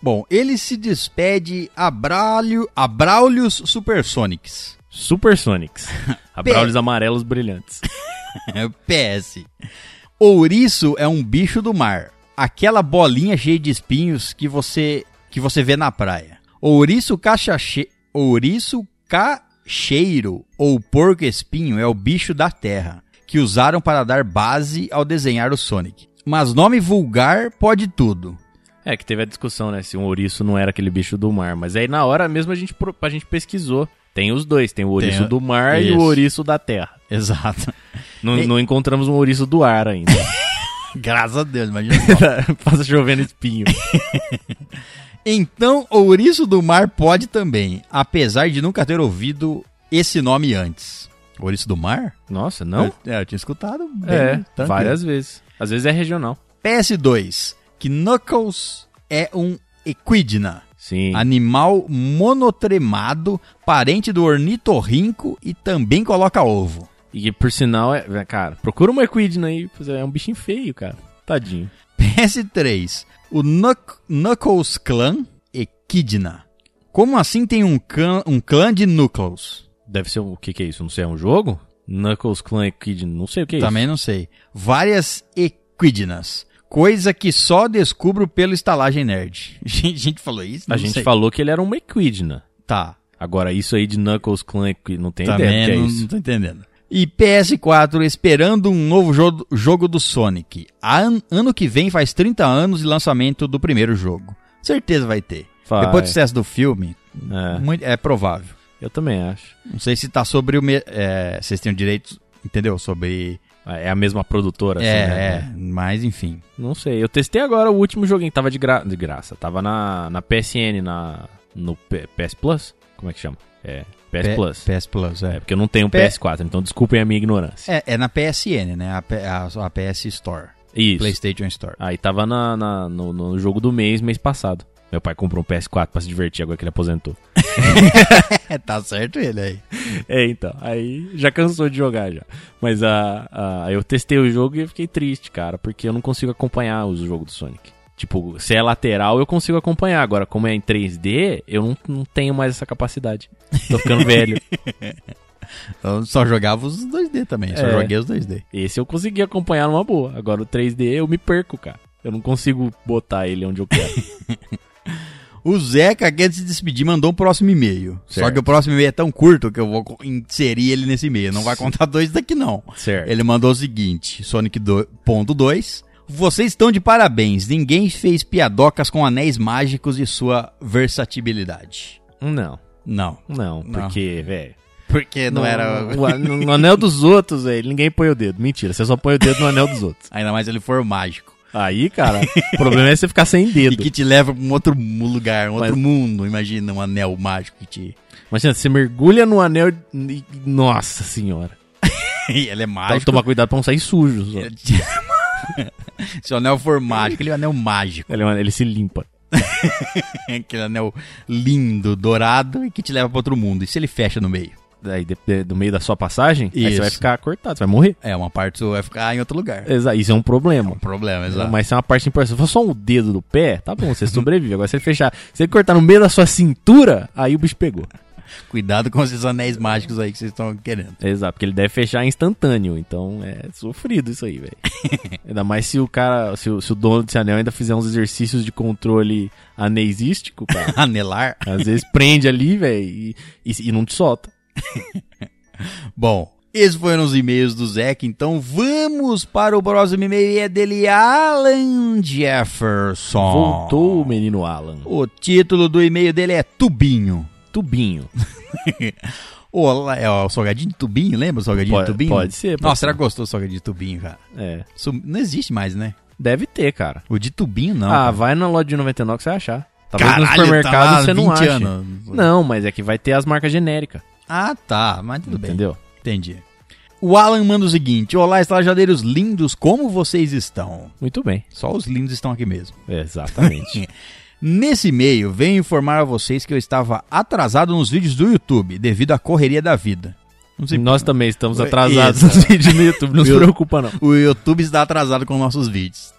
A: Bom, ele se despede a, Braulio, a Braulios Supersonics.
B: Supersonics. Abraules amarelos brilhantes.
A: PS. Ouriço é um bicho do mar. Aquela bolinha cheia de espinhos que você que você vê na praia. Ouriço cachache... Ouriço cacheiro ou porco espinho é o bicho da terra que usaram para dar base ao desenhar o Sonic. Mas nome vulgar pode tudo.
B: É, que teve a discussão, né? Se um ouriço não era aquele bicho do mar. Mas aí na hora mesmo a gente, pro- a gente pesquisou. Tem os dois, tem o ouriço
A: Tem-
B: do mar e
A: Isso.
B: o ouriço da terra.
A: Exato.
B: Não,
A: E-
B: não encontramos um ouriço do ar ainda.
A: Graças a Deus, imagina.
B: Tá, Passa chovendo espinho.
A: então, ouriço do mar pode também, apesar de nunca ter ouvido esse nome antes. Ouriço do mar?
B: Nossa, não?
A: Eu- É, eu tinha escutado. Bem,
B: É,
A: tranquilo.
B: várias vezes. Às vezes é regional.
A: PS2, que Knuckles é um equidna,
B: Sim.
A: animal monotremado, parente do ornitorrinco e também coloca ovo.
B: E que, por sinal, é, cara, procura uma equidna aí. pois É é um bichinho feio, cara. Tadinho.
A: PS3, o Knuck- Knuckles Clan equidna. Como assim tem um clã, um clã de Knuckles?
B: Deve ser um. O que, que é isso? Não sei, é um jogo? Knuckles Clan Equidna, não sei o que é
A: Também não sei. Várias equidnas. Coisa que só descubro pelo estalagem nerd. Gente, a gente falou isso?
B: isso. A
A: Não
B: gente
A: sei.
B: falou que ele era uma Equidna.
A: Tá.
B: Agora, isso aí de Knuckles Clan Equidna, não tem
A: Também
B: ideia do que é
A: não, não
B: isso.
A: tô entendendo. E PS4 esperando um novo jogo, jogo do Sonic. An- ano que vem faz 30 anos de lançamento do primeiro jogo. Certeza vai ter.
B: Vai.
A: Depois do sucesso do filme,
B: É,
A: muito- é provável.
B: eu também acho.
A: Não sei se tá sobre o. Me é, vocês têm o direito, entendeu? Sobre.
B: É a mesma produtora, assim,
A: é,
B: né?
A: é, mas enfim.
B: Não sei. Eu testei agora o último joguinho. Tava de, gra... de graça. Tava na, na PSN, na... no P- PS Plus? Como é que chama? É, PS
A: P-
B: Plus.
A: PS Plus,
B: É
A: é.
B: porque eu não tenho
A: P-
B: PS4, então desculpem a minha ignorância.
A: É, é na PSN, né? A, P- a- a PS Store.
B: Isso.
A: PlayStation Store.
B: Aí tava na, na- no, no jogo do mês, mês passado. Meu pai comprou um PS4 pra se divertir agora que ele aposentou.
A: É, tá certo ele aí.
B: É, então. Aí já cansou de jogar já. Mas a, a- eu testei o jogo e eu fiquei triste, cara, porque eu não consigo acompanhar os jogos do Sonic. Tipo, se é lateral, eu consigo acompanhar. Agora, como é em 3D, eu não, não tenho mais essa capacidade. Tô ficando velho.
A: Eu só jogava os 2D também. Só
B: É.
A: joguei os 2D.
B: Esse eu consegui acompanhar numa boa. Agora o 3D eu me perco, cara. Eu não consigo botar ele onde eu quero.
A: O Zeca, que antes de se despedir, mandou um próximo e-mail. Só
B: Certo.
A: que o próximo e-mail é tão curto que eu vou co- inserir ele nesse e-mail. Não vai contar dois daqui, não.
B: certo.
A: Ele mandou o seguinte: Sonic 2.2. Vocês estão de parabéns. Ninguém fez piadocas com anéis mágicos e sua versatilidade.
B: Não,
A: Não. Não.
B: não, porque, velho.
A: Porque não, era.
B: o an- No, anel dos outros, velho, ninguém põe o dedo. Mentira, você só põe o dedo no anel dos outros.
A: Ainda mais ele for o mágico.
B: Aí, cara, o problema é você ficar sem
A: E
B: dedo.
A: que te leva pra um outro mu- lugar, um
B: Mas-
A: outro mundo. Imagina um anel mágico que te.
B: Imagina, você mergulha no anel. e- Nossa senhora.
A: ele é
B: Então,
A: mágico.
B: tomar cuidado pra não sair sujo. só.
A: Se o anel for mágico, ele é um anel mágico.
B: Ele, é um- ele se limpa.
A: aquele anel lindo, dourado e que te leva pra outro mundo. E se ele fecha no meio?
B: Daí, de- de- do meio da sua passagem, aí
A: Isso.
B: você vai ficar cortado, você vai morrer.
A: É, uma parte sua vai ficar em outro lugar.
B: Exa- Isso é um problema.
A: Problema, exato.
B: Mas se é uma parte importante, se for só um dedo do pé, tá bom, você sobrevive. Agora, se ele fechar, se ele cortar no meio da sua cintura, aí o bicho pegou.
A: Cuidado com esses anéis mágicos aí que vocês estão querendo.
B: Exato, porque ele deve fechar instantâneo, então é sofrido isso aí, velho. ainda mais se o cara, se o, se o dono desse anel ainda fizer uns exercícios de controle aneisístico, cara.
A: Anelar?
B: Às vezes prende ali, velho, e, e, e não te solta.
A: Bom, esses foram os e-mails do Zeke, então vamos para o próximo e-mail e é dele Alan Jefferson.
B: Voltou o menino Alan.
A: O título do e-mail dele é Tubinho.
B: Tubinho.
A: Olá, é o salgadinho de tubinho, lembra o salgadinho
B: Pode-
A: de tubinho?
B: pode ser, pode
A: Nossa,
B: ser.
A: será que gostou do salgadinho de tubinho, cara?
B: É.
A: Isso não existe mais, né?
B: Deve ter, cara.
A: O de tubinho não.
B: ah,
A: cara.
B: vai na loja de 99 que você vai achar. Talvez no
A: Caralho,
B: supermercado
A: tá lá
B: você não
A: 20
B: acha.
A: anos.
B: Não, mas é que vai ter as marcas genéricas.
A: Ah, tá. Mas tudo bem.
B: Entendeu?
A: Entendi. O Alan manda o seguinte: Olá, estalajadeiros lindos, como vocês estão?
B: Muito bem.
A: Só os lindos estão aqui mesmo.
B: Exatamente.
A: Nesse e-mail, venho informar a vocês que eu estava atrasado nos vídeos do YouTube devido à correria da vida. Não sei
B: Nós também estamos
A: Isso.
B: atrasados nos vídeos no YouTube, não se
A: Meu-
B: preocupa não.
A: O YouTube está atrasado com nossos vídeos.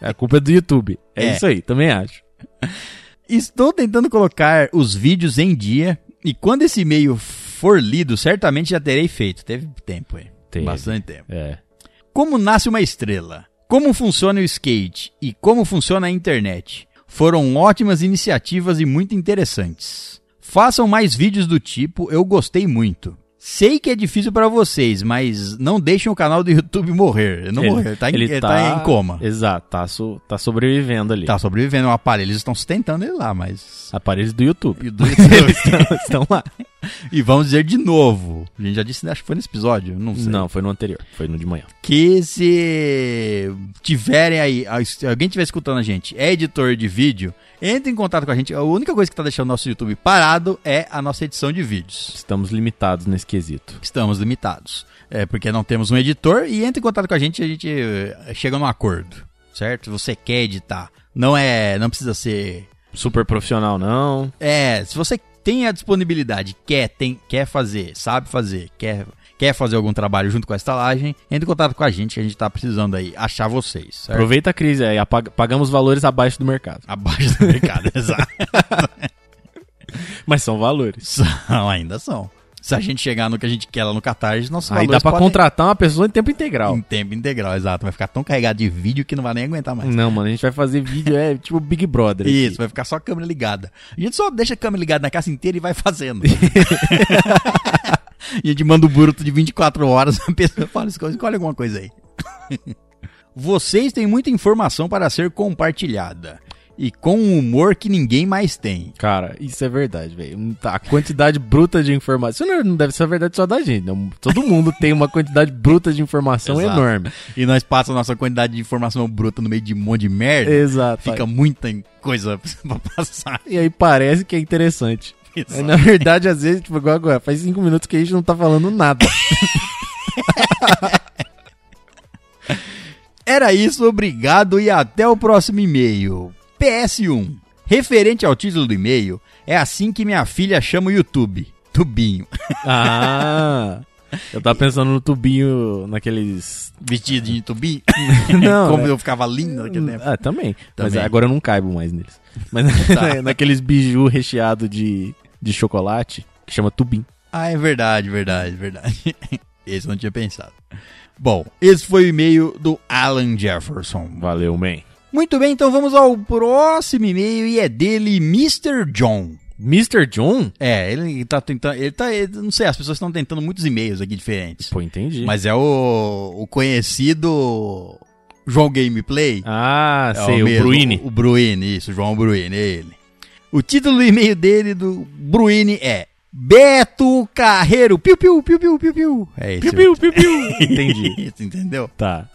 B: A culpa é do YouTube. É,
A: É.
B: isso aí, também acho.
A: Estou tentando colocar os vídeos em dia e quando esse e-mail for lido, certamente já terei feito. Teve tempo aí.
B: Teve.
A: Bastante tempo.
B: É.
A: Como nasce uma estrela? Como funciona o skate? E como funciona a internet? Foram ótimas iniciativas e muito interessantes. Façam mais vídeos do tipo, eu gostei muito. Sei que é difícil pra vocês, mas não deixem o canal do YouTube morrer. Não morrer, tá em, ele tá em coma.
B: Exato, tá, so- tá sobrevivendo ali.
A: Tá sobrevivendo, o aparelho, eles estão sustentando ele lá, mas.
B: Aparelhos do YouTube.
A: E do YouTube.
B: Então, estão lá.
A: E vamos dizer de novo. A gente já disse, acho que foi nesse episódio, não sei.
B: Não, foi no anterior, foi no de manhã.
A: Que se tiverem aí, ah, se alguém estiver escutando a gente, é editor de vídeo, entre em contato com a gente. A única coisa que tá deixando o nosso YouTube parado é a nossa edição de vídeos.
B: Estamos limitados nesse quesito.
A: Estamos limitados. É porque não temos um editor e entre em contato com a gente, a gente eh, chega num acordo, certo? Você quer editar. Não é, não precisa ser
B: Super profissional, não.
A: É, se você tem a disponibilidade, quer, tem, quer fazer, sabe fazer, quer, quer fazer algum trabalho junto com a estalagem, entre em contato com a gente, que a gente tá precisando aí achar vocês, certo?
B: Aproveita a crise aí, apaga- pagamos valores abaixo do mercado.
A: Abaixo do mercado, exato.
B: Mas são valores.
A: São, ainda são. Se a gente chegar no que a gente quer lá no Catarse, nossos
B: Aí dá
A: valores
B: pra
A: podem-
B: contratar uma pessoa em tempo integral.
A: Em tempo integral, exato. Vai ficar tão carregado de vídeo que não vai nem aguentar mais.
B: Não, mano, a gente vai fazer vídeo, é tipo Big Brother. aqui.
A: Isso, vai ficar só a câmera ligada. A gente só deixa a câmera ligada na casa inteira e vai fazendo. e a gente manda o bruto de 24 horas, a pessoa fala, "Escolhe- escolhe alguma coisa aí. Vocês têm muita informação para ser compartilhada. E com um humor que ninguém mais tem.
B: Cara, isso é verdade, velho. Tá, A quantidade bruta de informação. Isso não- não deve ser a verdade só da gente. não. Todo mundo tem uma quantidade bruta de informação
A: Exato.
B: enorme.
A: E nós passamos a nossa quantidade de informação bruta no meio de um monte de merda.
B: Exato.
A: Fica um muita coisa pra passar.
B: E aí parece que é interessante. Aí,
A: Exato.
B: na verdade, às vezes, tipo, igual agora, faz cinco minutos que a gente não tá falando nada.
A: Era isso, obrigado e até o próximo e-mail. PS1. Referente ao título do e-mail, é assim que minha filha chama o YouTube. Tubinho.
B: Ah! Eu tava pensando no tubinho, naqueles.
A: Vestidinho de tubinho?
B: Não,
A: Como
B: né?
A: eu ficava lindo naquele tempo.
B: Ah, também. Tá. Mas
A: Também.
B: agora eu não caibo mais neles. Mas naqueles biju recheado de, de chocolate, que chama tubim.
A: Ah, é verdade, verdade, verdade. Esse eu não tinha pensado. Bom, esse foi o e-mail do Alan Jefferson.
B: Valeu, man.
A: Muito bem, então vamos ao próximo e-mail e é dele, Mr. John.
B: Mr. John?
A: É, ele tá tentando. Ele tá. ele- não sei, as pessoas estão tentando muitos e-mails aqui diferentes.
B: Pô, entendi.
A: Mas é o, o conhecido João Gameplay.
B: Ah,
A: É
B: sei, o
A: mesmo,
B: Bruini.
A: O Bruini, isso, João Bruini, é ele. O título do e-mail dele, do Bruini, é Beto Carreiro. Piu, piu, piu, piu, piu, piu. É isso.
B: Piu, piu, piu, piu. Entendi.
A: entendeu?
B: Tá.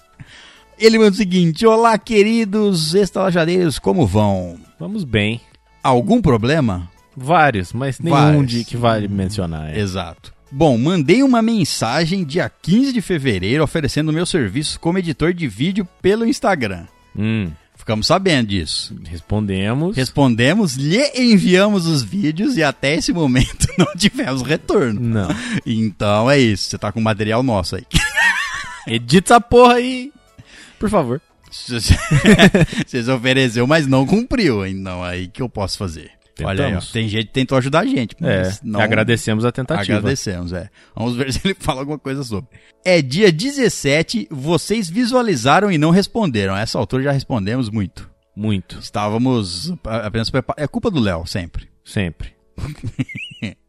A: Ele manda o seguinte: Olá, queridos estalajadeiros, como vão?
B: Vamos bem.
A: Algum problema?
B: Vários, mas nenhum
A: Vários.
B: de que vale mencionar. é.
A: Exato. Bom, mandei uma mensagem dia 15 de fevereiro oferecendo meu serviço como editor de vídeo pelo Instagram.
B: Hum,
A: Ficamos sabendo disso.
B: respondemos.
A: Respondemos, lhe enviamos os vídeos e até esse momento não tivemos retorno.
B: Não.
A: Então é isso, você tá com material nosso aí.
B: Edita essa porra aí. Por favor.
A: Vocês ofereceu, mas não cumpriu. Então aí que eu posso fazer. Olha aí, ó,
B: Tentamos.
A: tem gente que tentou ajudar a gente,
B: É,
A: mas não
B: agradecemos a tentativa.
A: agradecemos, é. Vamos ver se ele fala alguma coisa sobre. É dia 17, vocês visualizaram e não responderam. A essa altura já respondemos muito.
B: Muito,
A: Estávamos a- apenas preparados. É culpa do Léo, sempre.
B: sempre.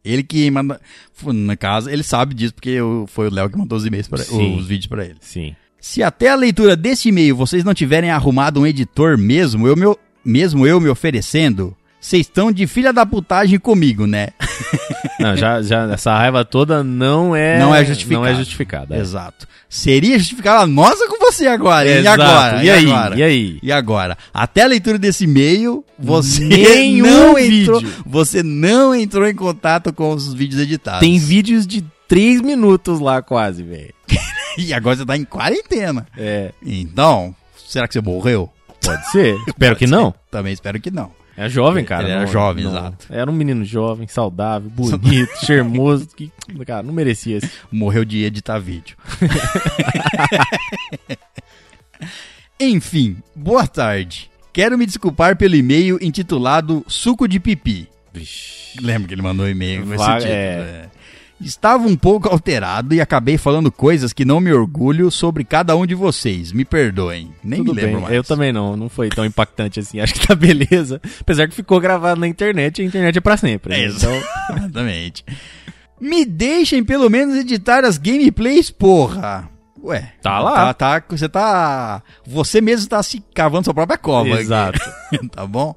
A: Ele que manda. Na casa, ele sabe disso, porque eu- foi o Léo que mandou os e-mails para
B: Sim.
A: os vídeos para ele.
B: Sim.
A: Se até a leitura deste e-mail vocês não tiverem arrumado um editor mesmo, eu me, mesmo eu me oferecendo, vocês estão de filha da putagem comigo, né?
B: Não, já, já essa raiva toda não é
A: Não é justificada.
B: Não é justificada. é.
A: Exato. Seria justificada a nossa com você agora, hein? E
B: Exato.
A: agora?
B: E aí?
A: agora?
B: E aí?
A: E agora? Até a leitura desse e-mail, você
B: Nenhum
A: não entrou,
B: vídeo.
A: você não entrou em contato com os vídeos editados.
B: Tem vídeos de 3 minutos lá quase, velho.
A: E agora você tá em quarentena.
B: É,
A: Então, será que você morreu?
B: pode ser. Espero que não.
A: Também espero que não.
B: É jovem, cara.
A: Ele era
B: não-
A: jovem,
B: não-
A: exato.
B: Era um menino jovem, saudável, bonito, charmoso. Que, cara, não merecia esse.
A: Morreu de editar vídeo. Enfim, boa tarde. Quero me desculpar pelo e-mail intitulado Suco de Pipi.
B: Vixe.
A: Lembro que ele mandou um e-mail com esse
B: Vaga-
A: título.
B: é.
A: é. Estava um pouco alterado e acabei falando coisas que não me orgulho sobre cada um de vocês. Me perdoem. Nem
B: Tudo
A: me lembro
B: bem.
A: mais.
B: Eu também não, não foi tão impactante assim. Acho que tá beleza. Apesar que ficou gravado na internet, e a internet é pra sempre. né?
A: É,
B: Então,
A: Exatamente. Me deixem pelo menos editar as gameplays, porra. Ué.
B: Tá lá.
A: Tá, tá- você tá. Você mesmo tá se cavando sua própria cova. aqui.
B: Exato.
A: tá bom?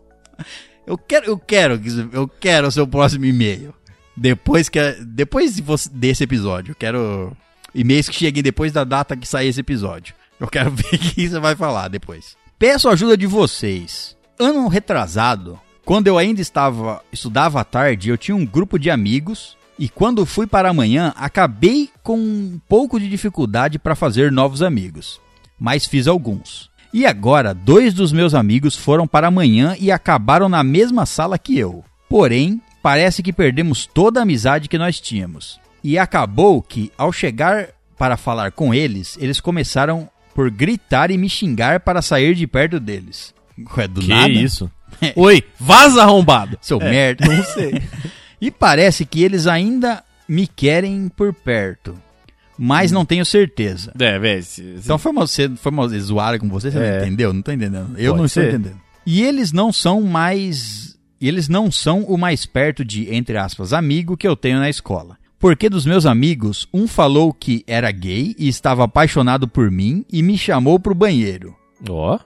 A: Eu quero, eu quero, que- eu quero o seu próximo e-mail. Depois que depois de você- desse episódio, eu quero e-mails que cheguem depois da data que sair esse episódio. Eu quero ver o que você vai falar depois. Peço a ajuda de vocês. Ano retrasado, quando eu ainda estava estudava à tarde, eu tinha um grupo de amigos e quando fui para amanhã, acabei com um pouco de dificuldade para fazer novos amigos, mas fiz alguns. E agora, dois dos meus amigos foram para amanhã e acabaram na mesma sala que eu. Porém, parece que perdemos toda a amizade que nós tínhamos. E acabou que, ao chegar para falar com eles, eles começaram por gritar e me xingar para sair de perto deles. Ué, do
B: Que
A: nada?
B: isso? Oi, vaza arrombado!
A: Seu merda. Não sei. e parece que eles ainda me querem por perto. Mas não tenho certeza.
B: É, velho. se- se-
A: Então foi uma, você, foi uma eles zoaram com você, você
B: É.
A: não entendeu? Não tô entendendo. Eu
B: Pode
A: não estou
B: ser.
A: entendendo. E eles não são mais. e Eles não são o mais perto de, entre aspas, amigo que eu tenho na escola. Porque dos meus amigos, um falou que era gay e estava apaixonado por mim e me chamou pro banheiro.
B: Ó.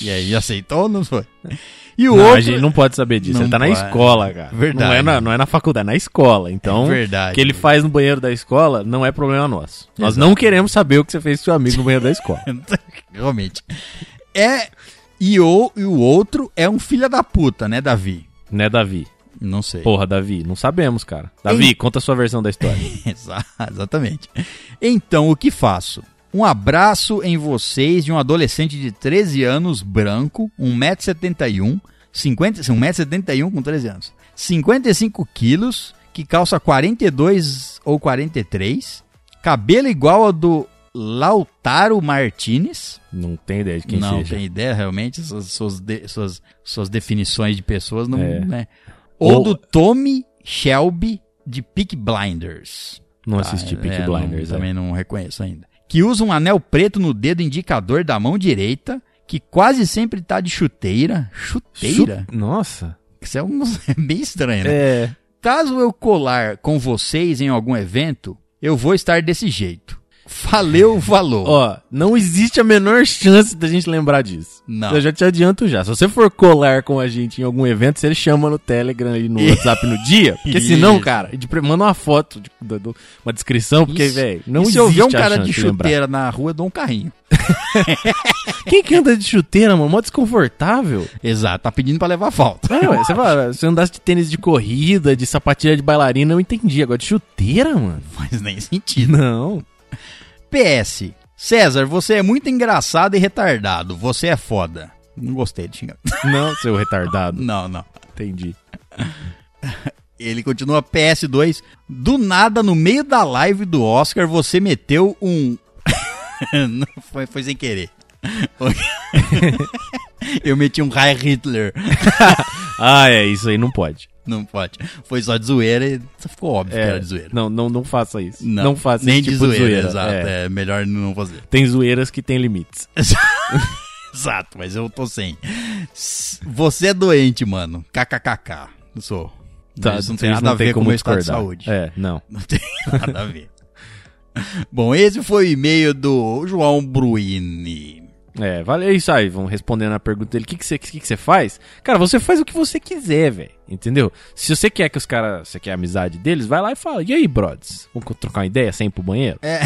A: E aí, aceitou ou não foi? E o
B: Não,
A: outro.
B: a gente não pode saber disso.
A: Não
B: Ele tá na
A: pode.
B: escola, cara.
A: Verdade.
B: Não é na, não é na faculdade, é na escola. Então,
A: Verdade.
B: o que ele faz no banheiro da escola não é problema nosso. Nós não queremos saber o que você fez com seu amigo no banheiro da escola.
A: Realmente. É. E o, e o outro é um filho da puta, né, Davi?
B: né, Davi?
A: Não sei.
B: Porra, Davi, não sabemos, cara. Davi, conta a sua versão da história.
A: Exa- Exatamente. Então, o que faço? Um abraço em vocês de um adolescente de 13 anos, branco, 1,71m, 50 1,71m com 13 anos, 55 quilos, que calça 42 ou 43, cabelo igual ao do Lautaro Martinez,
B: não tem ideia de quem
A: não
B: seja.
A: tem ideia, realmente, suas, suas, de- suas, suas definições de pessoas não.
B: É.
A: Né? Ou,
B: Ou-
A: do Tommy Shelby de Peak Blinders.
B: Não
A: Ah,
B: assisti Peak
A: é, não-
B: Blinders. é.
A: também não reconheço ainda. Que usa um anel preto no dedo indicador da mão direita, que quase sempre tá de chuteira. Chuteira?
B: é. Su- Nossa.
A: Isso é, um, é bem estranho, né?
B: É.
A: Caso eu colar com vocês em algum evento, eu vou estar desse jeito. Valeu, valor.
B: Ó, não existe a menor chance da gente lembrar disso.
A: Não.
B: Eu já te adianto já. Se você for colar com a gente em algum evento, você chama no Telegram e no WhatsApp no dia. Porque senão,
A: Isso.
B: cara, de pre- manda uma foto, de- do- do- uma descrição, porque,
A: Isso.
B: velho, não
A: e
B: existe
A: se eu ver um
B: a
A: cara
B: chance
A: de
B: lembrar.
A: chuteira na rua, eu dou um carrinho.
B: Quem que anda de chuteira, mano? Mó desconfortável.
A: Exato, tá pedindo pra levar falta.
B: É, ué, você fala, se eu andasse de tênis de corrida, de sapatilha de bailarina, eu entendi. Agora de chuteira, mano?
A: Faz nem sentido.
B: Não.
A: PS. César, você é muito engraçado e retardado. Você é foda. Não gostei de xingar.
B: Não, seu retardado.
A: Não, não.
B: Entendi.
A: Ele continua PS2. Do nada, no meio da live do Oscar, você meteu um. Não, foi, foi sem querer. Eu meti um High Hitler.
B: Ah, é, isso aí não pode.
A: Não pode. Foi só de zoeira e ficou óbvio que
B: É,
A: era de zoeira.
B: não, não, não faça isso. Não, faça
A: Nem
B: esse tipo
A: de zoeira,
B: zoeira.
A: exato.
B: É.
A: É. melhor não fazer.
B: Tem zoeiras que tem limites.
A: Exato, mas eu tô sem. S- Você é doente, mano. KKKK. Eu sou.
B: Tá,
A: Isso não tem nada a ver com o meu estado de saúde.
B: É, não.
A: Não tem nada a ver. Bom, esse foi o e-mail do João Bruini.
B: É, vale é isso aí. Vamos respondendo a pergunta dele. O que que você que que você faz? Cara, você faz o que você quiser, velho. Entendeu? Se você quer que os caras... Você quer a amizade deles, vai lá e fala. E aí, brothers? Vamos trocar uma ideia sem ir pro banheiro? É,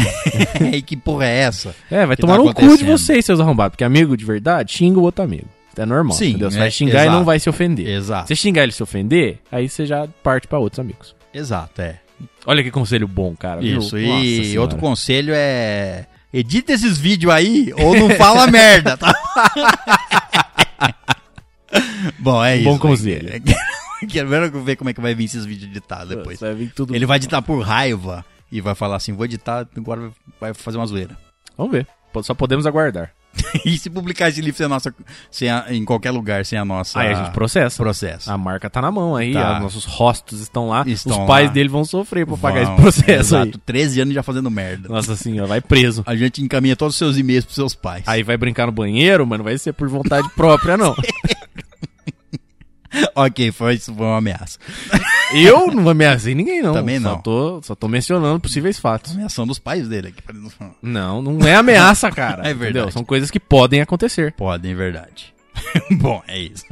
A: e que porra é essa?
B: vai
A: que
B: tomar
A: tá
B: no cu de
A: acontecendo?
B: vocês, seus arrombados. Porque amigo de verdade xinga o outro amigo. É normal,
A: Sim,
B: entendeu? Você
A: é,
B: vai xingar e
A: exato.
B: não vai se ofender.
A: Exato.
B: Se xingar ele se ofender, aí você já parte pra outros amigos.
A: Exato, é.
B: Olha que conselho bom, cara. viu?
A: Isso,
B: Nossa
A: e
B: senhora.
A: outro conselho é. Edita esses vídeos aí ou não fala merda, tá? Bom, é
B: Bom
A: isso.
B: conselho.
A: Quero ver como é que vai vir esses vídeos editados depois.
B: Vai vir tudo-
A: Ele vai editar por raiva e vai falar assim: vou editar, agora vai fazer uma zoeira.
B: Vamos ver. Po- Só podemos aguardar.
A: e se publicar esse livro sem a nossa, sem a- em qualquer lugar, sem a nossa.
B: Aí a gente processa.
A: processo.
B: A marca tá na mão aí,
A: Tá.
B: os nossos rostos estão lá.
A: Estão
B: os pais
A: lá.
B: dele vão sofrer pra pagar
A: Vão,
B: esse processo
A: Exato,
B: aí.
A: 13 anos já fazendo merda.
B: Nossa senhora, vai preso.
A: A gente encaminha todos os seus e-mails pros seus pais.
B: Aí vai brincar no banheiro, mano, vai ser por vontade própria, não.
A: ok, foi, isso foi uma ameaça.
B: Eu não ameacei ninguém, não.
A: Também
B: Só
A: não.
B: tô, só tô mencionando possíveis fatos.
A: Ameação dos pais dele aqui. pra ele não-
B: Não, não é ameaça, cara.
A: É verdade.
B: São coisas que podem acontecer.
A: Podem, é verdade. Bom, é isso.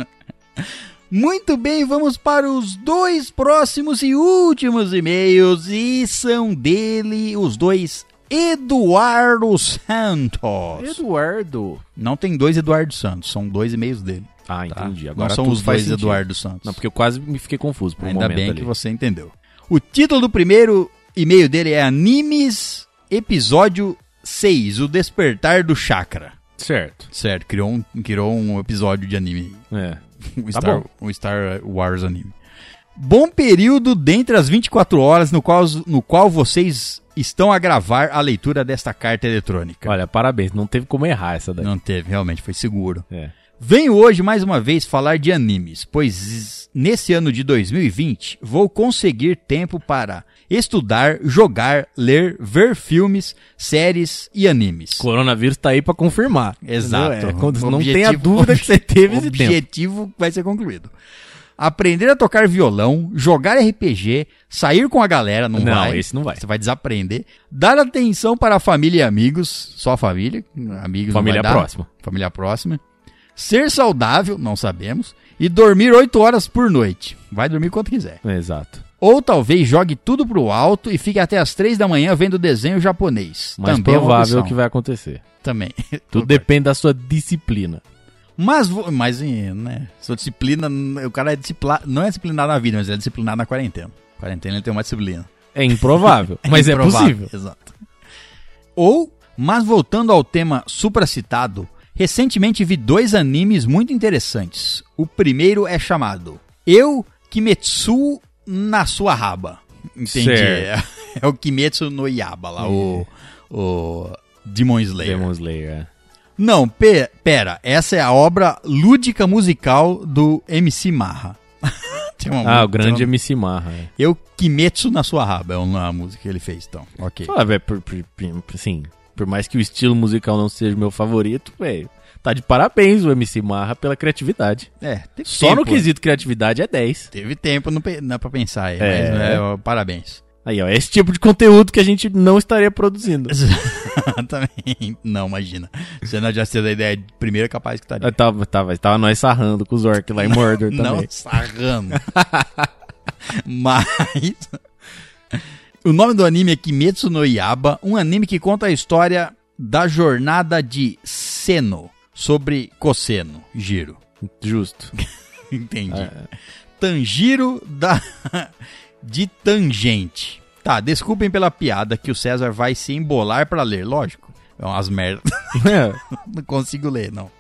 A: Muito bem, vamos para os dois próximos e últimos e-mails e são dele os dois Eduardo Santos.
B: Eduardo.
A: Não tem dois Eduardo Santos, são dois e-mails dele.
B: Ah,
A: tá?
B: entendi. Agora
A: Não são
B: tudo
A: os
B: faz
A: dois
B: sentido.
A: Eduardo Santos.
B: Não, porque eu quase me fiquei confuso por um
A: Ainda
B: momento
A: bem
B: ali.
A: que você entendeu. O título do primeiro e-mail dele é Animes, episódio 6, O Despertar do Chakra.
B: Certo.
A: Certo, criou um, criou um episódio de anime.
B: É.
A: Um
B: Tá
A: Star,
B: bom.
A: um Star Wars anime. Bom período dentre as 24 horas no qual, no qual vocês estão a gravar a leitura desta carta eletrônica.
B: Olha, parabéns. Não teve como errar essa daí.
A: Não teve, realmente, foi seguro.
B: É.
A: Venho hoje mais uma vez falar de animes, pois nesse ano de 2020 vou conseguir tempo para estudar, jogar, ler, ver filmes, séries e animes.
B: Coronavírus tá aí pra confirmar.
A: Exato. Uhum.
B: Entendeu? É, quando não
A: Objetivo-
B: tenha dúvida que você teve esse tempo.
A: objetivo vai ser concluído. Aprender a tocar violão, jogar RPG, sair com a galera, não,
B: Não,
A: vai.
B: esse não vai.
A: Você vai desaprender. Dar atenção para a família e amigos, só a família, amigos não
B: Família
A: vai dar.
B: próxima.
A: Família próxima. Ser saudável, não sabemos. E dormir 8 horas por noite. Vai dormir quanto quiser.
B: Exato.
A: Ou talvez jogue tudo pro alto e fique até as 3 da manhã vendo desenho japonês.
B: Mais
A: Também é uma
B: provável
A: opção.
B: que vai acontecer.
A: Também.
B: Tudo depende da sua disciplina.
A: Mas, vo- mas eh, né? Sua disciplina. O cara é disciplina, não é disciplinado na vida, mas ele é disciplinado na quarentena. Quarentena ele tem uma disciplina.
B: É improvável, mas é
A: Improvável,
B: possível.
A: Exato. Ou, mas voltando ao tema supracitado, recentemente vi dois animes muito interessantes. O primeiro é chamado Eu Kimetsu na sua raba. Entendi. É,
B: Certo. É.
A: é o Kimetsu no Yaba lá, o, o Demon Slayer.
B: Demon Slayer.
A: Não, pe- pera, essa é a obra lúdica musical do MC Marra. Tem uma
B: Ah,
A: música-
B: o grande
A: tem uma-
B: MC Marra. é.
A: Eu Kimetsu na sua raba, é uma música que ele fez, então. Ok.
B: Ah, velho, por, por- por- sim. Por mais que o estilo musical não seja o meu favorito, velho, tá de parabéns o MC Marra pela criatividade.
A: É, teve
B: Só
A: tempo,
B: no quesito criatividade é 10.
A: Teve tempo no pe- na- pra pensar aí,
B: É.
A: mas né, ó, parabéns.
B: Aí, ó, é esse tipo de conteúdo que a gente não estaria produzindo.
A: Também, não, imagina. Se não já teve a ideia de primeira, capaz que estaria.
B: Ah, Tava, tava, tava nós sarrando com os orcs lá em Mordor
A: Não,
B: também.
A: sarrando. Mas. O nome do anime é Kimetsu no Yaba, um anime que conta a história da jornada de Seno sobre Cosseno, Giro.
B: Justo.
A: Entendi.
B: É.
A: Tangiro da de tangente. Tá, desculpem pela piada que o César vai se embolar pra ler, lógico. É umas merdas.
B: É.
A: Não consigo ler, não.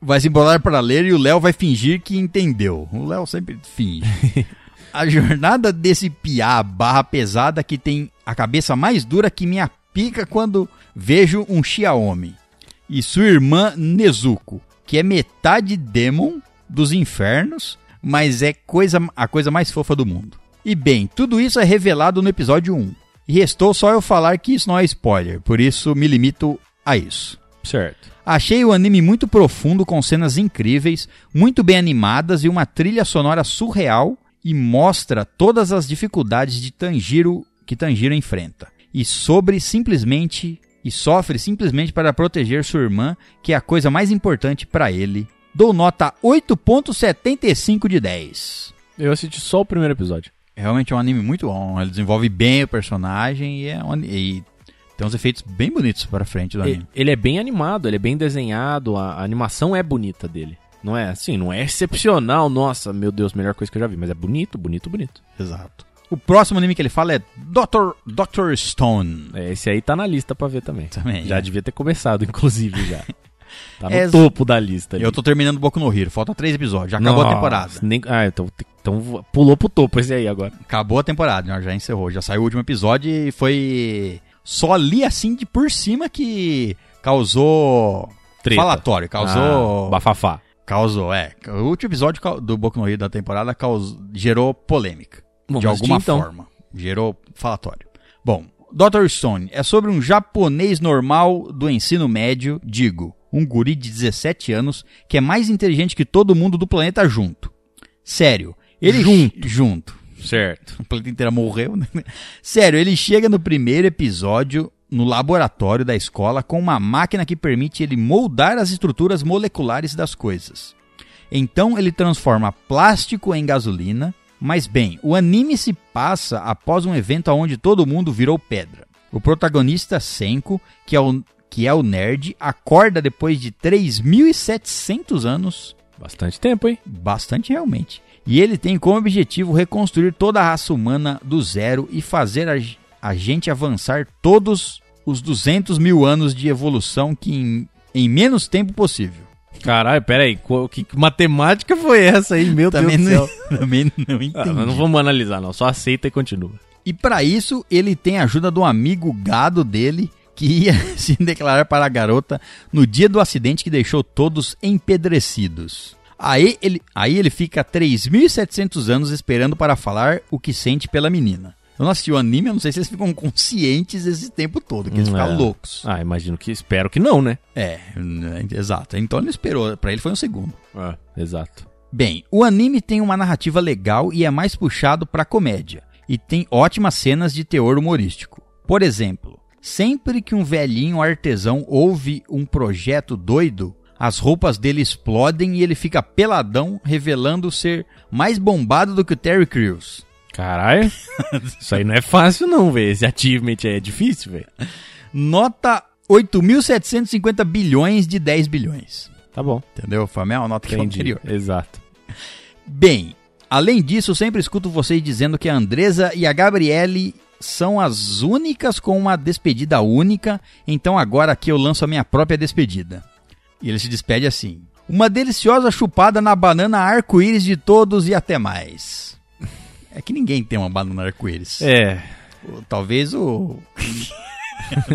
A: Vai se embolar para ler e o Léo vai fingir que entendeu. O Léo sempre finge. a jornada desse piá barra pesada que tem a cabeça mais dura que me apica quando vejo um Xiaomi. E sua irmã Nezuko, que é metade demon dos infernos, mas é coisa, a coisa mais fofa do mundo. E bem, tudo isso é revelado no episódio 1. E restou só eu falar que isso não é spoiler, por isso me limito a isso.
B: certo.
A: Achei o anime muito profundo, com cenas incríveis, muito bem animadas e uma trilha sonora surreal e mostra todas as dificuldades de Tanjiro que Tanjiro enfrenta. E sobre simplesmente e sofre simplesmente para proteger sua irmã, que é a coisa mais importante para ele. Dou nota 8.75 de 10.
B: Eu assisti só o primeiro episódio.
A: Realmente é um anime muito bom, ele desenvolve bem o personagem e, é um, e tem uns efeitos bem bonitos para frente do anime.
B: E- Ele é bem animado, ele é bem desenhado, a a animação é bonita dele. Não é assim, não é excepcional, nossa, meu Deus, melhor coisa que eu já vi, mas é bonito, bonito, bonito.
A: Exato. O próximo anime que ele fala é Dr. Dr. Stone.
B: É, esse aí tá na lista pra ver também.
A: Também,
B: Já
A: é.
B: devia ter começado, inclusive, já. Tá no
A: É,
B: topo da lista. ali.
A: Eu tô terminando Boku no Hero, falta três episódios, já acabou
B: Nossa,
A: a temporada.
B: nem- ah, então, então vou- pulou pro topo esse aí agora.
A: Acabou a temporada, né? já- já encerrou, já saiu o último episódio e foi só ali assim de por cima que causou
B: Treta.
A: falatório,
B: Ah,
A: causou
B: bafafá.
A: causou, é, o último episódio cau- do Boku no Hero da temporada causou, gerou polêmica.
B: Bom,
A: de
B: mas
A: alguma
B: então.
A: forma. Gerou falatório. Bom, Dr. Stone é sobre um japonês normal do ensino médio, digo, um guri de 17 anos que é mais inteligente que todo mundo do planeta junto. Sério, ele junto,
B: Certo.
A: O planeta inteira morreu, né? Sério, ele chega no primeiro episódio no laboratório da escola com uma máquina que permite ele moldar as estruturas moleculares das coisas. Então ele transforma plástico em gasolina. Mas bem, o anime se passa após um evento onde todo mundo virou pedra. O protagonista Senko, que é o, que é o nerd, acorda depois de 3.700 anos
B: Bastante tempo, hein?
A: Bastante realmente. E ele tem como objetivo reconstruir toda a raça humana do zero e fazer a, g- a gente avançar todos os 200 mil anos de evolução que em, em menos tempo possível.
B: Caralho, peraí. qual- Que, que matemática foi essa aí, meu
A: Também
B: Deus do
A: não,
B: céu?
A: também não entendi.
B: Ah, mas não vamos analisar, não. Só aceita e continua.
A: E para isso, ele tem a ajuda do amigo gado dele, que ia se declarar para a garota no dia do acidente que deixou todos empedrecidos. Aí ele, aí ele fica 3.700 anos esperando para falar o que sente pela menina. Eu não assisti o anime, eu não sei se eles ficam conscientes esse tempo todo, que eles
B: Hum,
A: ficam
B: é.
A: loucos.
B: Ah, imagino que. Espero que não, né?
A: É, né, exato. Então ele não esperou, para ele foi um segundo.
B: Ah, exato.
A: Bem, o anime tem uma narrativa legal e é mais puxado pra comédia, e tem ótimas cenas de teor humorístico. Por exemplo, sempre que um velhinho artesão ouve um projeto doido, as roupas dele explodem e ele fica peladão, revelando ser mais bombado do que o Terry Crews.
B: Caralho. Isso aí não é fácil, não, velho. Esse achievement aí é difícil, velho.
A: Nota 8.750 bilhões de 10 bilhões.
B: Tá bom.
A: Entendeu? Foi a mesma nota que foi
B: Entendi.
A: anterior.
B: Exato.
A: Bem, além disso, sempre escuto vocês dizendo que a Andresa e a Gabriele são as únicas com uma despedida única, então agora aqui eu lanço a minha própria despedida. E ele se despede assim: Uma deliciosa chupada na banana arco-íris de todos e até mais. É que ninguém tem uma banana arco-íris.
B: É.
A: O- Talvez o.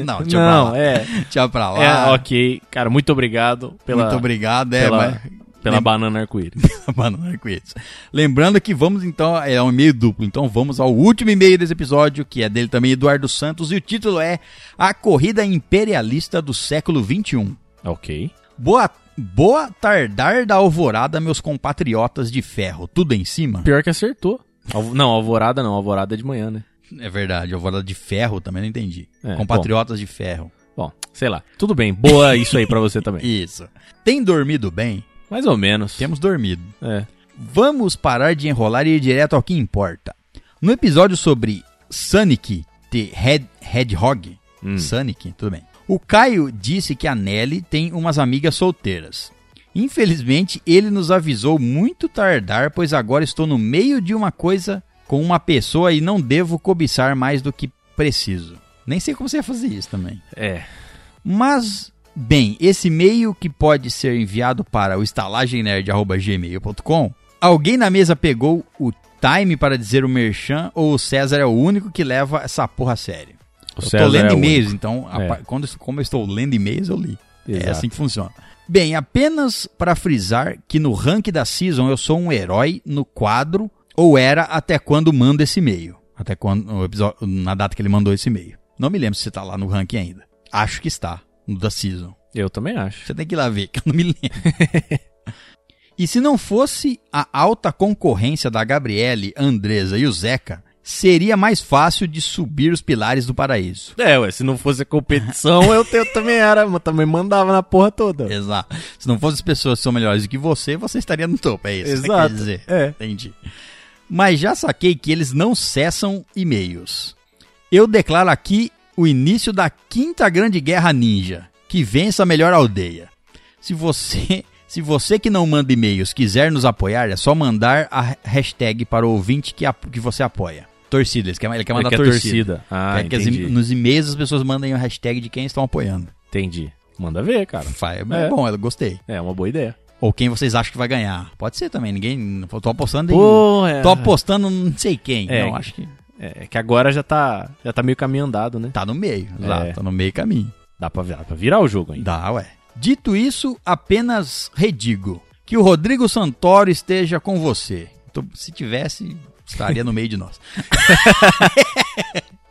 A: Não, tchau
B: Não,
A: pra lá.
B: é.
A: Tchau pra lá.
B: É, ok. Cara, muito obrigado pela,
A: Ah. Muito obrigado. É,
B: pela,
A: mas-
B: pela
A: Lem-
B: banana arco-íris.
A: Banana arco-íris. Lembrando que vamos então, é um e-mail duplo, então vamos ao último e-mail desse episódio, que é dele também, Eduardo Santos, e o título é A Corrida Imperialista do Século XXI.
B: ok.
A: Boa, boa tardar da alvorada, meus compatriotas de ferro, tudo em cima?
B: Pior que acertou. Alvo- não, alvorada não. Alvorada é de manhã, né?
A: É verdade, alvorada de ferro também não entendi.
B: É,
A: compatriotas de ferro.
B: Bom, sei lá. Tudo bem. Boa isso aí pra você também.
A: Isso. Tem dormido bem?
B: Mais ou menos.
A: Temos dormido.
B: É.
A: Vamos parar de enrolar e ir direto ao que importa. No episódio sobre Sonic the Red, Hedgehog,
B: Hum.
A: Sonic, tudo bem. O Caio disse que a Nelly tem umas amigas solteiras. Infelizmente, ele nos avisou muito tardar, pois agora estou no meio de uma coisa com uma pessoa e não devo cobiçar mais do que preciso. Nem sei como você ia fazer isso também.
B: É.
A: Mas, bem, esse e-mail que pode ser enviado para o estalagemnerd.gmail.com, alguém na mesa pegou o time para dizer o merchan ou o César é o único que leva essa porra a sério?
B: O
A: eu
B: César
A: tô lendo
B: é o
A: e-mails, então, a
B: É.
A: pa- quando, como eu estou lendo e-mails, eu li.
B: Exato.
A: É assim que funciona. Bem, apenas para frisar que no rank da season eu sou um herói no quadro, ou era até quando mando esse e-mail. Até quando, no episódio- na data que ele mandou esse e-mail. Não me lembro se tá lá no rank ainda. Acho que está, no da season.
B: Eu também acho.
A: Você tem que ir lá ver, que eu não me lembro. e se não fosse a alta concorrência da Gabriele, Andresa e o Zeca, seria mais fácil de subir os pilares do paraíso.
B: É, ué, se não fosse a competição, eu, te- eu também era, mas também mandava na porra toda.
A: Exato. Se não fossem as pessoas que são melhores do que você, você estaria no topo. É isso. que Você quer
B: Exato.
A: dizer.
B: É.
A: Entendi. Mas já saquei que eles não cessam e-mails. Eu declaro aqui o início da quinta grande guerra ninja, que vença a melhor aldeia. Se você, se você que não manda e-mails quiser nos apoiar, é só mandar a hashtag para o ouvinte que, apo- que você apoia. Torcida, ele quer, ele quer mandar
B: que é
A: torcida.
B: torcida. Ah,
A: Quer que as-
B: entendi.
A: nos e-mails as pessoas mandem a hashtag de quem estão apoiando.
B: Entendi. Manda ver, cara.
A: Fa- É
B: É.
A: bom, eu gostei.
B: É uma boa ideia.
A: Ou quem vocês acham que vai ganhar. Pode ser também, ninguém. Tô apostando em.
B: Pô, é.
A: Tô apostando em não sei quem.
B: É.
A: Não, acho que.
B: É, é que agora já tá, já tá meio caminho andado, né?
A: Tá no meio.
B: É.
A: Exato, tá no meio caminho.
B: Dá pra, virar- pra virar o jogo ainda.
A: Dá, ué. Dito isso, apenas redigo. Que o Rodrigo Santoro esteja com você. Tô- se tivesse, estaria no meio de nós.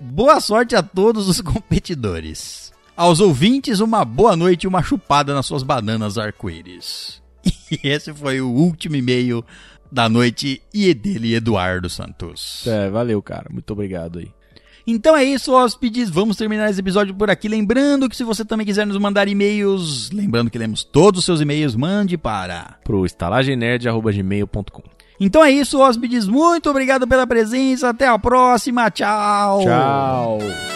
A: boa sorte a todos os competidores. Aos ouvintes, uma boa noite e uma chupada nas suas bananas arco-íris. E esse foi o último e-mail da noite e dele, Eduardo Santos.
B: É, valeu, cara. Muito obrigado aí.
A: Então é isso, hóspedes. Vamos terminar esse episódio por aqui. Lembrando que se você também quiser nos mandar e-mails, lembrando que lemos todos os seus e-mails, mande para.
B: Pro estalagenerd.gmail.com.
A: Então é isso, hóspedes. Muito obrigado pela presença. Até a próxima. Tchau.
B: Tchau.